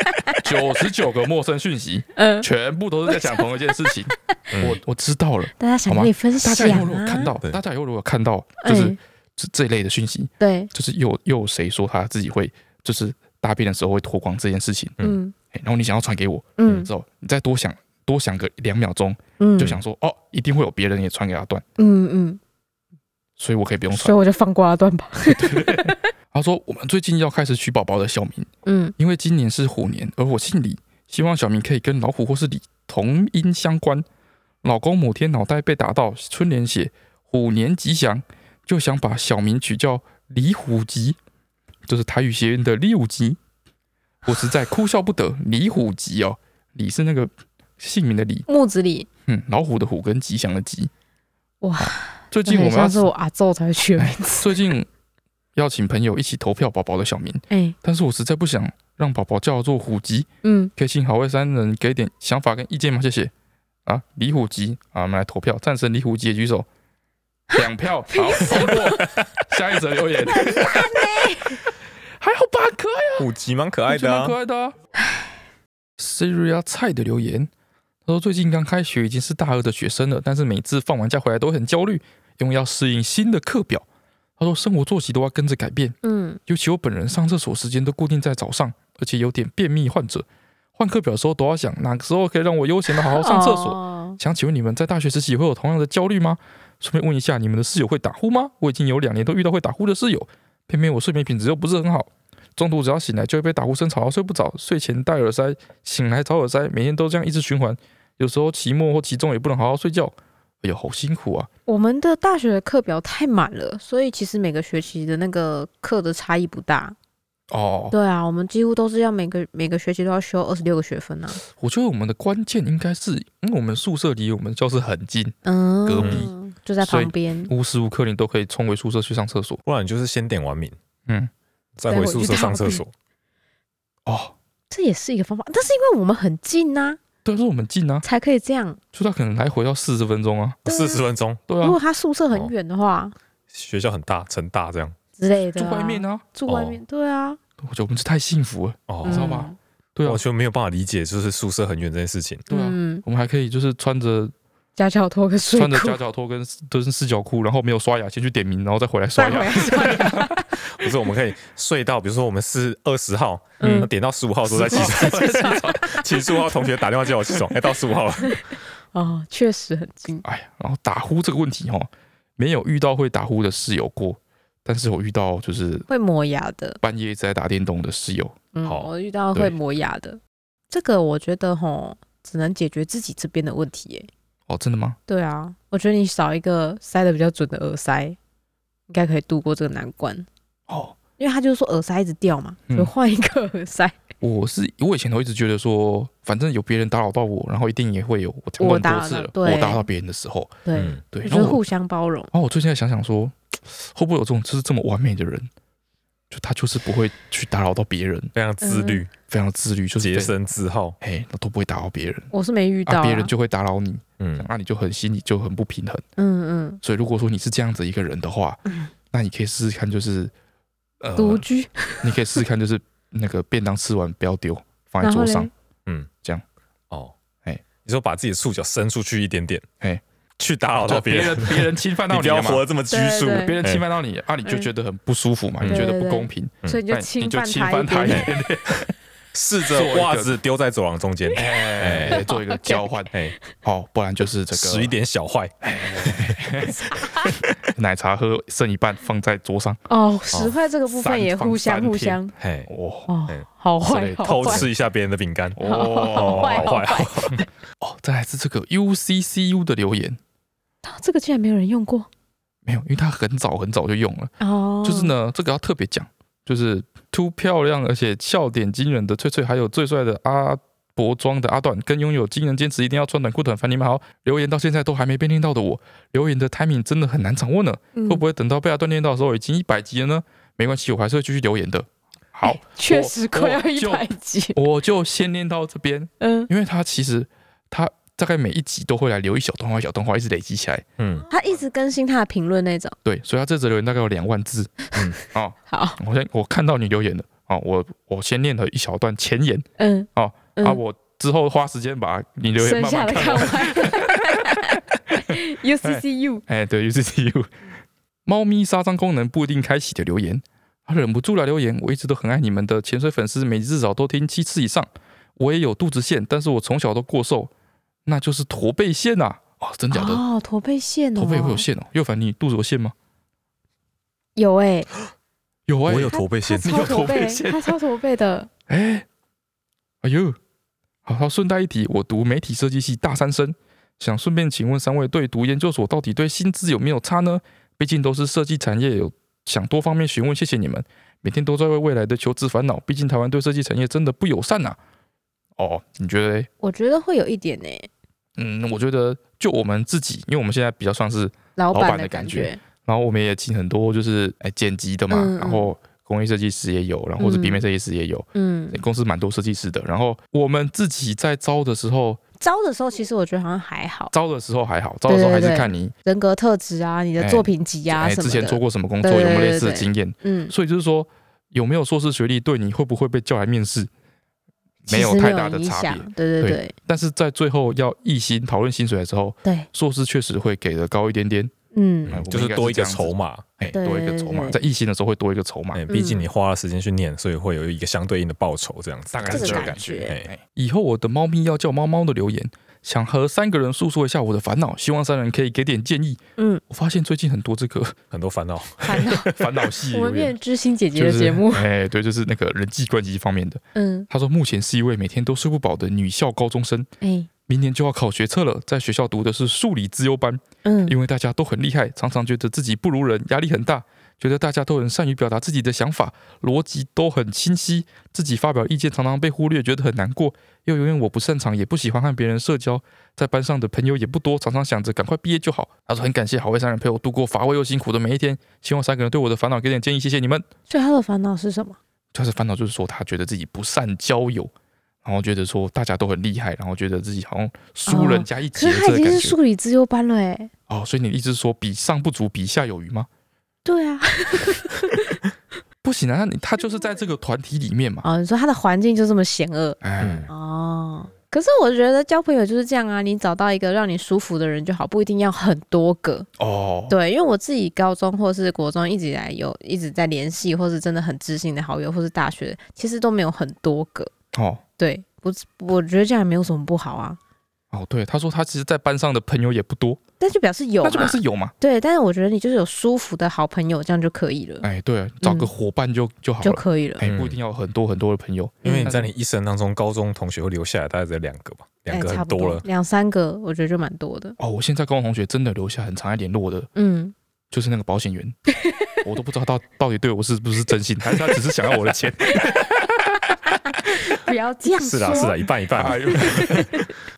Speaker 2: 九十九个陌生讯息，
Speaker 1: 呃，
Speaker 2: 全部都是在讲同一件事情。 我我知道了，
Speaker 1: 大家想
Speaker 2: 好吧
Speaker 1: 跟你分享
Speaker 2: 大
Speaker 1: 啊，
Speaker 2: 家以后如果看到，
Speaker 3: 嗯对
Speaker 2: 大家以后如果看到就是
Speaker 1: 哎
Speaker 2: 这这一类的讯息，
Speaker 1: 对，
Speaker 2: 就是又又有谁说他自己会就是大便的时候会脱光这件事情，
Speaker 1: 嗯
Speaker 2: 哎然后你想要传给我，
Speaker 1: 嗯
Speaker 2: 之后你再多想多想个两秒钟，
Speaker 1: 嗯，
Speaker 2: 就想说哦，一定会有别人也传给他段，
Speaker 1: 嗯嗯
Speaker 2: 所以我可以不用
Speaker 1: 嗯，所
Speaker 2: 传
Speaker 1: 以。我就放过了段吧，
Speaker 2: 他说我们最近要开始取宝宝的小名，
Speaker 1: 嗯
Speaker 2: 因为今年是虎年，而我姓李，希望小名可以跟老虎或是李同音相关。老公某天脑袋被打到春联写“虎年吉祥”，就想把小名取叫李虎吉，就是台语谐音的李虎吉。我实在哭笑不得，李虎吉哦，李是那个姓名的李，
Speaker 1: 木子李，
Speaker 2: 嗯，老虎的虎跟吉祥的吉。
Speaker 1: 哇
Speaker 2: 好！最
Speaker 1: 这
Speaker 2: 近我
Speaker 1: 很
Speaker 2: 们要
Speaker 1: 像是我阿昼才会取的名字，
Speaker 2: 哎最近要请朋友一起投票宝宝的小名，
Speaker 1: 哎，
Speaker 2: 但是我实在不想让宝宝叫做虎吉，
Speaker 1: 嗯
Speaker 2: 可以请好味三人给点想法跟意见吗？谢谢。啊，李虎吉啊，我们来投票，赞成李虎吉的举手，两票，好通过。下一则留言， 还好吧，可爱
Speaker 3: 虎吉蛮可
Speaker 2: 啊，
Speaker 3: 爱
Speaker 2: 我觉得
Speaker 3: 的
Speaker 2: 蛮
Speaker 3: 啊
Speaker 2: 可，爱的啊。Syria 菜的留言，他说最近刚开学，已经是大二的学生了，但是每次放完假回来都很焦虑，因为要适应新的课表。他说生活作息都要跟着改变，
Speaker 1: 嗯
Speaker 2: 尤其我本人上厕所时间都固定在早上，而且有点便秘患者，换课表的时候都要想哪个时候可以让我悠闲的好好上厕所。
Speaker 1: 所，
Speaker 2: 想请问你们在大学时期也会有同样的焦虑吗？顺便问一下，你们的室友会打呼吗？我已经有两年都遇到会打呼的室友，偏偏我睡眠品质又不是很好，中途只要醒来就会被打呼声吵到睡不着，睡前戴耳塞，醒来找耳塞，每天都这样一直循环。有时候期末或期中也不能好好睡觉，哎呦，好辛苦啊！
Speaker 1: 我们的大学的课表太满了，所以其实每个学期的那个课的差异不大。
Speaker 2: 哦，
Speaker 1: 对啊，我们几乎都是要每个每个学期都要修二十六个学分啊。
Speaker 2: 我觉得我们的关键应该是，因为我们宿舍离我们教室很近，
Speaker 1: 嗯，
Speaker 2: 隔
Speaker 3: 壁
Speaker 1: 就在
Speaker 2: 所以
Speaker 1: 旁边。
Speaker 2: 无时无刻你都可以冲回宿舍去上厕所。
Speaker 3: 不然你就是先点完名，
Speaker 2: 嗯，
Speaker 3: 再回宿舍上厕所，
Speaker 2: 哦，
Speaker 1: 这也是一个方法，但是因为我们很近呐、
Speaker 2: 对啊，是我们近啊，
Speaker 1: 才可以这样。
Speaker 2: 就他可能来回要四十分钟啊，
Speaker 1: 对啊
Speaker 3: 四十分钟，
Speaker 2: 对
Speaker 1: 如
Speaker 2: 啊
Speaker 1: 果，他宿舍很远的话、
Speaker 3: 学校很大，成大这样，
Speaker 1: 之类的、
Speaker 2: 住
Speaker 1: 啊，
Speaker 2: 外面啊，
Speaker 1: 住外面，对啊，
Speaker 2: 我觉得我们是太幸福了，
Speaker 3: 哦
Speaker 1: 嗯，
Speaker 2: 知道吧？对啊
Speaker 3: 我，就没有办法理解，就是宿舍很远这件事情，
Speaker 2: 对啊，
Speaker 1: 嗯，
Speaker 2: 我们还可以就是穿着
Speaker 1: 家教脱个睡
Speaker 2: 穿
Speaker 1: 裤
Speaker 2: 着，夹脚拖跟跟四角裤，然后没有刷牙，先去点名，然后再回来 刷
Speaker 1: 再回
Speaker 2: 牙
Speaker 1: 来，刷 牙，
Speaker 3: 不是我们可以睡到，比如说我们是二十号，
Speaker 1: 嗯
Speaker 3: 那点到十五号的时候再起
Speaker 2: 15号
Speaker 3: 床， 请十五号同学打电话叫我起床，哎，到十五号了，
Speaker 1: 哦，确实很近，
Speaker 2: 哎呀，然后打呼这个问题哈，没有遇到会打呼的室友过，但是我遇到就是
Speaker 1: 会磨牙的，
Speaker 2: 半夜一直在打电动的室友，
Speaker 1: 嗯，
Speaker 3: 好
Speaker 1: 我遇到
Speaker 2: 对
Speaker 1: 会磨牙的，这个我觉得吼，只能解决自己这边的问题耶。
Speaker 2: 哦，真的吗？
Speaker 1: 对啊，我觉得你少一个塞的比较准的耳塞，应该可以度过这个难关。
Speaker 2: 哦，
Speaker 1: 因为他就是说耳塞一直掉嘛，
Speaker 2: 嗯
Speaker 1: 就换一个耳塞。
Speaker 2: 哦我是我以前都一直觉得说，反正有别人打扰到我，然后一定也会有我讲
Speaker 1: 我
Speaker 2: 过很
Speaker 1: 打
Speaker 2: 多次
Speaker 1: 扰
Speaker 2: 了，
Speaker 1: 对
Speaker 2: 我打扰到别人的时候，
Speaker 1: 对，
Speaker 3: 嗯，
Speaker 2: 对，
Speaker 1: 就
Speaker 2: 然
Speaker 1: 是
Speaker 2: 后我
Speaker 1: 互相包容。
Speaker 2: 然后我最近在想想说，会不会有这种就是这么完美的人，就他就是不会去打扰到别人，
Speaker 3: 非常自律、
Speaker 2: 非常自律，嗯就是
Speaker 3: 洁
Speaker 2: 非，
Speaker 3: 身自好，
Speaker 2: 哎，都不会打扰别人，
Speaker 1: 我是没遇到
Speaker 2: 啊，
Speaker 1: 啊
Speaker 2: 别人就会打扰你，啊
Speaker 3: 嗯，
Speaker 2: 那你就很心里就很不平衡。
Speaker 1: 嗯嗯
Speaker 2: 所以如果说你是这样子一个人的话，
Speaker 1: 嗯
Speaker 2: 那你可以试试看，就是呃，
Speaker 1: 独居，
Speaker 2: 你可以试试看，就是那个便当吃完不要丢，放在
Speaker 1: 然后
Speaker 2: 桌
Speaker 1: 嘞
Speaker 2: 上，
Speaker 3: 哦，
Speaker 2: 哎
Speaker 3: 你说把自己的触角伸出去一点点，
Speaker 2: 哎，
Speaker 3: 去打扰到
Speaker 2: 就
Speaker 3: 别人，
Speaker 2: 别人侵犯到
Speaker 3: 你
Speaker 2: 你
Speaker 3: 不要
Speaker 2: 了嘛
Speaker 3: 活得这么拘束，
Speaker 1: 对对
Speaker 2: 别人
Speaker 3: 哎
Speaker 2: 侵犯到你啊，你就
Speaker 1: 嗯
Speaker 2: 觉得很不舒服嘛，
Speaker 3: 嗯
Speaker 2: 你觉得
Speaker 1: 对
Speaker 2: 不
Speaker 1: 对
Speaker 2: 公平，
Speaker 3: 嗯
Speaker 1: 所以你
Speaker 2: 那
Speaker 1: 就
Speaker 2: 你
Speaker 1: 侵
Speaker 2: 就
Speaker 1: 犯
Speaker 2: 侵
Speaker 1: 他一
Speaker 2: 犯他一
Speaker 1: 点。
Speaker 2: 点，
Speaker 3: 试着
Speaker 2: 做一个
Speaker 3: 袜子丢在走廊中 间，
Speaker 2: 哎、
Speaker 3: 哎
Speaker 2: 做一个交换，
Speaker 3: 哎，
Speaker 2: 好，不然就是这个
Speaker 3: 使一点小坏，
Speaker 2: 奶茶喝剩一半放在桌上，
Speaker 1: 哦，十块这个部分
Speaker 2: 散
Speaker 1: 也
Speaker 2: 放
Speaker 1: 互相
Speaker 2: 散
Speaker 1: 互
Speaker 2: 片
Speaker 1: 相
Speaker 3: 哎，
Speaker 2: 哦
Speaker 1: 哦
Speaker 3: 哎，
Speaker 1: 好
Speaker 2: 之
Speaker 1: 坏
Speaker 2: 类的
Speaker 1: 好
Speaker 3: 偷
Speaker 1: 坏，
Speaker 3: 吃一下别人的饼干，
Speaker 2: 哦
Speaker 1: 好坏好
Speaker 3: 好坏
Speaker 1: 坏，
Speaker 2: 哦，再来是这个 UCCU 的留言，
Speaker 1: 啊这个竟然没有人用过
Speaker 2: 没有，因为它很早很早就用了，
Speaker 1: 哦，
Speaker 2: 就是呢，这个要特别讲，就是突漂亮而且笑点惊人的翠翠，还有最帅的阿伯装的阿段，跟拥有惊人坚持一定要穿短裤的凡尼玛豪，留言到现在都还没被念到的我，留言的 timing 真的很难掌握呢，
Speaker 1: 嗯
Speaker 2: 会不会等到被他锻炼到的时候已经一百集了呢？没关系，我还是会继续留言的。好，
Speaker 1: 哎确实快要
Speaker 2: 我
Speaker 1: 一
Speaker 2: 就
Speaker 1: 百集，
Speaker 2: 我就先念到这边，
Speaker 1: 嗯，
Speaker 2: 因为他其实他大概每一集都会来留一小段话，一小段话一直累积起来，
Speaker 3: 嗯，
Speaker 1: 他一直更新他的评论那种，
Speaker 2: 对，所以他这则留言大概有两万字。
Speaker 3: 嗯
Speaker 2: 嗯，哦，
Speaker 1: 好，
Speaker 2: 我先我看到你留言了，哦，我我先念了一小段前言，
Speaker 1: 嗯，
Speaker 2: 哦
Speaker 1: 嗯
Speaker 2: 啊，我之后花时间把你留言
Speaker 1: 剩
Speaker 2: 慢
Speaker 1: 下的
Speaker 2: 慢看
Speaker 1: 看
Speaker 2: 完。
Speaker 1: 完。U C C U，
Speaker 2: 哎，对，U C C U，猫咪杀伤功能不一定开启的留言，他忍不住来留言。我一直都很爱你们的潜水粉丝，每至少都听七次以上。我也有肚子线，但是我从小都过瘦，那就是驼背线呐、啊。哦，真假的？
Speaker 1: 哦，驼背线哦，
Speaker 2: 驼背会有线哦？右凡，你肚子有线吗？
Speaker 1: 有哎，
Speaker 2: 有哎、
Speaker 3: 我有
Speaker 1: 他
Speaker 3: 驼背线，
Speaker 1: 他超驼
Speaker 2: 有驼
Speaker 1: 背
Speaker 2: 背，线
Speaker 1: 他超驼背的，
Speaker 2: 哎，哎呦，好好顺带一提，我读媒体设计系大三生，想顺便请问三位，对读研究所到底对薪资有没有差呢？毕竟都是设计产业，有想多方面询问，谢谢你们，每天都在为未来的求职烦恼。毕竟台湾对设计产业真的不友善呐、啊哦，你觉得嘞？
Speaker 1: 我觉得会有一点呢，
Speaker 2: 嗯，我觉得就我们自己，因为我们现在比较像是，
Speaker 1: 老
Speaker 2: 板
Speaker 1: 板
Speaker 2: 的感
Speaker 1: 感
Speaker 2: 觉，然后我们也请很多就是哎剪辑的嘛，
Speaker 1: 嗯嗯
Speaker 2: 然后工业设计师也有，然后或者平面设计师也有，
Speaker 1: 嗯，
Speaker 2: 公司蛮多设计师的。然后我们自己在招的时候，
Speaker 1: 招的时候其实我觉得好像还好，
Speaker 2: 招的时候还好，招的时候还是
Speaker 1: 对对
Speaker 2: 看你
Speaker 1: 人格特质啊，你的
Speaker 2: 哎
Speaker 1: 作品集啊
Speaker 2: 哎
Speaker 1: 什
Speaker 2: 之
Speaker 1: 么
Speaker 2: 前做
Speaker 1: 的，
Speaker 2: 过什么工作，
Speaker 1: 对
Speaker 2: 有
Speaker 1: 对
Speaker 2: 没有类
Speaker 1: 对
Speaker 2: 似的
Speaker 1: 对
Speaker 2: 经验。
Speaker 1: 嗯，
Speaker 2: 所以就是说，有没有硕士学历对你会不会被叫来面试，没
Speaker 1: 其
Speaker 2: 有
Speaker 1: 实
Speaker 2: 太大的
Speaker 1: 影
Speaker 2: 差别
Speaker 1: 响。对对
Speaker 2: 对
Speaker 1: 对
Speaker 2: 但是在最后要议薪讨论薪水的时候，
Speaker 1: 对，
Speaker 2: 硕士确实会给的高一点点，
Speaker 1: 嗯，
Speaker 2: 哎
Speaker 3: 就是多一个筹，码，
Speaker 2: 我们
Speaker 1: 对
Speaker 2: 应该是这样子哎，多一个筹码，
Speaker 1: 对对
Speaker 2: 在议薪的时候会多一个筹码。
Speaker 3: 哎，毕竟你花了时间去念，所以会有一个相对应的报酬，这样子，
Speaker 2: 大概
Speaker 1: 这
Speaker 2: 是
Speaker 1: 个
Speaker 2: 这个
Speaker 1: 感
Speaker 2: 感
Speaker 1: 觉
Speaker 2: 觉。
Speaker 3: 哎，
Speaker 2: 以后我的猫咪要叫猫猫的留言，想和三个人诉说一下我的烦恼，希望三人可以给点建议。
Speaker 1: 嗯，
Speaker 2: 我发现最近很多这个
Speaker 3: 很多烦
Speaker 2: 嗯
Speaker 3: 恼，
Speaker 1: 烦恼，
Speaker 2: 烦恼系
Speaker 1: 我
Speaker 2: 留
Speaker 1: 们变
Speaker 2: 言，
Speaker 1: 成知心姐姐
Speaker 2: 就
Speaker 1: 的
Speaker 2: 是
Speaker 1: 节目，
Speaker 2: 哎，对，就是那个人际关系方面的。
Speaker 1: 嗯，
Speaker 2: 他说，目前是一位每天都睡不饱的女校高中生，
Speaker 1: 哎，
Speaker 2: 明年就要考学测了，在学校读的是数理资优班，
Speaker 1: 嗯，
Speaker 2: 因为大家都很厉害，常常觉得自己不如人，压力很大，觉得大家都很善于表达自己的想法，逻辑都很清晰，自己发表意见常常被忽略，觉得很难过，又因为我不擅长，也不喜欢和别人社交，在班上的朋友也不多，常常想着赶快毕业就好。他说很感谢好味三人陪我度过乏味又辛苦的每一天，希望三个人对我的烦恼给点建议，谢谢你们。
Speaker 1: 所以他的烦恼是什么？
Speaker 2: 就是烦恼，就是说他觉得自己不善交友，然后觉得说大家都很厉害，然后觉得自己好像输人家一
Speaker 1: 哦可
Speaker 2: 截
Speaker 1: 是他
Speaker 2: 这
Speaker 1: 已
Speaker 2: 个
Speaker 1: 经
Speaker 2: 感
Speaker 1: 是
Speaker 2: 觉。
Speaker 1: 数理资优班了，哎，
Speaker 2: 哦，所以你的意思是说比上不足，比下有余吗？
Speaker 1: 对啊，
Speaker 2: 不行啊，那你他就是在这个团体里面嘛。
Speaker 1: 哦，你说他的环境就这么险恶，
Speaker 2: 哎
Speaker 3: 嗯，，
Speaker 1: 哦。可是我觉得交朋友就是这样啊，你找到一个让你舒服的人就好，不一定要很多个。
Speaker 2: 哦，
Speaker 1: 对，因为我自己高中或是国中一直以来有一直在联系，或是真的很知心的好友，或是大学，其实都没有很多个。
Speaker 2: 哦，
Speaker 1: 对，不是，我觉得这样也没有什么不好啊。
Speaker 2: 哦，对，他说他其实在班上的朋友也不多，
Speaker 1: 但就表示有
Speaker 2: 那
Speaker 1: 嘛
Speaker 2: 就，表示有嘛。
Speaker 1: 对。但是我觉得你就是有舒服的好朋友，这样就可以了，
Speaker 2: 哎，对啊，找个
Speaker 1: 嗯
Speaker 2: 伙伴就就好
Speaker 1: 就
Speaker 2: 了。
Speaker 1: 可以了。
Speaker 2: 哎，不一定要有很多很多的朋友，
Speaker 3: 因为你在你一生当中，高中同学会留下来，大概只有两个吧，两个
Speaker 1: 哎差
Speaker 3: 很
Speaker 1: 不
Speaker 3: 多了，
Speaker 1: 两三个，我觉得就蛮多的。
Speaker 2: 哦，我现在高中同学真的留下很长一联络的，
Speaker 1: 嗯，
Speaker 2: 就是那个保 险员，我都不知道到到底对我是不是真心，还是他只是想要我的钱。
Speaker 1: 不要这样
Speaker 3: 是啦是啦，一半一
Speaker 2: 哎
Speaker 3: 半啊，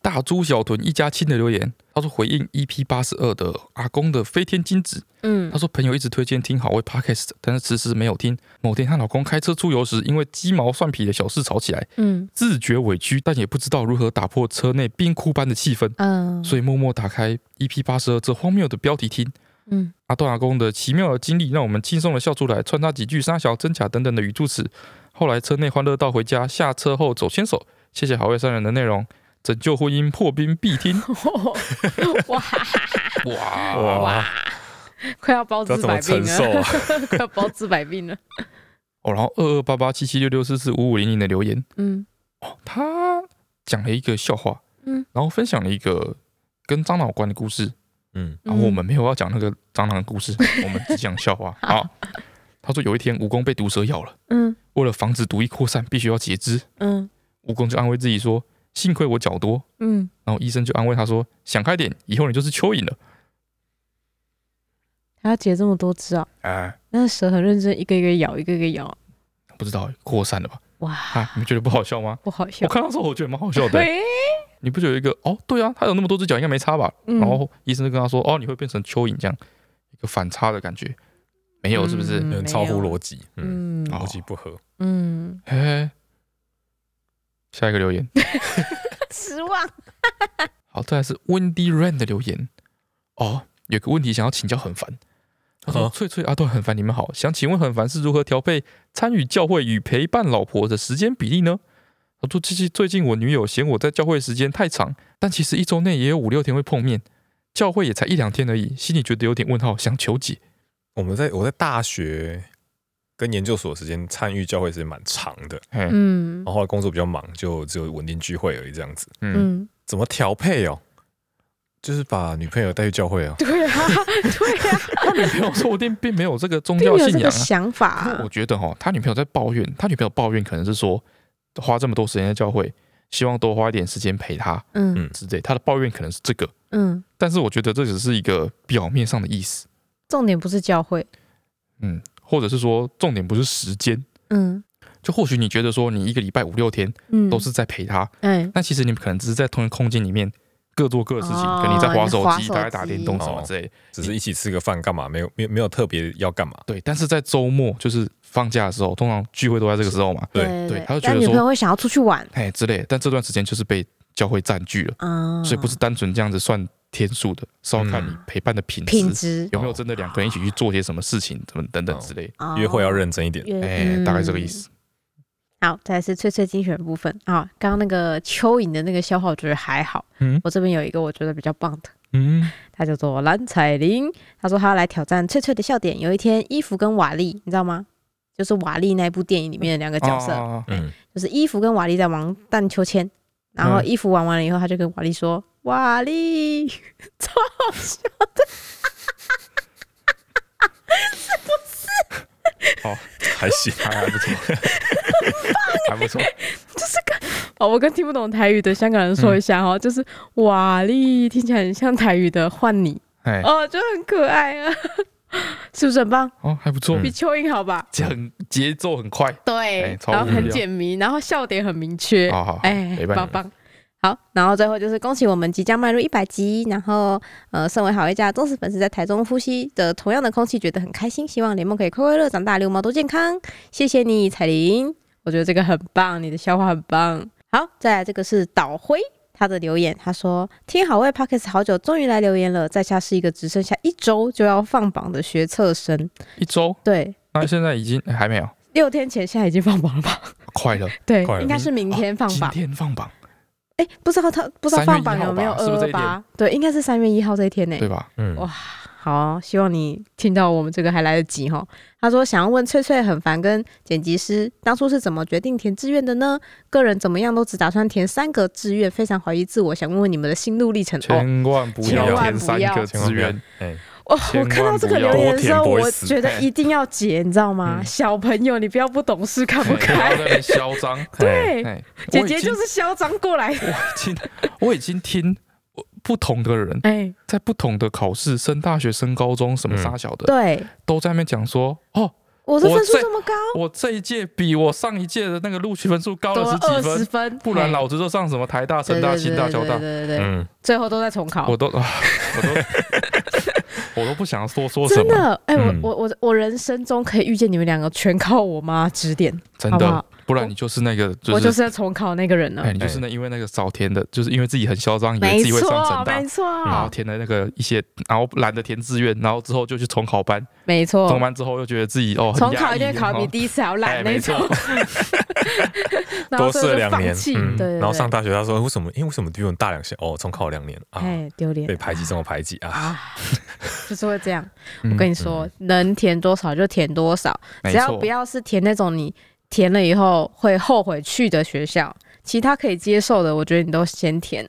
Speaker 2: 大猪小豚一家亲的留言，他说回应 EP 八十二的阿公的飞天金子，
Speaker 1: 嗯
Speaker 2: 他，说朋友一直推荐听好味 Podcast，但是迟迟没有听。某天她老公开车出游时，因为鸡毛蒜皮的小事吵起来，
Speaker 1: 嗯
Speaker 2: 自觉委屈，但也不知道如何打破车内冰窟般的气氛，
Speaker 1: 嗯，
Speaker 2: 所以默默打开 EP 八十二这荒谬的标题听。
Speaker 1: 嗯
Speaker 2: 阿段阿公的奇妙的经历，让我们轻松的笑出来，穿插几句沙小、真假等等的语助词。后来车内欢乐到回家，下车后手牵手，谢谢好味三人的内容，拯救婚姻破冰必听。
Speaker 1: 哇，
Speaker 2: 哇
Speaker 3: 哇，
Speaker 1: 快要包
Speaker 3: 不知道
Speaker 1: 治百
Speaker 3: 怎么
Speaker 1: 病
Speaker 3: 承受
Speaker 1: 了，
Speaker 3: 啊，
Speaker 1: 快要包治百病了。
Speaker 2: 哦，然后二二八八七七六六四四五五零零的留言，
Speaker 1: 嗯，
Speaker 2: 哦，他讲了一个笑话，
Speaker 4: 嗯，
Speaker 2: 然后分享了一个跟蟑螂有关的故事，
Speaker 3: 嗯，
Speaker 2: 然后我们没有要讲那个蟑螂的故事，我们只讲笑话。好，他说有一天蜈蚣被毒蛇咬了，
Speaker 4: 嗯
Speaker 2: 为了防止毒液扩散，必须要截肢。
Speaker 4: 嗯
Speaker 2: 蜈蚣就安慰自己说：“幸亏我脚多。
Speaker 4: 嗯，”
Speaker 2: 然后医生就安慰他说：“想开点，以后你就是蚯蚓了。
Speaker 1: 还要解这么多只哦。”
Speaker 2: 哎，
Speaker 1: 那蛇很认真，一个一个咬，一个一个咬，
Speaker 2: 不知道欸扩散了吧？
Speaker 1: 哇，
Speaker 2: 啊，你们觉得不好笑吗？
Speaker 1: 不好笑
Speaker 2: 我。看到之后我觉得蛮好笑的欸。你不觉得有一个哦？对啊，他有那么多只脚，应该没差吧？
Speaker 1: 嗯
Speaker 2: 然后医生就跟他说：“哦，你会变成蚯蚓这样，一个反差的感觉，没有是不是？”
Speaker 1: 嗯
Speaker 3: 有
Speaker 1: 没
Speaker 3: 点超乎
Speaker 1: 有
Speaker 3: 逻辑，嗯，
Speaker 1: 嗯
Speaker 2: 好
Speaker 3: 逻辑不合。
Speaker 1: 嗯，
Speaker 2: 嘿嘿，下一个留言，
Speaker 1: 失望。
Speaker 2: 好，再来是 Wendy Ren 的留言。哦，有个问题想要请教很烦。他
Speaker 1: 嗯
Speaker 2: 说：“
Speaker 3: 哦
Speaker 2: 翠翠阿段很烦，你们好，想请问很烦是如何调配参与教会与陪伴老婆的时间比例呢？”他说：“最近最近我女友嫌我在教会时间太长，但其实一周内也有五六天会碰面，教会也才一两天而已，心里觉得有点问号，想求解。
Speaker 3: 我们在我在大学跟研究所的时间参与教会时间蛮长的，
Speaker 2: 嘿”
Speaker 1: 嗯
Speaker 3: 然后后来工作比较忙，就只有稳定聚会而已这样子。
Speaker 2: 嗯，
Speaker 1: 嗯，
Speaker 3: 怎么调配哦？就是把女朋友带去教会 啊，
Speaker 1: 对啊，对啊，
Speaker 2: 他女朋友说我并 并没有这个宗
Speaker 1: 并
Speaker 2: 教
Speaker 1: 没有这
Speaker 2: 信仰
Speaker 1: 个
Speaker 2: 啊。
Speaker 1: 想法
Speaker 2: 可
Speaker 1: 啊
Speaker 2: 我。觉得哈，他女朋友在抱怨，他女朋友抱怨可能是说花这么多时间在教会，希望多花一点时间陪他
Speaker 1: 嗯
Speaker 3: 嗯
Speaker 2: 之类。他的抱怨可能是这个，
Speaker 1: 嗯，
Speaker 2: 但是我觉得这只是一个表面上的意思，
Speaker 1: 重点不是教会，
Speaker 2: 嗯，或者是说重点不是时间。
Speaker 1: 嗯
Speaker 2: 就或许你觉得说你一个礼拜五六天
Speaker 1: 嗯，
Speaker 2: 都是在陪他，
Speaker 1: 哎，
Speaker 2: 但其实你们可能只是在同一个空间里面各做各的事情，
Speaker 1: 哦
Speaker 2: 可能你在划手
Speaker 1: 划
Speaker 2: 机、
Speaker 1: 手
Speaker 2: 大家打电动
Speaker 3: 机
Speaker 2: 什么之类的。
Speaker 3: 只是一起吃个饭干嘛？没有没有没有特别要干嘛？
Speaker 2: 对，但是在周末就是放假的时候，通常聚会都在这个时候嘛，
Speaker 3: 对
Speaker 2: 对
Speaker 1: 对
Speaker 2: 他就觉
Speaker 1: 但
Speaker 2: 得
Speaker 1: 女
Speaker 2: 说
Speaker 1: 朋友会想要出去玩
Speaker 2: 哎之类的。但这段时间就是被教会占据了。
Speaker 1: 啊，
Speaker 2: 所以不是单纯这样子算天数的，是要看你陪伴的品质，
Speaker 1: 品质
Speaker 2: 有没有真的两个人一起去做些什么事情，怎么等等之类。
Speaker 1: 哦
Speaker 3: 约会要认真一点。
Speaker 1: 约
Speaker 2: 哎、大概这个意。
Speaker 1: 嗯
Speaker 2: 思。
Speaker 1: 好，再来是翠翠精选的部分啊。刚刚那个蚯蚓的那个消耗，我觉得还好。
Speaker 2: 嗯
Speaker 1: 我这边有一个我觉得比较棒的，
Speaker 2: 嗯，
Speaker 1: 她叫做蓝彩玲。她说她要来挑战翠翠的笑点。有一天，伊芙跟瓦力，你知道吗？就是瓦力那部电影里面的两个角色，
Speaker 2: 哦
Speaker 3: 嗯，
Speaker 1: 就是伊芙跟瓦力在玩荡秋千。然后
Speaker 2: 嗯
Speaker 1: 伊芙玩完了以后，她就跟瓦力说：“瓦力，超好笑
Speaker 3: 还 行，
Speaker 2: 哦还还不错，还不错。
Speaker 1: 哦！”我跟听不懂台语的香港人说一下哦，就是瓦力听起来很像台语的换你。
Speaker 2: 哎，
Speaker 1: 哦，就很可爱啊， 是不是很棒？
Speaker 2: 哦，还不错，
Speaker 1: 比蚯蚓好吧？
Speaker 2: 这很节奏很快。
Speaker 1: 对
Speaker 2: 哎超
Speaker 1: 然后
Speaker 2: 无
Speaker 1: 很
Speaker 2: 聊
Speaker 1: 简明，然后笑点很明确，
Speaker 2: 哦好好好，
Speaker 1: 哎，
Speaker 2: 陪伴
Speaker 1: 棒
Speaker 2: 你们
Speaker 1: 棒。好，然后最后就是恭喜我们即将迈入一百集，然后呃，身为好一家的忠实粉丝，在台中呼吸的同样的空气，觉得很开心。希望联盟可以快快乐长大，六毛都健康。谢谢你，彩玲，我觉得这个很棒，你的笑话很棒。好，再来这个是岛辉他的留言，他说听好味 p o c k e t 好久，终于来留言了，在下是一个只剩下一周就要放榜的学测生，
Speaker 2: 一周，
Speaker 1: 对，
Speaker 2: 那现在已经、哎还没有，
Speaker 1: 六天前现在已经放榜了吧？
Speaker 2: 快了，啊
Speaker 1: 对
Speaker 3: 快，了
Speaker 1: 应该是明天放
Speaker 2: 今
Speaker 1: 榜。
Speaker 2: 天放榜
Speaker 1: 哎、不知道他不知道
Speaker 2: 3
Speaker 1: 放
Speaker 2: 月
Speaker 1: 榜
Speaker 2: 1号
Speaker 1: 有没有
Speaker 2: 吧
Speaker 1: 二
Speaker 2: 是不是这
Speaker 1: 二
Speaker 2: 一
Speaker 1: 八？对，应该是三月一号这一天呢、
Speaker 2: 对吧？
Speaker 3: 嗯，
Speaker 1: 哇好、希望你听到我们这个还来得及哈。他说想要问翠翠很烦跟剪辑师当初是怎么决定填志愿的呢？个人怎么样都只打算填三个志愿，非常怀疑自我，想问问你们的心路历程哦。
Speaker 2: 千万不
Speaker 1: 千
Speaker 2: 要
Speaker 1: 万
Speaker 2: 填
Speaker 1: 不
Speaker 2: 三
Speaker 1: 要
Speaker 2: 个
Speaker 3: 千万
Speaker 2: 志
Speaker 3: 不要
Speaker 2: 愿，，
Speaker 3: 哎，
Speaker 1: 哇，我
Speaker 2: 千万
Speaker 1: 看到这个
Speaker 2: 不
Speaker 1: 留
Speaker 2: 要
Speaker 1: 言的时候，
Speaker 3: 多填不会
Speaker 1: 我
Speaker 3: 死
Speaker 1: 觉得一定要解，你知道吗？
Speaker 2: 嗯
Speaker 1: 小朋友，你不要不懂事看不
Speaker 2: 哎 不要
Speaker 1: 开
Speaker 2: 在。那边嚣张。
Speaker 3: 对
Speaker 1: 对，
Speaker 2: 哎，
Speaker 1: 姐
Speaker 2: 我已
Speaker 1: 姐
Speaker 2: 经
Speaker 1: 就是嚣张过 来的。
Speaker 2: 我已经我已经听不同的人
Speaker 1: 哎、
Speaker 2: 在不同的考试，升大学、升高中什么
Speaker 3: 嗯
Speaker 2: 啥小的，
Speaker 1: 对，
Speaker 2: 都在那边讲说，哦，
Speaker 1: 我的
Speaker 2: 我
Speaker 1: 分数
Speaker 2: 在
Speaker 1: 这么高，
Speaker 2: 我这一届比我上一届的那个录取分数高了十
Speaker 1: 二
Speaker 2: 几
Speaker 1: 十
Speaker 2: 分，
Speaker 1: 分，哎
Speaker 2: 不然
Speaker 1: 嘿
Speaker 2: 老子就上什么台大、
Speaker 1: 对
Speaker 2: 成大、
Speaker 1: 对
Speaker 2: 清
Speaker 1: 对
Speaker 2: 大、
Speaker 1: 对
Speaker 2: 交
Speaker 1: 对
Speaker 2: 大，
Speaker 1: 对对对，
Speaker 3: 嗯，
Speaker 1: 最后都在重考
Speaker 2: 我。都啊，我都 我都不想说说什
Speaker 1: 真
Speaker 2: 么，
Speaker 1: 的，哎、
Speaker 3: 嗯
Speaker 1: 我我我我人生中可以遇见你们两个，全靠我妈指点，
Speaker 2: 真
Speaker 1: 好不
Speaker 2: 的
Speaker 1: 好，
Speaker 2: 不然你就是那个
Speaker 1: 我
Speaker 2: 就。
Speaker 1: 就是是要重考那个人了。
Speaker 2: 哎，你就是那因为那个少填的，就是因为自己很嚣张，以为
Speaker 1: 没
Speaker 2: 自己会上
Speaker 1: 错
Speaker 2: 成，大
Speaker 1: 没，
Speaker 2: 然后
Speaker 1: 错，
Speaker 2: 填了那个一些，然后懒得填志愿，然后之后就去重考班，
Speaker 1: 没
Speaker 2: 重
Speaker 1: 错。
Speaker 2: 班之后又觉得自己哦，很
Speaker 1: 哦重
Speaker 2: 压
Speaker 1: 考一
Speaker 2: 抑
Speaker 1: 定会考得比
Speaker 2: 哦
Speaker 1: 第一次还要
Speaker 2: 哎
Speaker 1: 烂那
Speaker 2: 没
Speaker 1: 种
Speaker 2: 错，
Speaker 1: 然后
Speaker 3: 多
Speaker 1: 最后
Speaker 3: 设
Speaker 1: 就
Speaker 3: 两
Speaker 1: 放
Speaker 3: 年
Speaker 1: 弃，对
Speaker 3: 嗯，
Speaker 1: 对对，
Speaker 3: 然后上大学，他说为什么？因为什么比我们大两些？哦，重考两年啊，
Speaker 1: 哎丢脸
Speaker 3: 被排挤这么排挤啊，
Speaker 1: 啊，就是会这样。
Speaker 2: 嗯
Speaker 1: 我跟你说，能填多少就填多少，
Speaker 2: 没
Speaker 1: 只要
Speaker 2: 错
Speaker 1: 不要是填那种你填了以后会后悔去的学校，其他可以接受的，我觉得你都先填，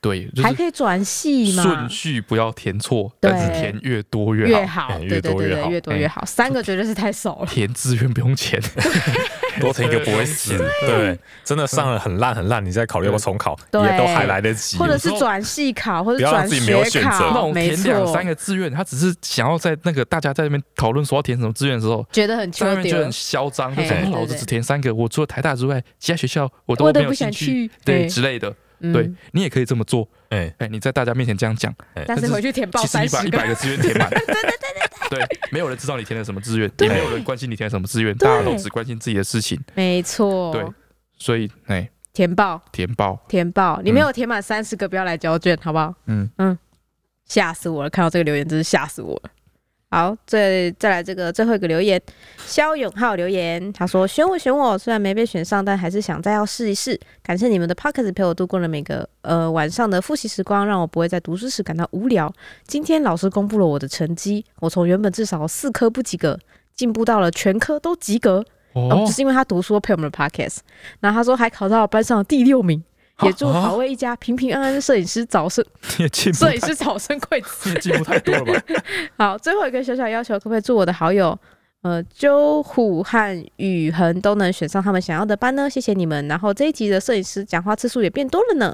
Speaker 2: 对，就
Speaker 1: 还
Speaker 2: 是
Speaker 1: 可以转系嘛
Speaker 2: 顺，序不要填错，
Speaker 1: 对
Speaker 2: 但是填越多越
Speaker 1: 越
Speaker 2: 好。哎
Speaker 1: 好，
Speaker 3: 嗯
Speaker 1: 对
Speaker 3: 越
Speaker 1: 对
Speaker 3: 多
Speaker 1: 对
Speaker 3: 越
Speaker 1: 对，
Speaker 3: 好
Speaker 1: 越多越好，三个绝对是太少 了。
Speaker 2: 填志愿不用钱，
Speaker 1: 哎
Speaker 3: 多填一个不会死，对，真的上了很烂很烂，你再考虑要不要重考，
Speaker 1: 对
Speaker 3: 也都还来得及。
Speaker 1: 或者是
Speaker 2: 有时候
Speaker 1: 转系考，或者
Speaker 3: 不要让
Speaker 1: 转
Speaker 3: 自己没有
Speaker 1: 学
Speaker 3: 选择
Speaker 2: 那
Speaker 1: 考，
Speaker 2: 种
Speaker 1: 没
Speaker 2: 填两
Speaker 1: 错，
Speaker 2: 三个志愿，他只是想要在那个大家在那边讨论说要填什么志愿的时候，
Speaker 1: 觉得很
Speaker 2: 在那
Speaker 1: 缺
Speaker 2: 边就
Speaker 1: 德
Speaker 2: 很，嚣张，就
Speaker 1: 嘿
Speaker 2: 说
Speaker 1: 对
Speaker 2: 哦老
Speaker 1: 对
Speaker 2: 子
Speaker 1: 对
Speaker 2: 只填三个，我除了台大之外，其他学校我都
Speaker 1: 我
Speaker 2: 没
Speaker 1: 都
Speaker 2: 有
Speaker 1: 不想
Speaker 2: 兴趣，
Speaker 1: 去。
Speaker 2: 对，之类的。
Speaker 1: 嗯
Speaker 2: 对，你也可以这么做，
Speaker 3: 哎，
Speaker 2: 哎，你在大家面前这样讲，
Speaker 1: 但是回去填报
Speaker 2: 其实
Speaker 1: 三
Speaker 2: 你把
Speaker 1: 十
Speaker 2: 一
Speaker 1: 个
Speaker 2: 百，个志愿填 满，对对对对对，没有人知道你填了什么志愿，也没有人关心你填了什么志愿，
Speaker 1: 对
Speaker 2: 大家都只关心自己的事情，
Speaker 1: 没错，
Speaker 2: 对，所以哎，
Speaker 1: 填报
Speaker 2: 填报，
Speaker 1: 填报，你没有填满三十个，不要来交卷，好不好？
Speaker 2: 嗯，
Speaker 1: 吓死我了！看到这个留言真是吓死我了。好，再再来这个最后一个留言，肖永浩留言，他说：“选我选我，虽然没被选上，但还是想再要试一试。感谢你们的 p o c k e t 陪我度过了每个呃晚上的复习时光，让我不会在读书时感到无聊。今天老师公布了我的成绩，我从原本至少四科不及格，进步到了全科都及格。哦，
Speaker 2: 哦
Speaker 1: 就，是因为他读书配我们的 podcast，然后他说还考到了班上的第六名，也祝
Speaker 3: 啊
Speaker 1: 好味一家平平安安的摄影师早生，
Speaker 2: 你也进步
Speaker 1: 摄
Speaker 2: 太，
Speaker 1: 影师早生贵子。
Speaker 2: 你也进步太多了吧？
Speaker 1: 好，最后一个小小要求，可不可以祝我的好友呃鸠虎和宇恒都能选上他们想要的班呢？谢谢你们。然后这一集的摄影师讲话次数也变多了呢。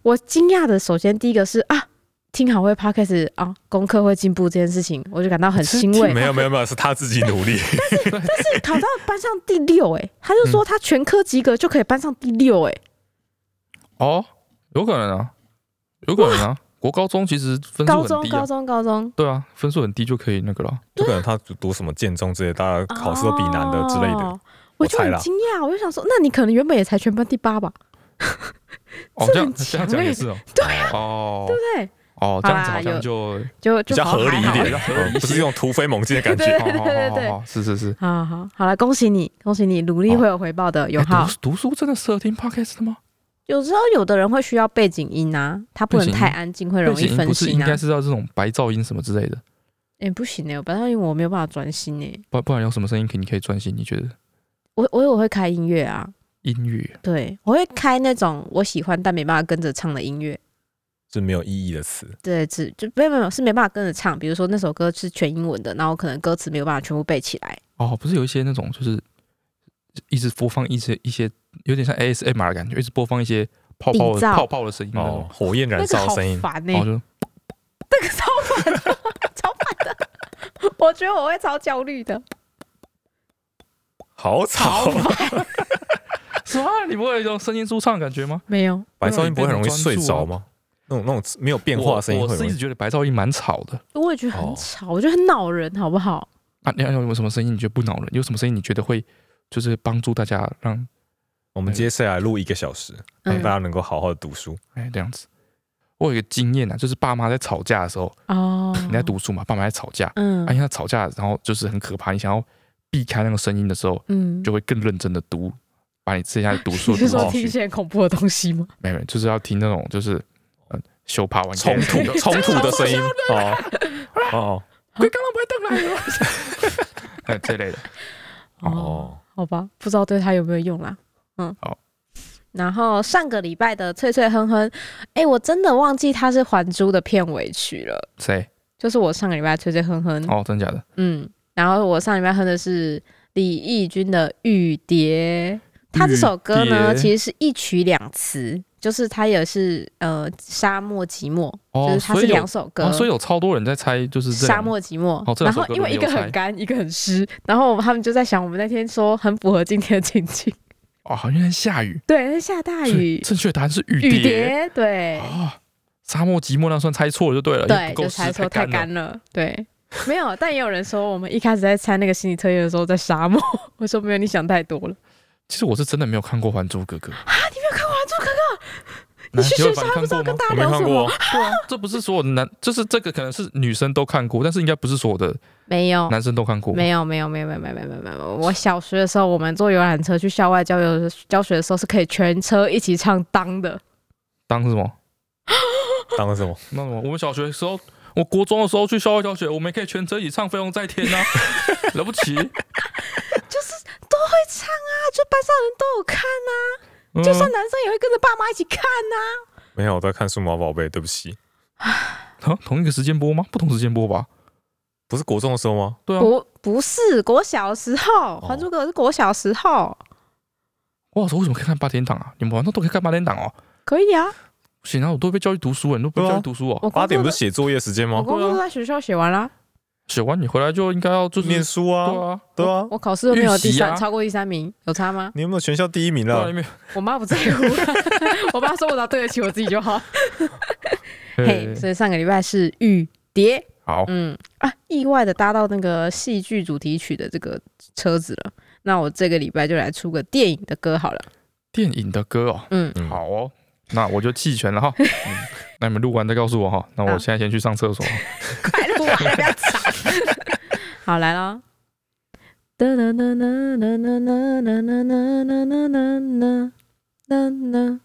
Speaker 1: 我惊讶的，首先第一个是啊，听好会 podcast 啊，功课会进步这件事情，我就感到很欣慰。 哎
Speaker 3: 没有没有没有，是他自己 努力，
Speaker 1: 考到班上第六、哎，他就说他全科及格就可以班上第六、哎、
Speaker 2: 哦，有可能啊，有可能啊。国高中其实分数
Speaker 1: 高
Speaker 2: 很
Speaker 1: 中
Speaker 2: 低
Speaker 1: 高
Speaker 2: 啊，
Speaker 1: 中高中，
Speaker 2: 对啊，分数很低就可以那个 了。
Speaker 3: 不可能他读什么建中之类，大家考试都比难的之类的
Speaker 1: 哦。我
Speaker 3: 我
Speaker 1: 就
Speaker 3: 猜
Speaker 1: 很
Speaker 3: 啦
Speaker 1: 惊讶，我就想说，那你可能原本也才全班第八吧，
Speaker 2: 哦，
Speaker 1: 这
Speaker 2: 这样
Speaker 1: 很
Speaker 2: 这样
Speaker 1: 强
Speaker 2: 讲也
Speaker 1: 欸
Speaker 2: 是哦，
Speaker 3: 对
Speaker 2: 哦
Speaker 1: 对不对？啊
Speaker 2: 哦，这样子
Speaker 1: 好啦
Speaker 2: 好
Speaker 1: 有
Speaker 2: 像就
Speaker 1: 就就
Speaker 3: 比较
Speaker 1: 好
Speaker 3: 合理一
Speaker 1: 还好
Speaker 3: 点， 嗯不是那种突飞猛进的感
Speaker 1: 对
Speaker 3: 觉。
Speaker 2: 好好
Speaker 1: 对
Speaker 2: 好
Speaker 1: 对
Speaker 2: 好好，哦是是是。
Speaker 1: 好好好了，恭喜你，恭喜你，努力会有回报的，永
Speaker 2: 哎
Speaker 1: 浩
Speaker 2: 读。读书真的适合听 podcast 的吗？
Speaker 1: 有时候有的人会需要背景音啊，他不能
Speaker 2: 背景音
Speaker 1: 太安静，会容
Speaker 2: 背
Speaker 1: 易
Speaker 2: 景音
Speaker 1: 分
Speaker 2: 不是应
Speaker 1: 心啊
Speaker 2: 该。是要这种白噪音什么之类的，
Speaker 1: 哎，不行呢，我白噪音我没有办法专心呢。
Speaker 2: 不不然有什么声音可以你可以专心？你觉得
Speaker 1: 我我我会开音乐啊，
Speaker 2: 音乐？
Speaker 1: 对我会开那种我喜欢但没办法跟着唱的音乐。
Speaker 3: 是没有意义的词，
Speaker 1: 对，只就没有没有是没办法跟着唱，比如说那首歌是全英文的，然后可能歌词没有办法全部背起来。
Speaker 2: 哦，不是有一些那种就是一直播放一些一些有点像 ASMR 的感觉，一直播放一些泡泡
Speaker 1: 底
Speaker 2: 的
Speaker 1: 噪
Speaker 2: 泡泡的声音那
Speaker 3: 哦
Speaker 2: 种，，
Speaker 3: 火焰燃
Speaker 1: 那个
Speaker 3: 烧
Speaker 1: 好
Speaker 3: 声音，
Speaker 1: 烦呢、
Speaker 2: 然后就
Speaker 1: 那个超烦的， 超烦的，我觉得我会超焦虑的。
Speaker 3: 好吵。啊
Speaker 2: 什么？啊你不会有一种声音舒畅的感觉吗？
Speaker 1: 没有，
Speaker 3: 白噪音不会很容易睡着吗？那
Speaker 1: 啊
Speaker 3: 种那种没有变化的声音
Speaker 2: 我
Speaker 3: 会
Speaker 2: 我是
Speaker 3: 容
Speaker 2: 一直
Speaker 3: 易。
Speaker 2: 觉得白噪音蛮吵的
Speaker 1: 我也觉得很
Speaker 3: 哦
Speaker 1: 吵，我觉得很恼人，好不好？
Speaker 2: 啊！你要有什么声音你觉得不恼人？有什么声音你觉得会就是帮助大家让
Speaker 3: 我们接下来录一个小时，
Speaker 2: 哦
Speaker 3: 让
Speaker 1: 嗯
Speaker 3: 大家能够好好的读书。
Speaker 2: 哎这样子？我有一个经验啊，就是爸妈在吵架的时候，
Speaker 1: 哦，
Speaker 2: 你在读书嘛，爸妈在吵架，
Speaker 1: 嗯
Speaker 2: 啊，因为他吵架，然后就是很可怕，你想要避开那个声音的时候，
Speaker 1: 嗯，
Speaker 2: 就会更认真的读，把你剩下的读书
Speaker 1: 你是
Speaker 2: 读
Speaker 1: 说
Speaker 2: 下
Speaker 1: 听一
Speaker 2: 去。
Speaker 1: 些恐怖的东西吗？
Speaker 2: 没有，没有就是要听那种就是嗯，羞怕完
Speaker 3: 冲突 冲突的声音哦哦
Speaker 2: 鬼刚刚不会瞪来了， 哎这类的。
Speaker 3: 哦，
Speaker 1: 好吧，不知道对他有没有用啦。嗯，
Speaker 2: 好。
Speaker 1: 然后上个礼拜的脆脆哼哼，哎，我真的忘记它是《还珠》的片尾曲了，
Speaker 2: 谁？
Speaker 1: 就是我上个礼拜脆脆哼哼，
Speaker 2: 哦，真的假的？
Speaker 1: 嗯，然后我上礼拜哼的是李翊君的《玉蝶》，他这首歌呢
Speaker 2: 玉蝶
Speaker 1: 其实是一曲两词，就是它也是呃沙漠寂寞，
Speaker 2: 哦
Speaker 1: 就是它
Speaker 2: 所
Speaker 1: 是
Speaker 2: 以有
Speaker 1: 两首歌，
Speaker 2: 哦，所以有超多人在猜，就是这
Speaker 1: 沙
Speaker 2: 两
Speaker 1: 漠寂寞，
Speaker 2: 哦这
Speaker 1: 然
Speaker 2: 两首
Speaker 1: 后
Speaker 2: 歌
Speaker 1: 因为
Speaker 2: 轮
Speaker 1: 一个
Speaker 2: 流
Speaker 1: 很
Speaker 2: 猜
Speaker 1: 干，一个很湿，然后我们他们就在想，我们那天说很符合今天的情境，
Speaker 2: 哦，好像在下雨，
Speaker 1: 对，那下大
Speaker 2: 所以
Speaker 1: 雨，
Speaker 2: 正确答案是雨
Speaker 1: 雨蝶，对
Speaker 2: 哦，沙漠寂寞那算猜错了就对了，因为
Speaker 1: 对，
Speaker 2: 不
Speaker 1: 就
Speaker 2: 够
Speaker 1: 猜
Speaker 2: 湿
Speaker 1: 说太
Speaker 2: 太
Speaker 1: 干
Speaker 2: 干了。
Speaker 1: 了，对。没有，但也有人说我们一开始在猜那个心理测验的时候在沙漠， 我说没有，你想太多了。
Speaker 2: 其实我是真的没有看过《还珠格格》啊，
Speaker 1: 你
Speaker 2: 你没有看过《还珠格格》？
Speaker 1: 去学校还
Speaker 2: 看
Speaker 1: 不知道
Speaker 2: 过
Speaker 1: 跟
Speaker 2: 吗？
Speaker 1: 大家
Speaker 3: 我
Speaker 1: 聊什
Speaker 3: 没 看
Speaker 1: 么
Speaker 3: 过？，
Speaker 2: 对啊，这不是所有的男，就是这个可能是女生都看过，但是应该不是所有的
Speaker 1: 没有，
Speaker 2: 男生都看过。
Speaker 1: 哦没有，没有，没有，没有，没有，没有，没有没有。我小学的时候，我们坐游览车去校外郊游教学的时候，是可以全车一起唱当的。
Speaker 2: 当是什么？
Speaker 3: 当什么？
Speaker 2: 那什么？我们小学的时候，我国中的时候去校外教学，我们也可以全车以唱《飞龙在天》啊， 了不起。
Speaker 1: 就是都会唱啊，就班上人都有看啊。
Speaker 2: 嗯
Speaker 1: 就算男生也会跟着爸妈一起看呐、
Speaker 3: 没有，我在看数码宝贝，对不起，
Speaker 2: 啊，同一个时间播吗？不同时间播吧？
Speaker 3: 不是国中的时候吗？
Speaker 2: 对啊，
Speaker 1: 不，不是国小时
Speaker 3: 哦
Speaker 1: 候，《还珠格格》是国小时候，
Speaker 2: 哇，为什么可以看八点档啊？你们晚上都可以看八点档哦？
Speaker 1: 可以啊。
Speaker 2: 不行啊，我都被教育读书了，你都不
Speaker 3: 对啊
Speaker 2: 教育读书哦。
Speaker 1: 我
Speaker 3: 八
Speaker 1: 工
Speaker 3: 点
Speaker 1: 作
Speaker 3: 不
Speaker 1: 都
Speaker 3: 是写作业时间
Speaker 1: 我
Speaker 3: 吗？啊
Speaker 1: 工作都在学校写完啦，
Speaker 2: 写完你回来就应该要就是
Speaker 3: 念书
Speaker 2: 对
Speaker 3: 啊，
Speaker 2: 啊，
Speaker 3: 对啊。
Speaker 1: 我考试都没有第
Speaker 2: 预习啊
Speaker 1: 三，超过第三名，有差吗？
Speaker 3: 你有没有全校第一名
Speaker 2: 对啊，
Speaker 3: 了
Speaker 2: 因？为
Speaker 1: 我妈不在 乎，我妈说我只要对得起我自己就好。嘿，所以上个礼拜是雨蝶，
Speaker 2: 好，
Speaker 1: 嗯啊，意外的搭到那个戏剧主题曲的这个车子了。那我这个礼拜就来出个电影的歌好了。
Speaker 2: 电影的歌哦，
Speaker 1: 嗯，
Speaker 3: 嗯
Speaker 2: 好哦，那我就弃权了 哈。嗯那你们录完再告诉我哈。那我
Speaker 1: 好
Speaker 2: 现在先去上厕 所。
Speaker 1: 快录完了，不要吵。好，来喽。哒啦啦啦啦啦啦啦啦啦啦啦啦啦啦。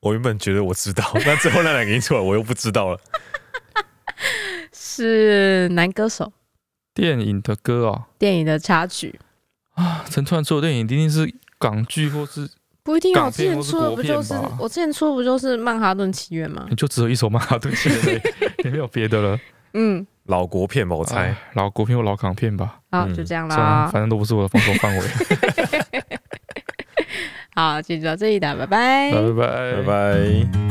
Speaker 3: 我原本觉得我知道， 但最后那两个音出来，我又不知道了。
Speaker 1: 是男歌手
Speaker 2: 电影的歌哦，
Speaker 1: 电影的插曲，
Speaker 2: 啊，陈川做的电影一定是港剧或是
Speaker 1: 不一定啊。
Speaker 2: 港
Speaker 1: 我之
Speaker 2: 片
Speaker 1: 前
Speaker 2: 或是
Speaker 1: 出的
Speaker 2: 国
Speaker 1: 不
Speaker 2: 片
Speaker 1: 就是
Speaker 2: 吧
Speaker 1: 我之前出的不就是《曼哈顿起源》吗？
Speaker 2: 你就只有一首《 曼哈顿情人》而 已，也没有别的了。
Speaker 1: 嗯，
Speaker 3: 老国片吧，我
Speaker 2: 我
Speaker 3: 猜。
Speaker 2: 老国片或老港片吧，
Speaker 1: 好，
Speaker 3: 嗯
Speaker 1: 就这样
Speaker 2: 算了，
Speaker 1: 啦。
Speaker 2: 反正都不是我的放松 范围。
Speaker 1: 好，今天就到这里了，拜拜。
Speaker 2: 拜拜，
Speaker 3: 拜拜。